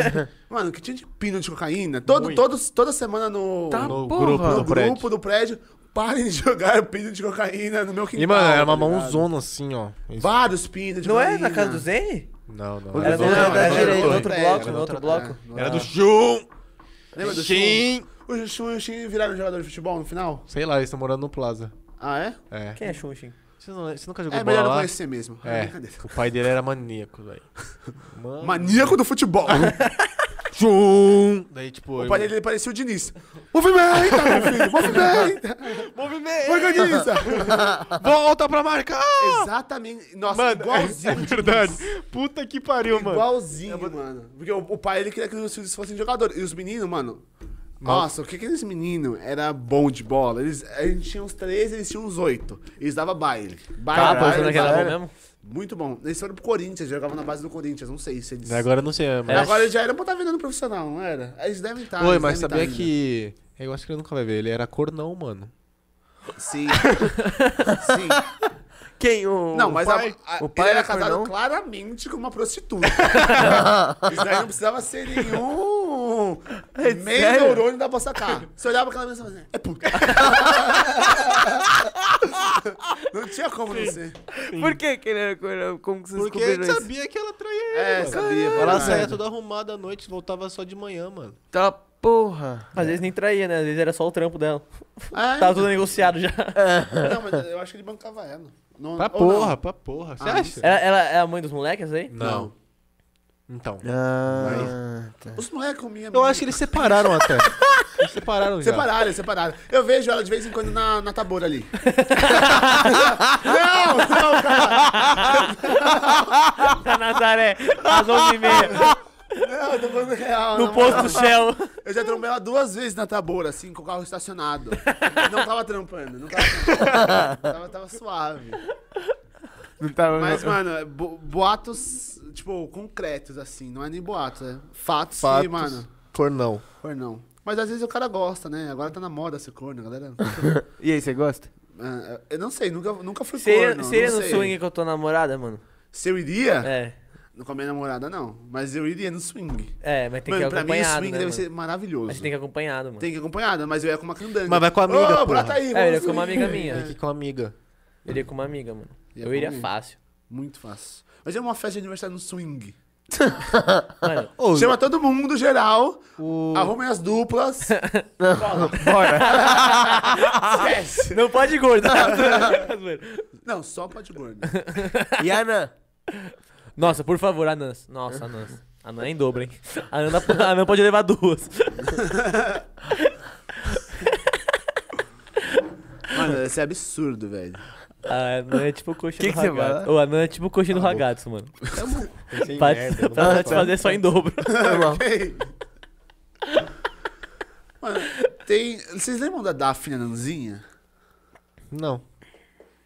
Speaker 4: Mano, que tinha de pino de cocaína. Todo,
Speaker 3: Muito.
Speaker 4: todos, toda semana no,
Speaker 2: Tá
Speaker 4: no,
Speaker 3: No
Speaker 2: Porra.
Speaker 3: grupo
Speaker 4: no
Speaker 3: do prédio.
Speaker 4: grupo do prédio, parem de jogar pino de cocaína no meu quintal.
Speaker 3: E, mano, era uma
Speaker 4: tá ligado?
Speaker 3: mãozona assim, ó. Isso-
Speaker 4: Vários pinos de
Speaker 5: Não é
Speaker 4: cocaína.
Speaker 5: na casa do é Zen?
Speaker 3: Não, não.
Speaker 2: Era
Speaker 5: Era
Speaker 2: do-
Speaker 5: no,
Speaker 2: era da
Speaker 5: era
Speaker 2: direita.
Speaker 5: no outro
Speaker 4: É,
Speaker 5: bloco,
Speaker 4: era
Speaker 5: no outro
Speaker 4: outra-
Speaker 5: bloco.
Speaker 4: é, no
Speaker 3: Era do
Speaker 4: outro-
Speaker 3: Shun!
Speaker 4: Lembra do Shun?
Speaker 3: Shin!
Speaker 4: O Shun e o Shin viraram jogador de futebol no final?
Speaker 3: Sei lá, eles estão morando no Plaza.
Speaker 4: Ah, é?
Speaker 3: É.
Speaker 5: Quem é Xuxin?
Speaker 3: Você, não- você nunca jogou
Speaker 4: É
Speaker 3: bola
Speaker 4: melhor não
Speaker 3: lá?
Speaker 4: conhecer mesmo. É.
Speaker 3: É,
Speaker 4: brincadeira.
Speaker 3: o pai dele era maníaco, velho. Mano.
Speaker 4: Maníaco do futebol.
Speaker 3: Shun! Daí, tipo...
Speaker 4: o
Speaker 3: eu-
Speaker 4: pai dele parecia o Diniz. Movimenta, meu filho, movimenta.
Speaker 3: Movimento!
Speaker 4: Organiza.
Speaker 3: Volta pra marcar!
Speaker 4: Exatamente. Nossa,
Speaker 3: Mano,
Speaker 4: igualzinho. tipo,
Speaker 3: é
Speaker 4: o Diniz.
Speaker 3: verdade. Puta que pariu, mano.
Speaker 4: Igualzinho, mano. Porque o, o pai, ele queria que os filhos fossem jogadores. E os meninos, mano...
Speaker 3: Mal-
Speaker 4: Nossa, o que aqueles meninos era bom de bola? Eles, a gente tinha uns 13, eles tinham uns 8. Eles davam baile. Baile,
Speaker 5: Ah,
Speaker 4: baile,
Speaker 5: passou naquela
Speaker 4: baile.
Speaker 5: mão mesmo?
Speaker 4: Muito bom. Eles foram pro Corinthians, jogavam na base do Corinthians. Não sei se eles...
Speaker 3: É, Agora eu não sei, mas...
Speaker 4: Agora eles já eram pra estar vendendo profissional, não era? Eles devem estar.
Speaker 3: Oi,
Speaker 4: eles
Speaker 3: mas
Speaker 4: devem tá
Speaker 3: sabia
Speaker 4: estar
Speaker 3: que...
Speaker 4: né?
Speaker 3: Eu acho que ele nunca vai ver. Ele era cornão, mano.
Speaker 4: ainda. Sim. Sim.
Speaker 2: Quem? O,
Speaker 4: Não, mas
Speaker 2: o
Speaker 4: a-
Speaker 2: pai,
Speaker 4: a-
Speaker 2: o pai
Speaker 4: ele era
Speaker 2: foi,
Speaker 4: casado
Speaker 2: não?
Speaker 4: claramente com uma prostituta. Isso daí não precisava ser nenhum meio
Speaker 2: É sério?
Speaker 4: neurônio da pra sacar. Você olhava aquela menina e falava assim, é puta. não tinha como não ser.
Speaker 2: Por que que ele era corno? Como que vocês
Speaker 3: Porque
Speaker 2: descobriram
Speaker 3: ele
Speaker 2: isso?
Speaker 3: sabia que ela traía ele,
Speaker 4: É,
Speaker 3: mano.
Speaker 4: sabia.
Speaker 3: Ela
Speaker 4: verdade.
Speaker 3: saía toda arrumada à noite, voltava só de manhã, mano.
Speaker 2: Tá porra.
Speaker 5: Às vezes nem traía, né? Às vezes era só o trampo dela.
Speaker 4: É,
Speaker 5: Tava Tá tudo negociado já.
Speaker 4: Não, mas eu acho que ele bancava ela. Não,
Speaker 3: Pra
Speaker 4: ou não.
Speaker 3: porra, pra porra. Você
Speaker 4: Ah,
Speaker 3: acha?
Speaker 5: Ela, ela é a mãe dos moleques aí?
Speaker 3: Não. Então.
Speaker 2: Ah, tá.
Speaker 4: Os moleques comiam.
Speaker 3: Eu acho que eles separaram até. Eles separaram já.
Speaker 4: Separaram, separaram. Eu vejo ela de vez em quando na, na tabora ali.
Speaker 5: Tá Na Nazaré, às 11h30,
Speaker 4: Não, eu tô falando real.
Speaker 5: no
Speaker 4: na
Speaker 5: posto
Speaker 4: moral.
Speaker 5: do Shell.
Speaker 4: Eu já trombei ela duas vezes na tabora, assim, com o carro estacionado. Não tava trampando, não tava trampando. tava, tava suave.
Speaker 2: Não tava
Speaker 4: Mas, mano, é bo- boatos, tipo, concretos, assim. Não é nem boatos, é fatos, que,
Speaker 3: Fatos.
Speaker 4: mano,
Speaker 3: Cornão.
Speaker 4: cornão. Mas às vezes o cara gosta, né? Agora tá na moda ser corno, galera.
Speaker 2: E aí, você gosta?
Speaker 4: Ah, Eu não sei, nunca, nunca fui
Speaker 5: Seria,
Speaker 4: corno.
Speaker 5: seria
Speaker 4: não
Speaker 5: no
Speaker 4: sei.
Speaker 5: swing que eu tô namorada, mano?
Speaker 4: Se eu iria,
Speaker 5: É.
Speaker 4: não com a minha namorada, não. Mas eu iria no swing.
Speaker 5: É, mas tem que
Speaker 4: mano,
Speaker 5: ir
Speaker 4: pra mim, o
Speaker 5: acompanhado,
Speaker 4: swing
Speaker 5: né,
Speaker 4: deve
Speaker 5: mano?
Speaker 4: ser maravilhoso.
Speaker 5: Mas tem que ir acompanhado, mano.
Speaker 4: Tem que ir acompanhada, mas eu ia com uma candanga.
Speaker 3: Mas vai com a amiga,
Speaker 4: Ô,
Speaker 3: porra.
Speaker 4: brota aí,
Speaker 5: É, eu
Speaker 4: vamos
Speaker 5: ia com uma
Speaker 4: subir.
Speaker 5: amiga minha.
Speaker 3: Aqui com a amiga.
Speaker 5: Eu iria com uma amiga, mano.
Speaker 4: Ia
Speaker 5: Eu
Speaker 4: com
Speaker 5: iria
Speaker 4: alguém.
Speaker 5: fácil.
Speaker 4: Muito fácil. Mas é uma festa de aniversário no swing.
Speaker 5: Mano,
Speaker 3: Ô,
Speaker 4: Chama todo mundo, geral.
Speaker 3: o...
Speaker 4: Arrumem as duplas.
Speaker 2: Bora.
Speaker 4: Esquece.
Speaker 5: não pode ir gordo.
Speaker 4: Não, só pode gordo.
Speaker 2: e a Ana?
Speaker 5: Nossa, por favor, a Nans. Nossa, a Nans. A Nan é em dobro, hein? A Nan, dá- a Nan pode levar duas.
Speaker 4: Mano, esse é absurdo, velho.
Speaker 5: A Nan é tipo o coxinha
Speaker 2: Que
Speaker 5: do
Speaker 2: que você vai
Speaker 5: ragazzo.
Speaker 2: lá?
Speaker 5: Ou a Nan é tipo o coxinha do
Speaker 3: Cala a boca.
Speaker 5: ragazzo, mano.
Speaker 3: Pensei em
Speaker 5: Pra,
Speaker 3: Ah, merda, não
Speaker 5: pra
Speaker 3: vou
Speaker 5: ela te
Speaker 3: falar.
Speaker 5: fazer só em dobro.
Speaker 2: Tá bom.
Speaker 4: Mano, tem. Vocês lembram da Daphne Ananzinha?
Speaker 3: Não.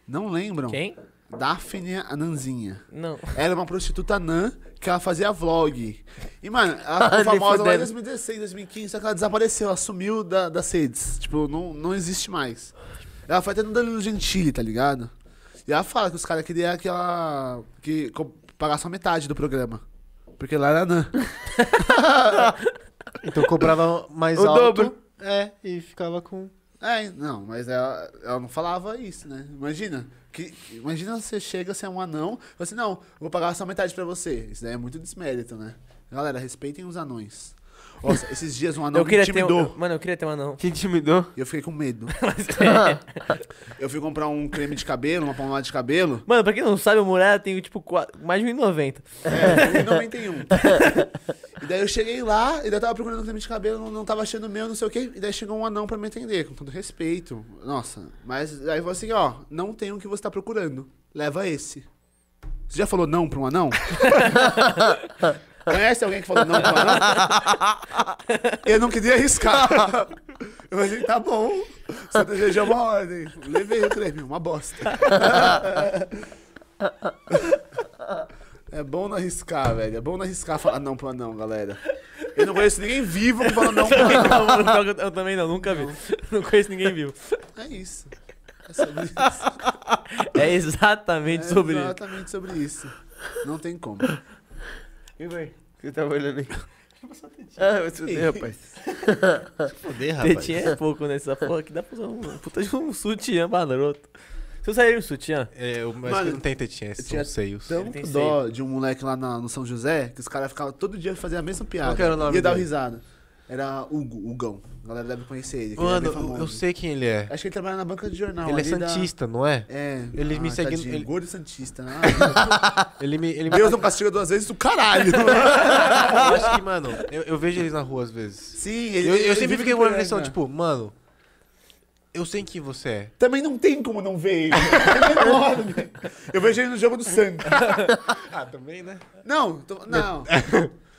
Speaker 4: Não lembram?
Speaker 5: Quem?
Speaker 4: Daphne Ananzinha.
Speaker 5: Não.
Speaker 4: Ela é uma prostituta anã que ela fazia vlog. E, mano, ela
Speaker 2: Nem
Speaker 4: ficou famosa lá em
Speaker 2: fudendo.
Speaker 4: 2016, 2015, só que ela desapareceu, ela sumiu da, das redes. Tipo, não, não existe mais. Ela foi até no Danilo Gentili, tá ligado? E ela fala que os caras queriam que ela que, co- pagasse só metade do programa. Porque lá era anã.
Speaker 3: Então cobrava mais
Speaker 2: O
Speaker 3: alto.
Speaker 2: dobro.
Speaker 3: É, e ficava com...
Speaker 4: É, não, mas ela, ela não falava isso, né? Imagina. Que, imagina você chega, você é um anão, e você, não, eu vou pagar só metade pra você. Isso daí é muito desmérito, né? Galera, respeitem os anões. Nossa, esses dias um anão
Speaker 5: eu queria
Speaker 4: me
Speaker 5: ter um.
Speaker 4: intimidou.
Speaker 5: eu- Mano, eu queria ter um anão.
Speaker 2: Te intimidou?
Speaker 4: E eu fiquei com medo. eu fui comprar um creme de cabelo, uma pomada de cabelo.
Speaker 5: Mano, pra quem não sabe, o Muralha tem tipo qua- mais de 1,90.
Speaker 4: É, em 91. e daí eu cheguei lá, e daí eu tava procurando um creme de cabelo, não, não tava achando o meu, não sei o quê. E daí chegou um anão pra me atender, com todo respeito. Nossa, mas aí falou assim, ó, não tem o que você tá procurando. Leva esse. Você já falou não pra um anão? Conhece alguém que falou não pra um anão? Eu não queria arriscar. Eu falei, tá bom. Você desejou uma ordem. Levei o prêmio, uma bosta. É bom não arriscar, velho. É bom não arriscar falar não pro anão, galera. Eu não conheço ninguém vivo que fala não pro anão.
Speaker 5: Não, mano, pior que eu, eu também não, nunca vi. Não conheço ninguém viu.
Speaker 4: É isso. É sobre isso.
Speaker 5: É exatamente sobre
Speaker 4: é
Speaker 5: isso.
Speaker 4: exatamente sobre isso. Não tem como.
Speaker 2: E vai? Você tava olhando aí. Ah, eu estudei, rapaz.
Speaker 3: Poder,
Speaker 5: Tetinha é pouco nessa porra que dá pra usar um puta de um sutiã maroto. Se eu sair um sutiã,
Speaker 3: É, eu- mas
Speaker 4: Mano,
Speaker 3: não tem tetinha, são
Speaker 4: tinha
Speaker 3: seios.
Speaker 5: Ele tem
Speaker 4: Tanto dó de um moleque lá na- no São José que os caras ficavam todo dia fazendo a mesma piada.
Speaker 3: Qual que era o nome
Speaker 4: Ia dar
Speaker 3: dele?
Speaker 4: risada. Era Hugo, Hugão. A galera deve conhecer ele. que ele é
Speaker 3: Mano,
Speaker 4: bem famoso.
Speaker 3: eu- eu sei quem ele é.
Speaker 4: Acho que ele trabalha na banca de jornal.
Speaker 3: Ele é
Speaker 4: ali da-
Speaker 3: santista, não é?
Speaker 4: É.
Speaker 3: Ele me segue no-
Speaker 4: tadinho,
Speaker 3: ele-
Speaker 4: Gordo Santista. Ah,
Speaker 3: Ele me. Ele me...
Speaker 4: Deus não castiga duas vezes o caralho.
Speaker 3: Eu acho que, mano, eu, eu vejo eles na rua às vezes.
Speaker 4: Sim,
Speaker 3: Eu,
Speaker 4: ele,
Speaker 3: eu
Speaker 4: ele né?
Speaker 3: sempre
Speaker 4: vive
Speaker 3: fiquei
Speaker 4: com
Speaker 3: com a
Speaker 4: pena.
Speaker 3: impressão, tipo, mano, eu sei quem você é.
Speaker 4: Também não tem como não ver ele. Ele é enorme. Eu vejo ele no jogo do sangue.
Speaker 3: Ah, também, né?
Speaker 4: Não, tô- não.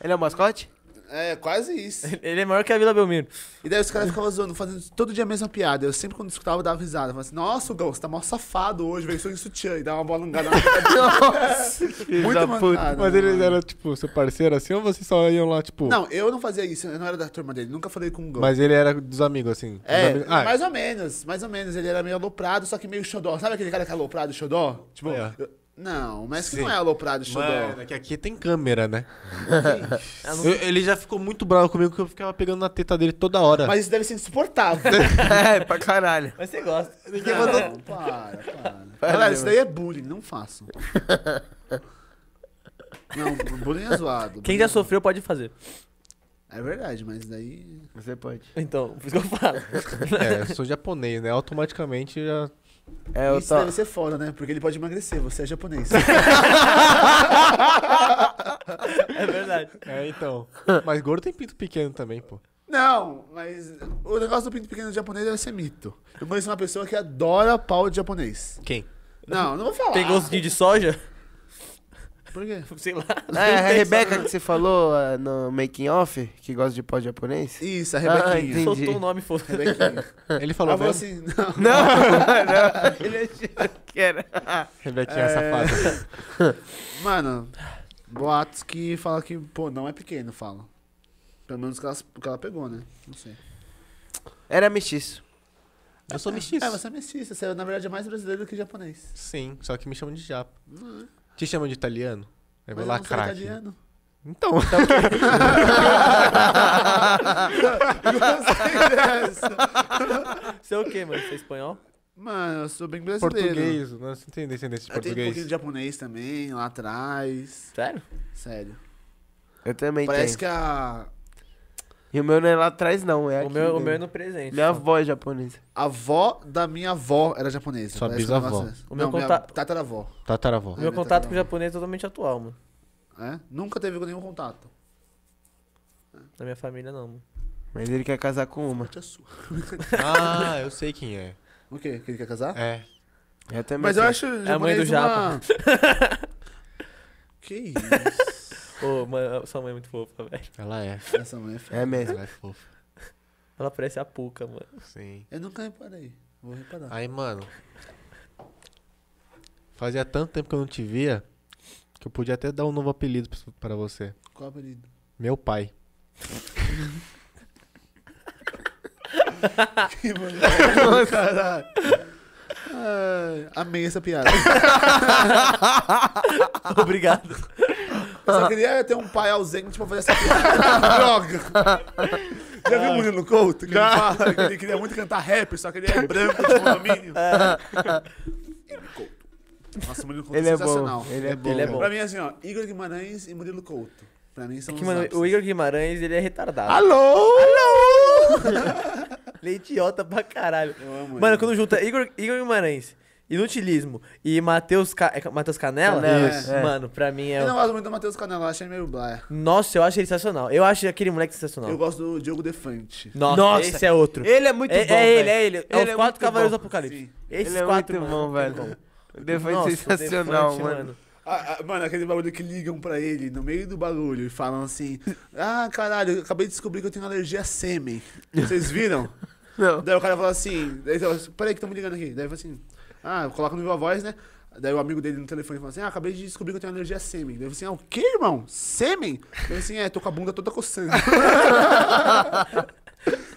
Speaker 2: Ele é o mascote?
Speaker 4: É quase isso.
Speaker 5: ele é maior que a Vila Belmiro.
Speaker 4: E daí os caras ficavam zoando, fazendo todo dia a mesma piada. Eu sempre, quando escutava, eu dava risada. Eu Falava assim, nossa, Gão, você tá mó safado hoje, veio só em sutiã e dá uma bola alongada na cara dele. Muito mano- ah, não,
Speaker 3: Mas eles
Speaker 4: não.
Speaker 3: eram, tipo, seu parceiro assim ou vocês só iam lá, tipo.
Speaker 4: Não, eu não fazia isso, eu não era da turma dele, nunca falei com o Gão.
Speaker 3: Mas ele era dos amigos, assim. dos
Speaker 4: é,
Speaker 3: amigos- Ah,
Speaker 4: mais ou menos, mais ou menos. Ele era meio aloprado, só que meio xodó. Sabe aquele cara que é aloprado e xodó? Tipo,
Speaker 3: É.
Speaker 4: eu- não, mas que
Speaker 3: Sim.
Speaker 4: não é aloprado e xodó.
Speaker 3: Mano, é que aqui tem câmera, né?
Speaker 5: Eu não-
Speaker 3: Eu- ele já ficou muito bravo comigo que eu ficava pegando na teta dele toda hora.
Speaker 4: Mas isso deve ser insuportável.
Speaker 2: é, pra caralho.
Speaker 5: Mas você gosta.
Speaker 4: Ninguém mandou. Para, para. Galera, isso daí é bullying, não façam. Não, bullying é zoado.
Speaker 5: Quem
Speaker 4: bullying
Speaker 5: já
Speaker 4: é zoado.
Speaker 5: sofreu pode fazer.
Speaker 4: É verdade, mas daí.
Speaker 2: Você pode.
Speaker 5: Então, por isso que eu falo.
Speaker 3: É, eu sou japonês, né? Automaticamente já.
Speaker 2: É, eu
Speaker 4: Isso
Speaker 2: tô...
Speaker 4: deve ser foda, né? Porque ele pode emagrecer, você é japonês.
Speaker 5: É verdade.
Speaker 3: É, então. Mas gordo tem pinto pequeno também, pô.
Speaker 4: não, mas o negócio do pinto pequeno de japonês deve ser mito. Eu conheço uma pessoa que adora pau de japonês.
Speaker 3: Quem?
Speaker 4: Não, não vou falar.
Speaker 5: Tem gostinho de soja?
Speaker 4: Por quê?
Speaker 5: Sei lá.
Speaker 2: Ah, é a Rebeca que você falou ah, no making off, que gosta de pó japonês?
Speaker 4: Isso, a
Speaker 2: Ah,
Speaker 4: Rebequinha.
Speaker 2: entendi.
Speaker 5: Soltou o nome, foda
Speaker 4: Rebequinha.
Speaker 3: Ele
Speaker 4: Ela
Speaker 3: falou
Speaker 4: falou
Speaker 3: mesmo?
Speaker 4: assim, não.
Speaker 2: Não, não,
Speaker 4: é
Speaker 2: ele achou que era.
Speaker 3: Rebequinha safada.
Speaker 4: Mano, boatos que fala que, pô, não é pequeno, falam. Pelo menos o que, elas- o que ela pegou, né? Não sei.
Speaker 2: Era mestiço.
Speaker 3: Eu sou mestiço.
Speaker 4: É, você é mestiça. Você, na verdade, é mais brasileiro do que japonês.
Speaker 3: Sim, só que me chamam de japa. Te chamam de italiano? Eu vou
Speaker 4: Hum. Mas
Speaker 3: lá,
Speaker 4: eu não sou
Speaker 3: craque.
Speaker 4: italiano.
Speaker 3: Então,
Speaker 4: Gostei dessa.
Speaker 5: Você é o quê, mano? Você é espanhol?
Speaker 4: Mano, eu sou bem brasileiro.
Speaker 3: português. Nós não tem descendência de
Speaker 4: Eu tenho um pouquinho
Speaker 3: português.
Speaker 4: de japonês também, lá atrás.
Speaker 5: Sério?
Speaker 4: Sério.
Speaker 2: Eu também
Speaker 4: Parece
Speaker 2: tenho.
Speaker 4: que a,
Speaker 2: E o meu não é lá atrás, não. É
Speaker 5: o,
Speaker 2: aqui
Speaker 5: meu, o
Speaker 2: dentro.
Speaker 5: meu é no presente.
Speaker 2: Minha
Speaker 5: só.
Speaker 2: avó é japonesa.
Speaker 4: a avó da minha avó era japonesa.
Speaker 3: Sua
Speaker 4: Parece que é um
Speaker 3: bisavó.
Speaker 4: negócio desse.
Speaker 5: O meu
Speaker 4: não, minha
Speaker 5: contato-
Speaker 4: tataravó.
Speaker 3: Tataravó.
Speaker 5: O meu
Speaker 4: Ah,
Speaker 5: contato
Speaker 4: tá
Speaker 5: com o japonês é totalmente atual, mano.
Speaker 4: É? Nunca teve nenhum contato.
Speaker 5: Na minha família, não, mano.
Speaker 2: Mas ele quer casar com uma.
Speaker 4: Tia sua.
Speaker 3: Ah, eu sei quem é.
Speaker 4: O quê? Que ele quer casar?
Speaker 3: É.
Speaker 2: Eu também
Speaker 4: Mas eu
Speaker 2: tenho.
Speaker 4: acho
Speaker 5: É a mãe do
Speaker 4: japonês
Speaker 5: japa.
Speaker 4: uma... Que isso?
Speaker 5: Ô, mano, sua mãe é muito fofa, velho.
Speaker 3: Ela é.
Speaker 4: Essa mãe é feia.
Speaker 2: É mesmo.
Speaker 3: Ela é fofa.
Speaker 5: Ela parece a Puca, mano.
Speaker 3: Sim.
Speaker 4: Eu nunca reparei. Vou reparar.
Speaker 3: Aí, mano. Fazia tanto tempo que eu não te via que eu podia até dar um novo apelido pra- pra você.
Speaker 4: Qual o apelido?
Speaker 3: Meu pai.
Speaker 4: Que mano. Caralho. Ai, amei essa piada.
Speaker 5: Obrigado.
Speaker 4: Eu só queria ter um pai ausente pra fazer essa piada. Droga! Já viu o Murilo Couto? Que ele fala que ele queria muito cantar rap, só que ele é branco de condomínio. Murilo é Couto. Nossa, o Murilo Couto
Speaker 2: Ele
Speaker 4: é
Speaker 2: é
Speaker 4: sensacional.
Speaker 2: bom. Ele é bom.
Speaker 5: Ele é bom.
Speaker 4: Pra mim, assim, ó, Igor Guimarães e Murilo Couto. Pra mim são
Speaker 5: É que,
Speaker 4: os
Speaker 5: mano,
Speaker 4: ápices.
Speaker 5: o Igor Guimarães, ele é retardado.
Speaker 4: Alô!
Speaker 5: Ele é idiota pra caralho.
Speaker 4: Eu amo
Speaker 5: Mano,
Speaker 4: ele.
Speaker 5: quando junta Igor, Igor Guimarães, Inutilismo e Matheus, Ca... é Ca- Matheus Canela,
Speaker 2: Canela,
Speaker 4: Isso.
Speaker 2: é.
Speaker 5: mano, pra mim é.
Speaker 4: Eu não gosto muito do Matheus Canela, achei meio blá.
Speaker 5: Nossa, eu acho ele sensacional. Eu acho aquele moleque sensacional.
Speaker 4: Eu gosto do Diogo Defante.
Speaker 5: Nossa,
Speaker 2: Nossa.
Speaker 5: esse é outro.
Speaker 2: Ele é muito
Speaker 5: é,
Speaker 2: bom,
Speaker 5: é
Speaker 2: velho.
Speaker 5: ele, é ele. É
Speaker 2: Ele
Speaker 5: os
Speaker 2: é
Speaker 5: quatro
Speaker 2: muito
Speaker 5: Cavaleiros
Speaker 2: bom.
Speaker 5: do Apocalipse.
Speaker 4: Sim.
Speaker 5: Esses
Speaker 2: Ele é
Speaker 5: quatro,
Speaker 2: muito
Speaker 5: mano.
Speaker 2: bom, velho. O Defante
Speaker 5: Nossa, o
Speaker 2: sensacional,
Speaker 5: Defante,
Speaker 2: mano.
Speaker 4: Ah, ah, mano, aquele bagulho que ligam pra ele no meio do bagulho e falam assim: Ah, caralho, eu acabei de descobrir que eu tenho alergia a sêmen. Vocês viram?
Speaker 2: Não.
Speaker 4: Daí o cara fala assim: daí ele fala assim, Peraí, que estão me ligando aqui. Daí ele fala assim: Ah, coloca no vivo a voz, né? Daí o amigo dele no telefone fala assim: Ah, acabei de descobrir que eu tenho alergia a sêmen. Daí ele fala assim: Ah, o que, irmão? Sêmen? Daí ele assim: É, tô com a bunda toda coçando.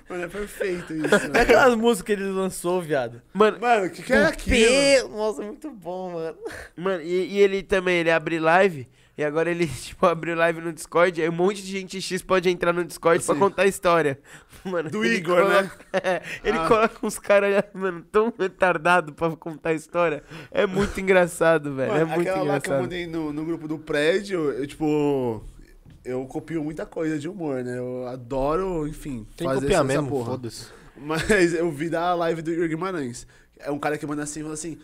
Speaker 4: mano, é perfeito isso.
Speaker 5: É
Speaker 4: Né?
Speaker 5: aquelas músicas que ele lançou, viado.
Speaker 2: Mano,
Speaker 4: Mano, o que, que era aquilo?
Speaker 5: P, nossa, muito bom, mano.
Speaker 2: mano e, e ele também, ele abre live. E agora ele, tipo, abriu live no Discord. Aí um monte de gente X pode entrar no Discord pra
Speaker 4: Assim.
Speaker 2: contar a história. Mano,
Speaker 4: Do
Speaker 2: ele
Speaker 4: Igor, né?
Speaker 2: coloca- É, ele
Speaker 4: Ah.
Speaker 2: coloca uns caras, mano, tão retardado pra contar a história. É muito engraçado, velho. é
Speaker 4: Mano,
Speaker 2: muito
Speaker 4: aquela lá que eu
Speaker 2: engraçado.
Speaker 4: mandei no, no grupo do prédio, eu, tipo. Eu copio muita coisa de humor, né? Eu adoro, enfim,
Speaker 3: Tem que
Speaker 4: fazer
Speaker 3: copiar
Speaker 4: essa, essa
Speaker 3: mesmo,
Speaker 4: porra.
Speaker 3: foda-se.
Speaker 4: Mas eu vi da live do Igor Guimarães. É um cara que manda assim, fala assim...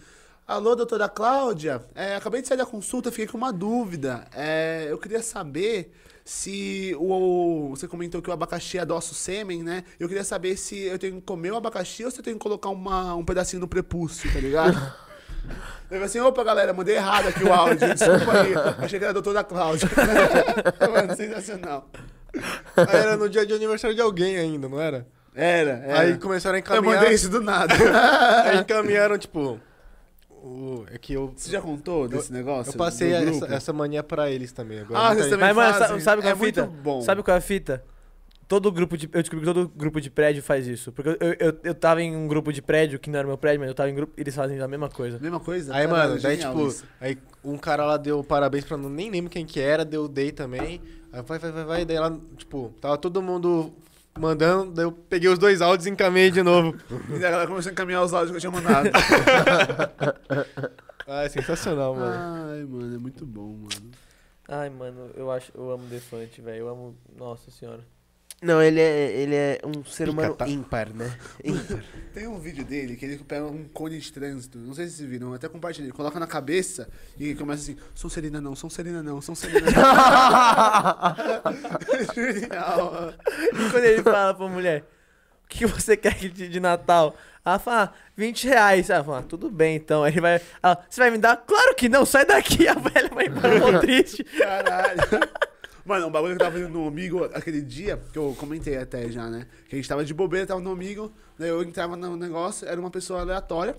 Speaker 4: Alô, doutora Cláudia? É, acabei de sair da consulta, fiquei com uma dúvida. É, eu queria saber se o... Você comentou que o abacaxi adoça o sêmen, né? Eu queria saber se eu tenho que comer o abacaxi ou se eu tenho que colocar uma- um pedacinho no prepúcio, tá ligado? Eu falei assim, opa, galera, mandei errado aqui o áudio, desculpa aí. Achei que era a doutora Cláudia. Mano, sensacional.
Speaker 3: Aí era no dia de aniversário de alguém ainda, não era?
Speaker 4: Era, era.
Speaker 3: Aí começaram a
Speaker 4: eu
Speaker 3: encaminhar.
Speaker 4: mandei isso do nada.
Speaker 3: Aí encaminharam, tipo. O, é que eu.
Speaker 4: Você já contou desse negócio?
Speaker 3: Eu passei
Speaker 4: do
Speaker 3: essa,
Speaker 4: grupo?
Speaker 3: essa mania pra eles também agora. Então,
Speaker 4: Ah,
Speaker 3: Muita
Speaker 4: vocês
Speaker 3: gente-
Speaker 4: também
Speaker 5: Mas, mano,
Speaker 4: fazem.
Speaker 5: sabe, sabe qual é a
Speaker 4: É muito
Speaker 5: fita?
Speaker 4: bom.
Speaker 5: Sabe qual é a fita? Todo grupo de. Eu descobri que todo grupo de prédio faz isso. Porque eu, eu, eu, eu tava em um grupo de prédio, que não era meu prédio, mas eu tava em grupo. Eles fazem a mesma coisa.
Speaker 4: Mesma coisa?
Speaker 3: Aí,
Speaker 4: Caralho,
Speaker 3: mano, daí,
Speaker 4: genial
Speaker 3: tipo,
Speaker 4: isso.
Speaker 3: aí um cara lá deu parabéns pra não, nem lembro quem que era, deu dei também. Aí vai, vai, vai, vai, daí lá, tipo, tava todo mundo mandando, daí eu peguei os dois áudios e encaminhei de novo.
Speaker 4: E daí a galera começou a encaminhar os áudios que eu tinha mandado.
Speaker 3: ah, é sensacional, mano.
Speaker 4: Ai, mano, é muito bom, mano.
Speaker 5: Ai, mano, eu acho. Eu amo Defante, velho. Eu amo. Nossa senhora.
Speaker 2: Não, ele é, ele é um ser
Speaker 3: Pica,
Speaker 2: humano
Speaker 3: tá?
Speaker 2: ímpar, né? Ímpar.
Speaker 4: Tem um vídeo dele que ele pega um cone de trânsito, não sei se vocês viram, eu até compartilhei, ele coloca na cabeça e começa assim, Sonserina não, Sonserina não, Sonserina não. Genial, mano.
Speaker 5: E quando ele fala pra mulher, o que você quer que de, de Natal? Ela fala, ah, 20 reais. Ela fala, ah, tudo bem então. Aí ele vai, ela, você vai me dar? Claro que não, sai daqui. A velha vai embora mó triste.
Speaker 4: Caralho. Mano, um bagulho que eu tava fazendo no Amigo aquele dia, que eu comentei até já, né? Que a gente tava de bobeira, tava no Amigo, daí eu entrava no negócio, era uma pessoa aleatória.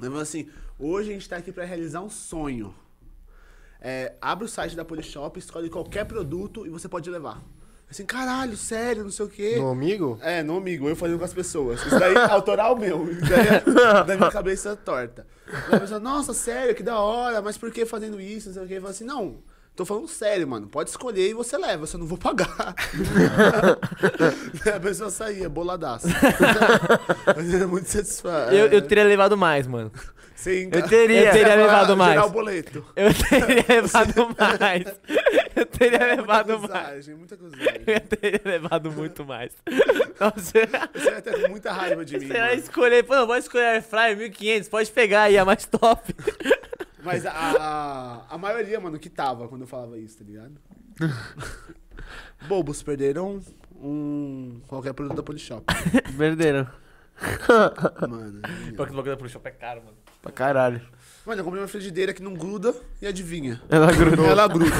Speaker 4: Daí falou assim, hoje a gente tá aqui pra realizar um sonho. É, abre o site da Polishop, escolhe qualquer produto e você pode levar. Assim, caralho, sério, não sei o quê.
Speaker 3: No amigo?
Speaker 4: É, no amigo, eu fazendo com as pessoas. Isso daí é autoral meu. Isso daí é da minha cabeça torta. Aí a pessoa, nossa, sério, que da hora, mas por que fazendo isso? Não sei o quê. Eu falo assim, não, tô falando sério, mano. Pode escolher e você leva, só não vou pagar. a pessoa saía, boladaço. mas era muito É, satisfatório.
Speaker 5: Eu, eu teria levado mais, mano.
Speaker 4: Sem
Speaker 2: Eu teria.
Speaker 5: Eu teria levado mais.
Speaker 4: o boleto.
Speaker 5: Eu teria levado mais. Eu teria levado
Speaker 4: muita
Speaker 5: mais.
Speaker 4: acusagem, muita acusagem.
Speaker 5: Eu teria levado muito mais. Nossa,
Speaker 4: Você vai ter muita raiva de mim.
Speaker 5: você vai
Speaker 4: mano.
Speaker 5: escolher, pô, vou escolher Air Fryer 1500, pode pegar aí, a mais top.
Speaker 4: Mas a- a, a maioria, mano, que tava quando eu falava isso, tá ligado? Bobos perderam um. qualquer produto da Polishop.
Speaker 2: Perderam.
Speaker 4: Mano.
Speaker 5: Pior que o bagulho da Shop é caro, mano.
Speaker 2: Pra caralho.
Speaker 4: Mano, eu comprei uma frigideira que não gruda e adivinha.
Speaker 2: Ela Ah, grudou.
Speaker 4: Ela gruda.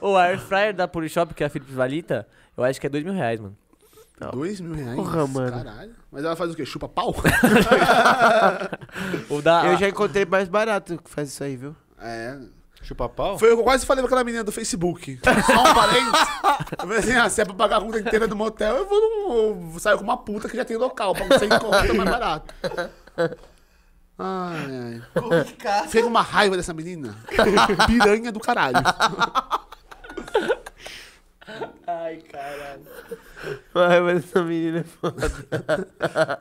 Speaker 5: O air fryer da Polishop, que é a Philips Valita, eu acho que é dois mil reais, mano.
Speaker 4: Dois mil reais.
Speaker 2: Porra, mano.
Speaker 4: Caralho. Mas ela faz o quê? Chupa pau?
Speaker 5: O da. Ah,
Speaker 2: Eu já encontrei mais barato que faz isso aí, viu?
Speaker 4: é.
Speaker 3: Chupa pau?
Speaker 4: Foi o que eu quase falei pra aquela menina do Facebook. Só um parênteses. Eu falei assim: ah, se é pra pagar a conta inteira do motel, eu vou num. Eu saio com uma puta que já tem local pra você encontrar mais barato. Ai, ai. Fiquei com uma raiva dessa menina. Piranha do caralho.
Speaker 5: Ai, caralho.
Speaker 2: Ai, mas essa menina é foda.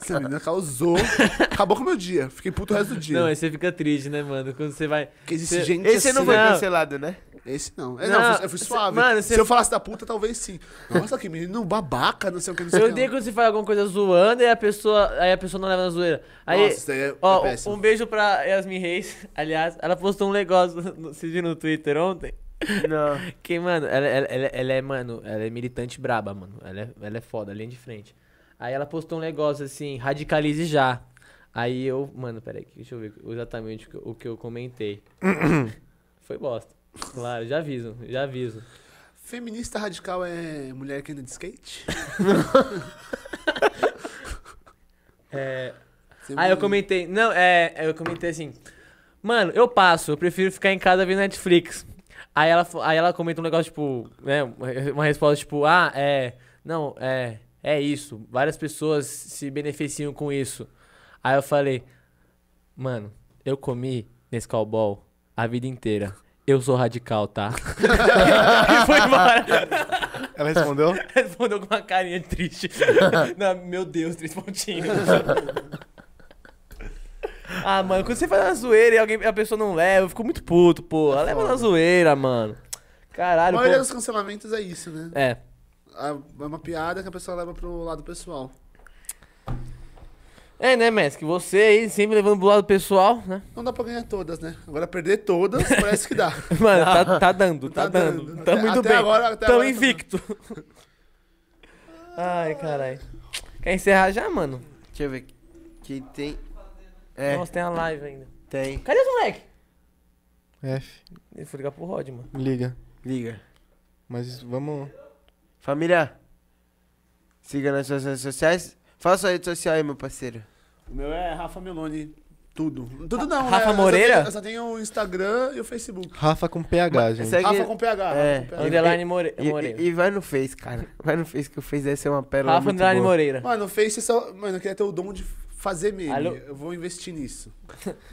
Speaker 4: Essa menina causou. Acabou com o meu dia. Fiquei puto o resto do dia.
Speaker 5: Não, aí você fica triste, né, mano? Quando você vai.
Speaker 4: Porque existe
Speaker 5: cê-
Speaker 4: gente
Speaker 2: Esse
Speaker 4: assim.
Speaker 2: não foi
Speaker 5: Não.
Speaker 2: cancelado, né?
Speaker 4: Esse não. É, não, eu fui- eu fui
Speaker 5: Não,
Speaker 4: suave.
Speaker 5: cê- mano,
Speaker 4: Se
Speaker 5: cê-
Speaker 4: eu falasse da puta, talvez sim. Nossa, que menino babaca, não sei o que, não sei
Speaker 5: Eu
Speaker 4: o que.
Speaker 5: odeio quando você faz alguma coisa zoando e a pessoa. Aí a pessoa não leva na zoeira. Aí.
Speaker 4: Nossa, isso daí é,
Speaker 5: Ó,
Speaker 4: é péssimo.
Speaker 5: um beijo pra Yasmin Reis. Aliás, ela postou um negócio, no- vocês viram no Twitter ontem?
Speaker 2: Não.
Speaker 5: Que, mano, ela, ela, ela, ela é, mano, ela é militante braba, mano. Ela é, ela é foda, linha de frente. Aí ela postou um negócio assim, radicalize já. Aí eu, mano, peraí, deixa eu ver exatamente o que eu- o que eu comentei. Foi bosta. Claro, já aviso, já aviso.
Speaker 4: Feminista radical é mulher que anda de skate?
Speaker 5: É,
Speaker 4: Você
Speaker 5: Aí eu
Speaker 4: viu?
Speaker 5: comentei, não, é, eu comentei assim, mano, eu passo, eu prefiro ficar em casa vendo Netflix. Aí ela, fa- aí ela comenta um negócio, tipo, né, uma uma resposta, tipo, ah, é, não, é, é isso, várias pessoas se beneficiam com isso. Aí eu falei, mano, eu comi nesse cowball a vida inteira. Eu sou radical, tá? e foi embora.
Speaker 3: Ela respondeu?
Speaker 5: Respondeu com uma carinha triste. Não, meu Deus, três pontinhos. ah, mano, quando você faz uma zoeira e alguém, a pessoa não leva, eu fico muito puto, pô.
Speaker 4: É
Speaker 5: Ela leva na zoeira, mano.
Speaker 4: A
Speaker 5: Caralho,
Speaker 4: maioria
Speaker 5: pô.
Speaker 4: dos cancelamentos é isso, né?
Speaker 5: É.
Speaker 4: A- É uma piada que a pessoa leva pro lado pessoal.
Speaker 5: É, né, Messi? Que você aí sempre levando pro lado pessoal, né?
Speaker 4: Não dá pra ganhar todas, né? Agora perder todas parece que dá.
Speaker 5: Mano, tá, tá dando, tá,
Speaker 4: Tá
Speaker 5: dando.
Speaker 4: dando.
Speaker 5: Tá
Speaker 4: Até-
Speaker 5: muito
Speaker 4: até
Speaker 5: bem.
Speaker 4: agora- até
Speaker 5: Tamo
Speaker 4: agora tá
Speaker 5: invicto. Ai, caralho. Quer encerrar já, mano?
Speaker 2: Deixa eu ver. Que tem. É,
Speaker 5: Nossa, tem a live ainda.
Speaker 2: tem.
Speaker 5: Cadê os moleque?
Speaker 3: F,
Speaker 5: Eu vou ligar pro Rod, mano.
Speaker 3: É, liga.
Speaker 2: Liga.
Speaker 3: Mas vamos.
Speaker 2: Família, siga nas suas redes sociais. Fala sua rede social aí, meu parceiro.
Speaker 4: O meu é Rafa Meloni. Tudo. Tudo não, né?
Speaker 5: Rafa
Speaker 4: Eu só tenho-
Speaker 5: Moreira?
Speaker 4: Eu só tenho o Instagram e o Facebook.
Speaker 3: Rafa com PH, gente.
Speaker 2: segue-
Speaker 4: Rafa com PH. Rafa
Speaker 2: É.
Speaker 4: com PH.
Speaker 5: Underline More...
Speaker 2: E,
Speaker 5: Moreira.
Speaker 2: e- e vai no Face, cara. Vai no Face que o Face deve ser uma pérola.
Speaker 5: Rafa
Speaker 2: muito
Speaker 5: Andrade
Speaker 2: boa.
Speaker 5: Moreira.
Speaker 4: Mano, o Face é só. Mano, eu queria ter o dom de fazer meme.
Speaker 5: Alô?
Speaker 4: Eu vou investir nisso.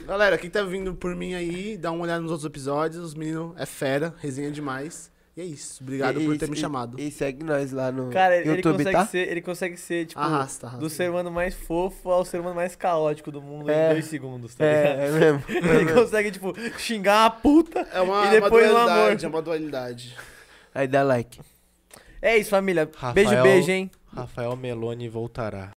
Speaker 4: Galera, quem tá vindo por mim aí, dá uma olhada nos outros episódios. Os meninos é fera, resenha demais. E é isso. Obrigado
Speaker 2: E-
Speaker 4: por
Speaker 2: e-
Speaker 4: ter me
Speaker 2: e-
Speaker 4: chamado.
Speaker 2: E segue nós lá no
Speaker 5: Cara, ele, ele
Speaker 2: YouTube,
Speaker 5: consegue
Speaker 2: tá? Ah,
Speaker 5: ser, ele consegue ser, tipo,
Speaker 4: Arrasta, arrasta.
Speaker 5: do ser humano mais fofo ao ser humano mais caótico do mundo
Speaker 2: É.
Speaker 5: em dois segundos, tá ligado?
Speaker 2: É, é mesmo. É
Speaker 5: Ele
Speaker 2: mesmo.
Speaker 5: consegue, tipo, xingar a puta.
Speaker 4: É uma,
Speaker 5: E depois
Speaker 4: uma
Speaker 5: o
Speaker 4: dualidade, é
Speaker 5: amor.
Speaker 4: uma dualidade.
Speaker 2: Aí dá like.
Speaker 5: É isso, família.
Speaker 3: Rafael-
Speaker 5: Beijo, beijo, hein?
Speaker 3: Rafael Meloni voltará.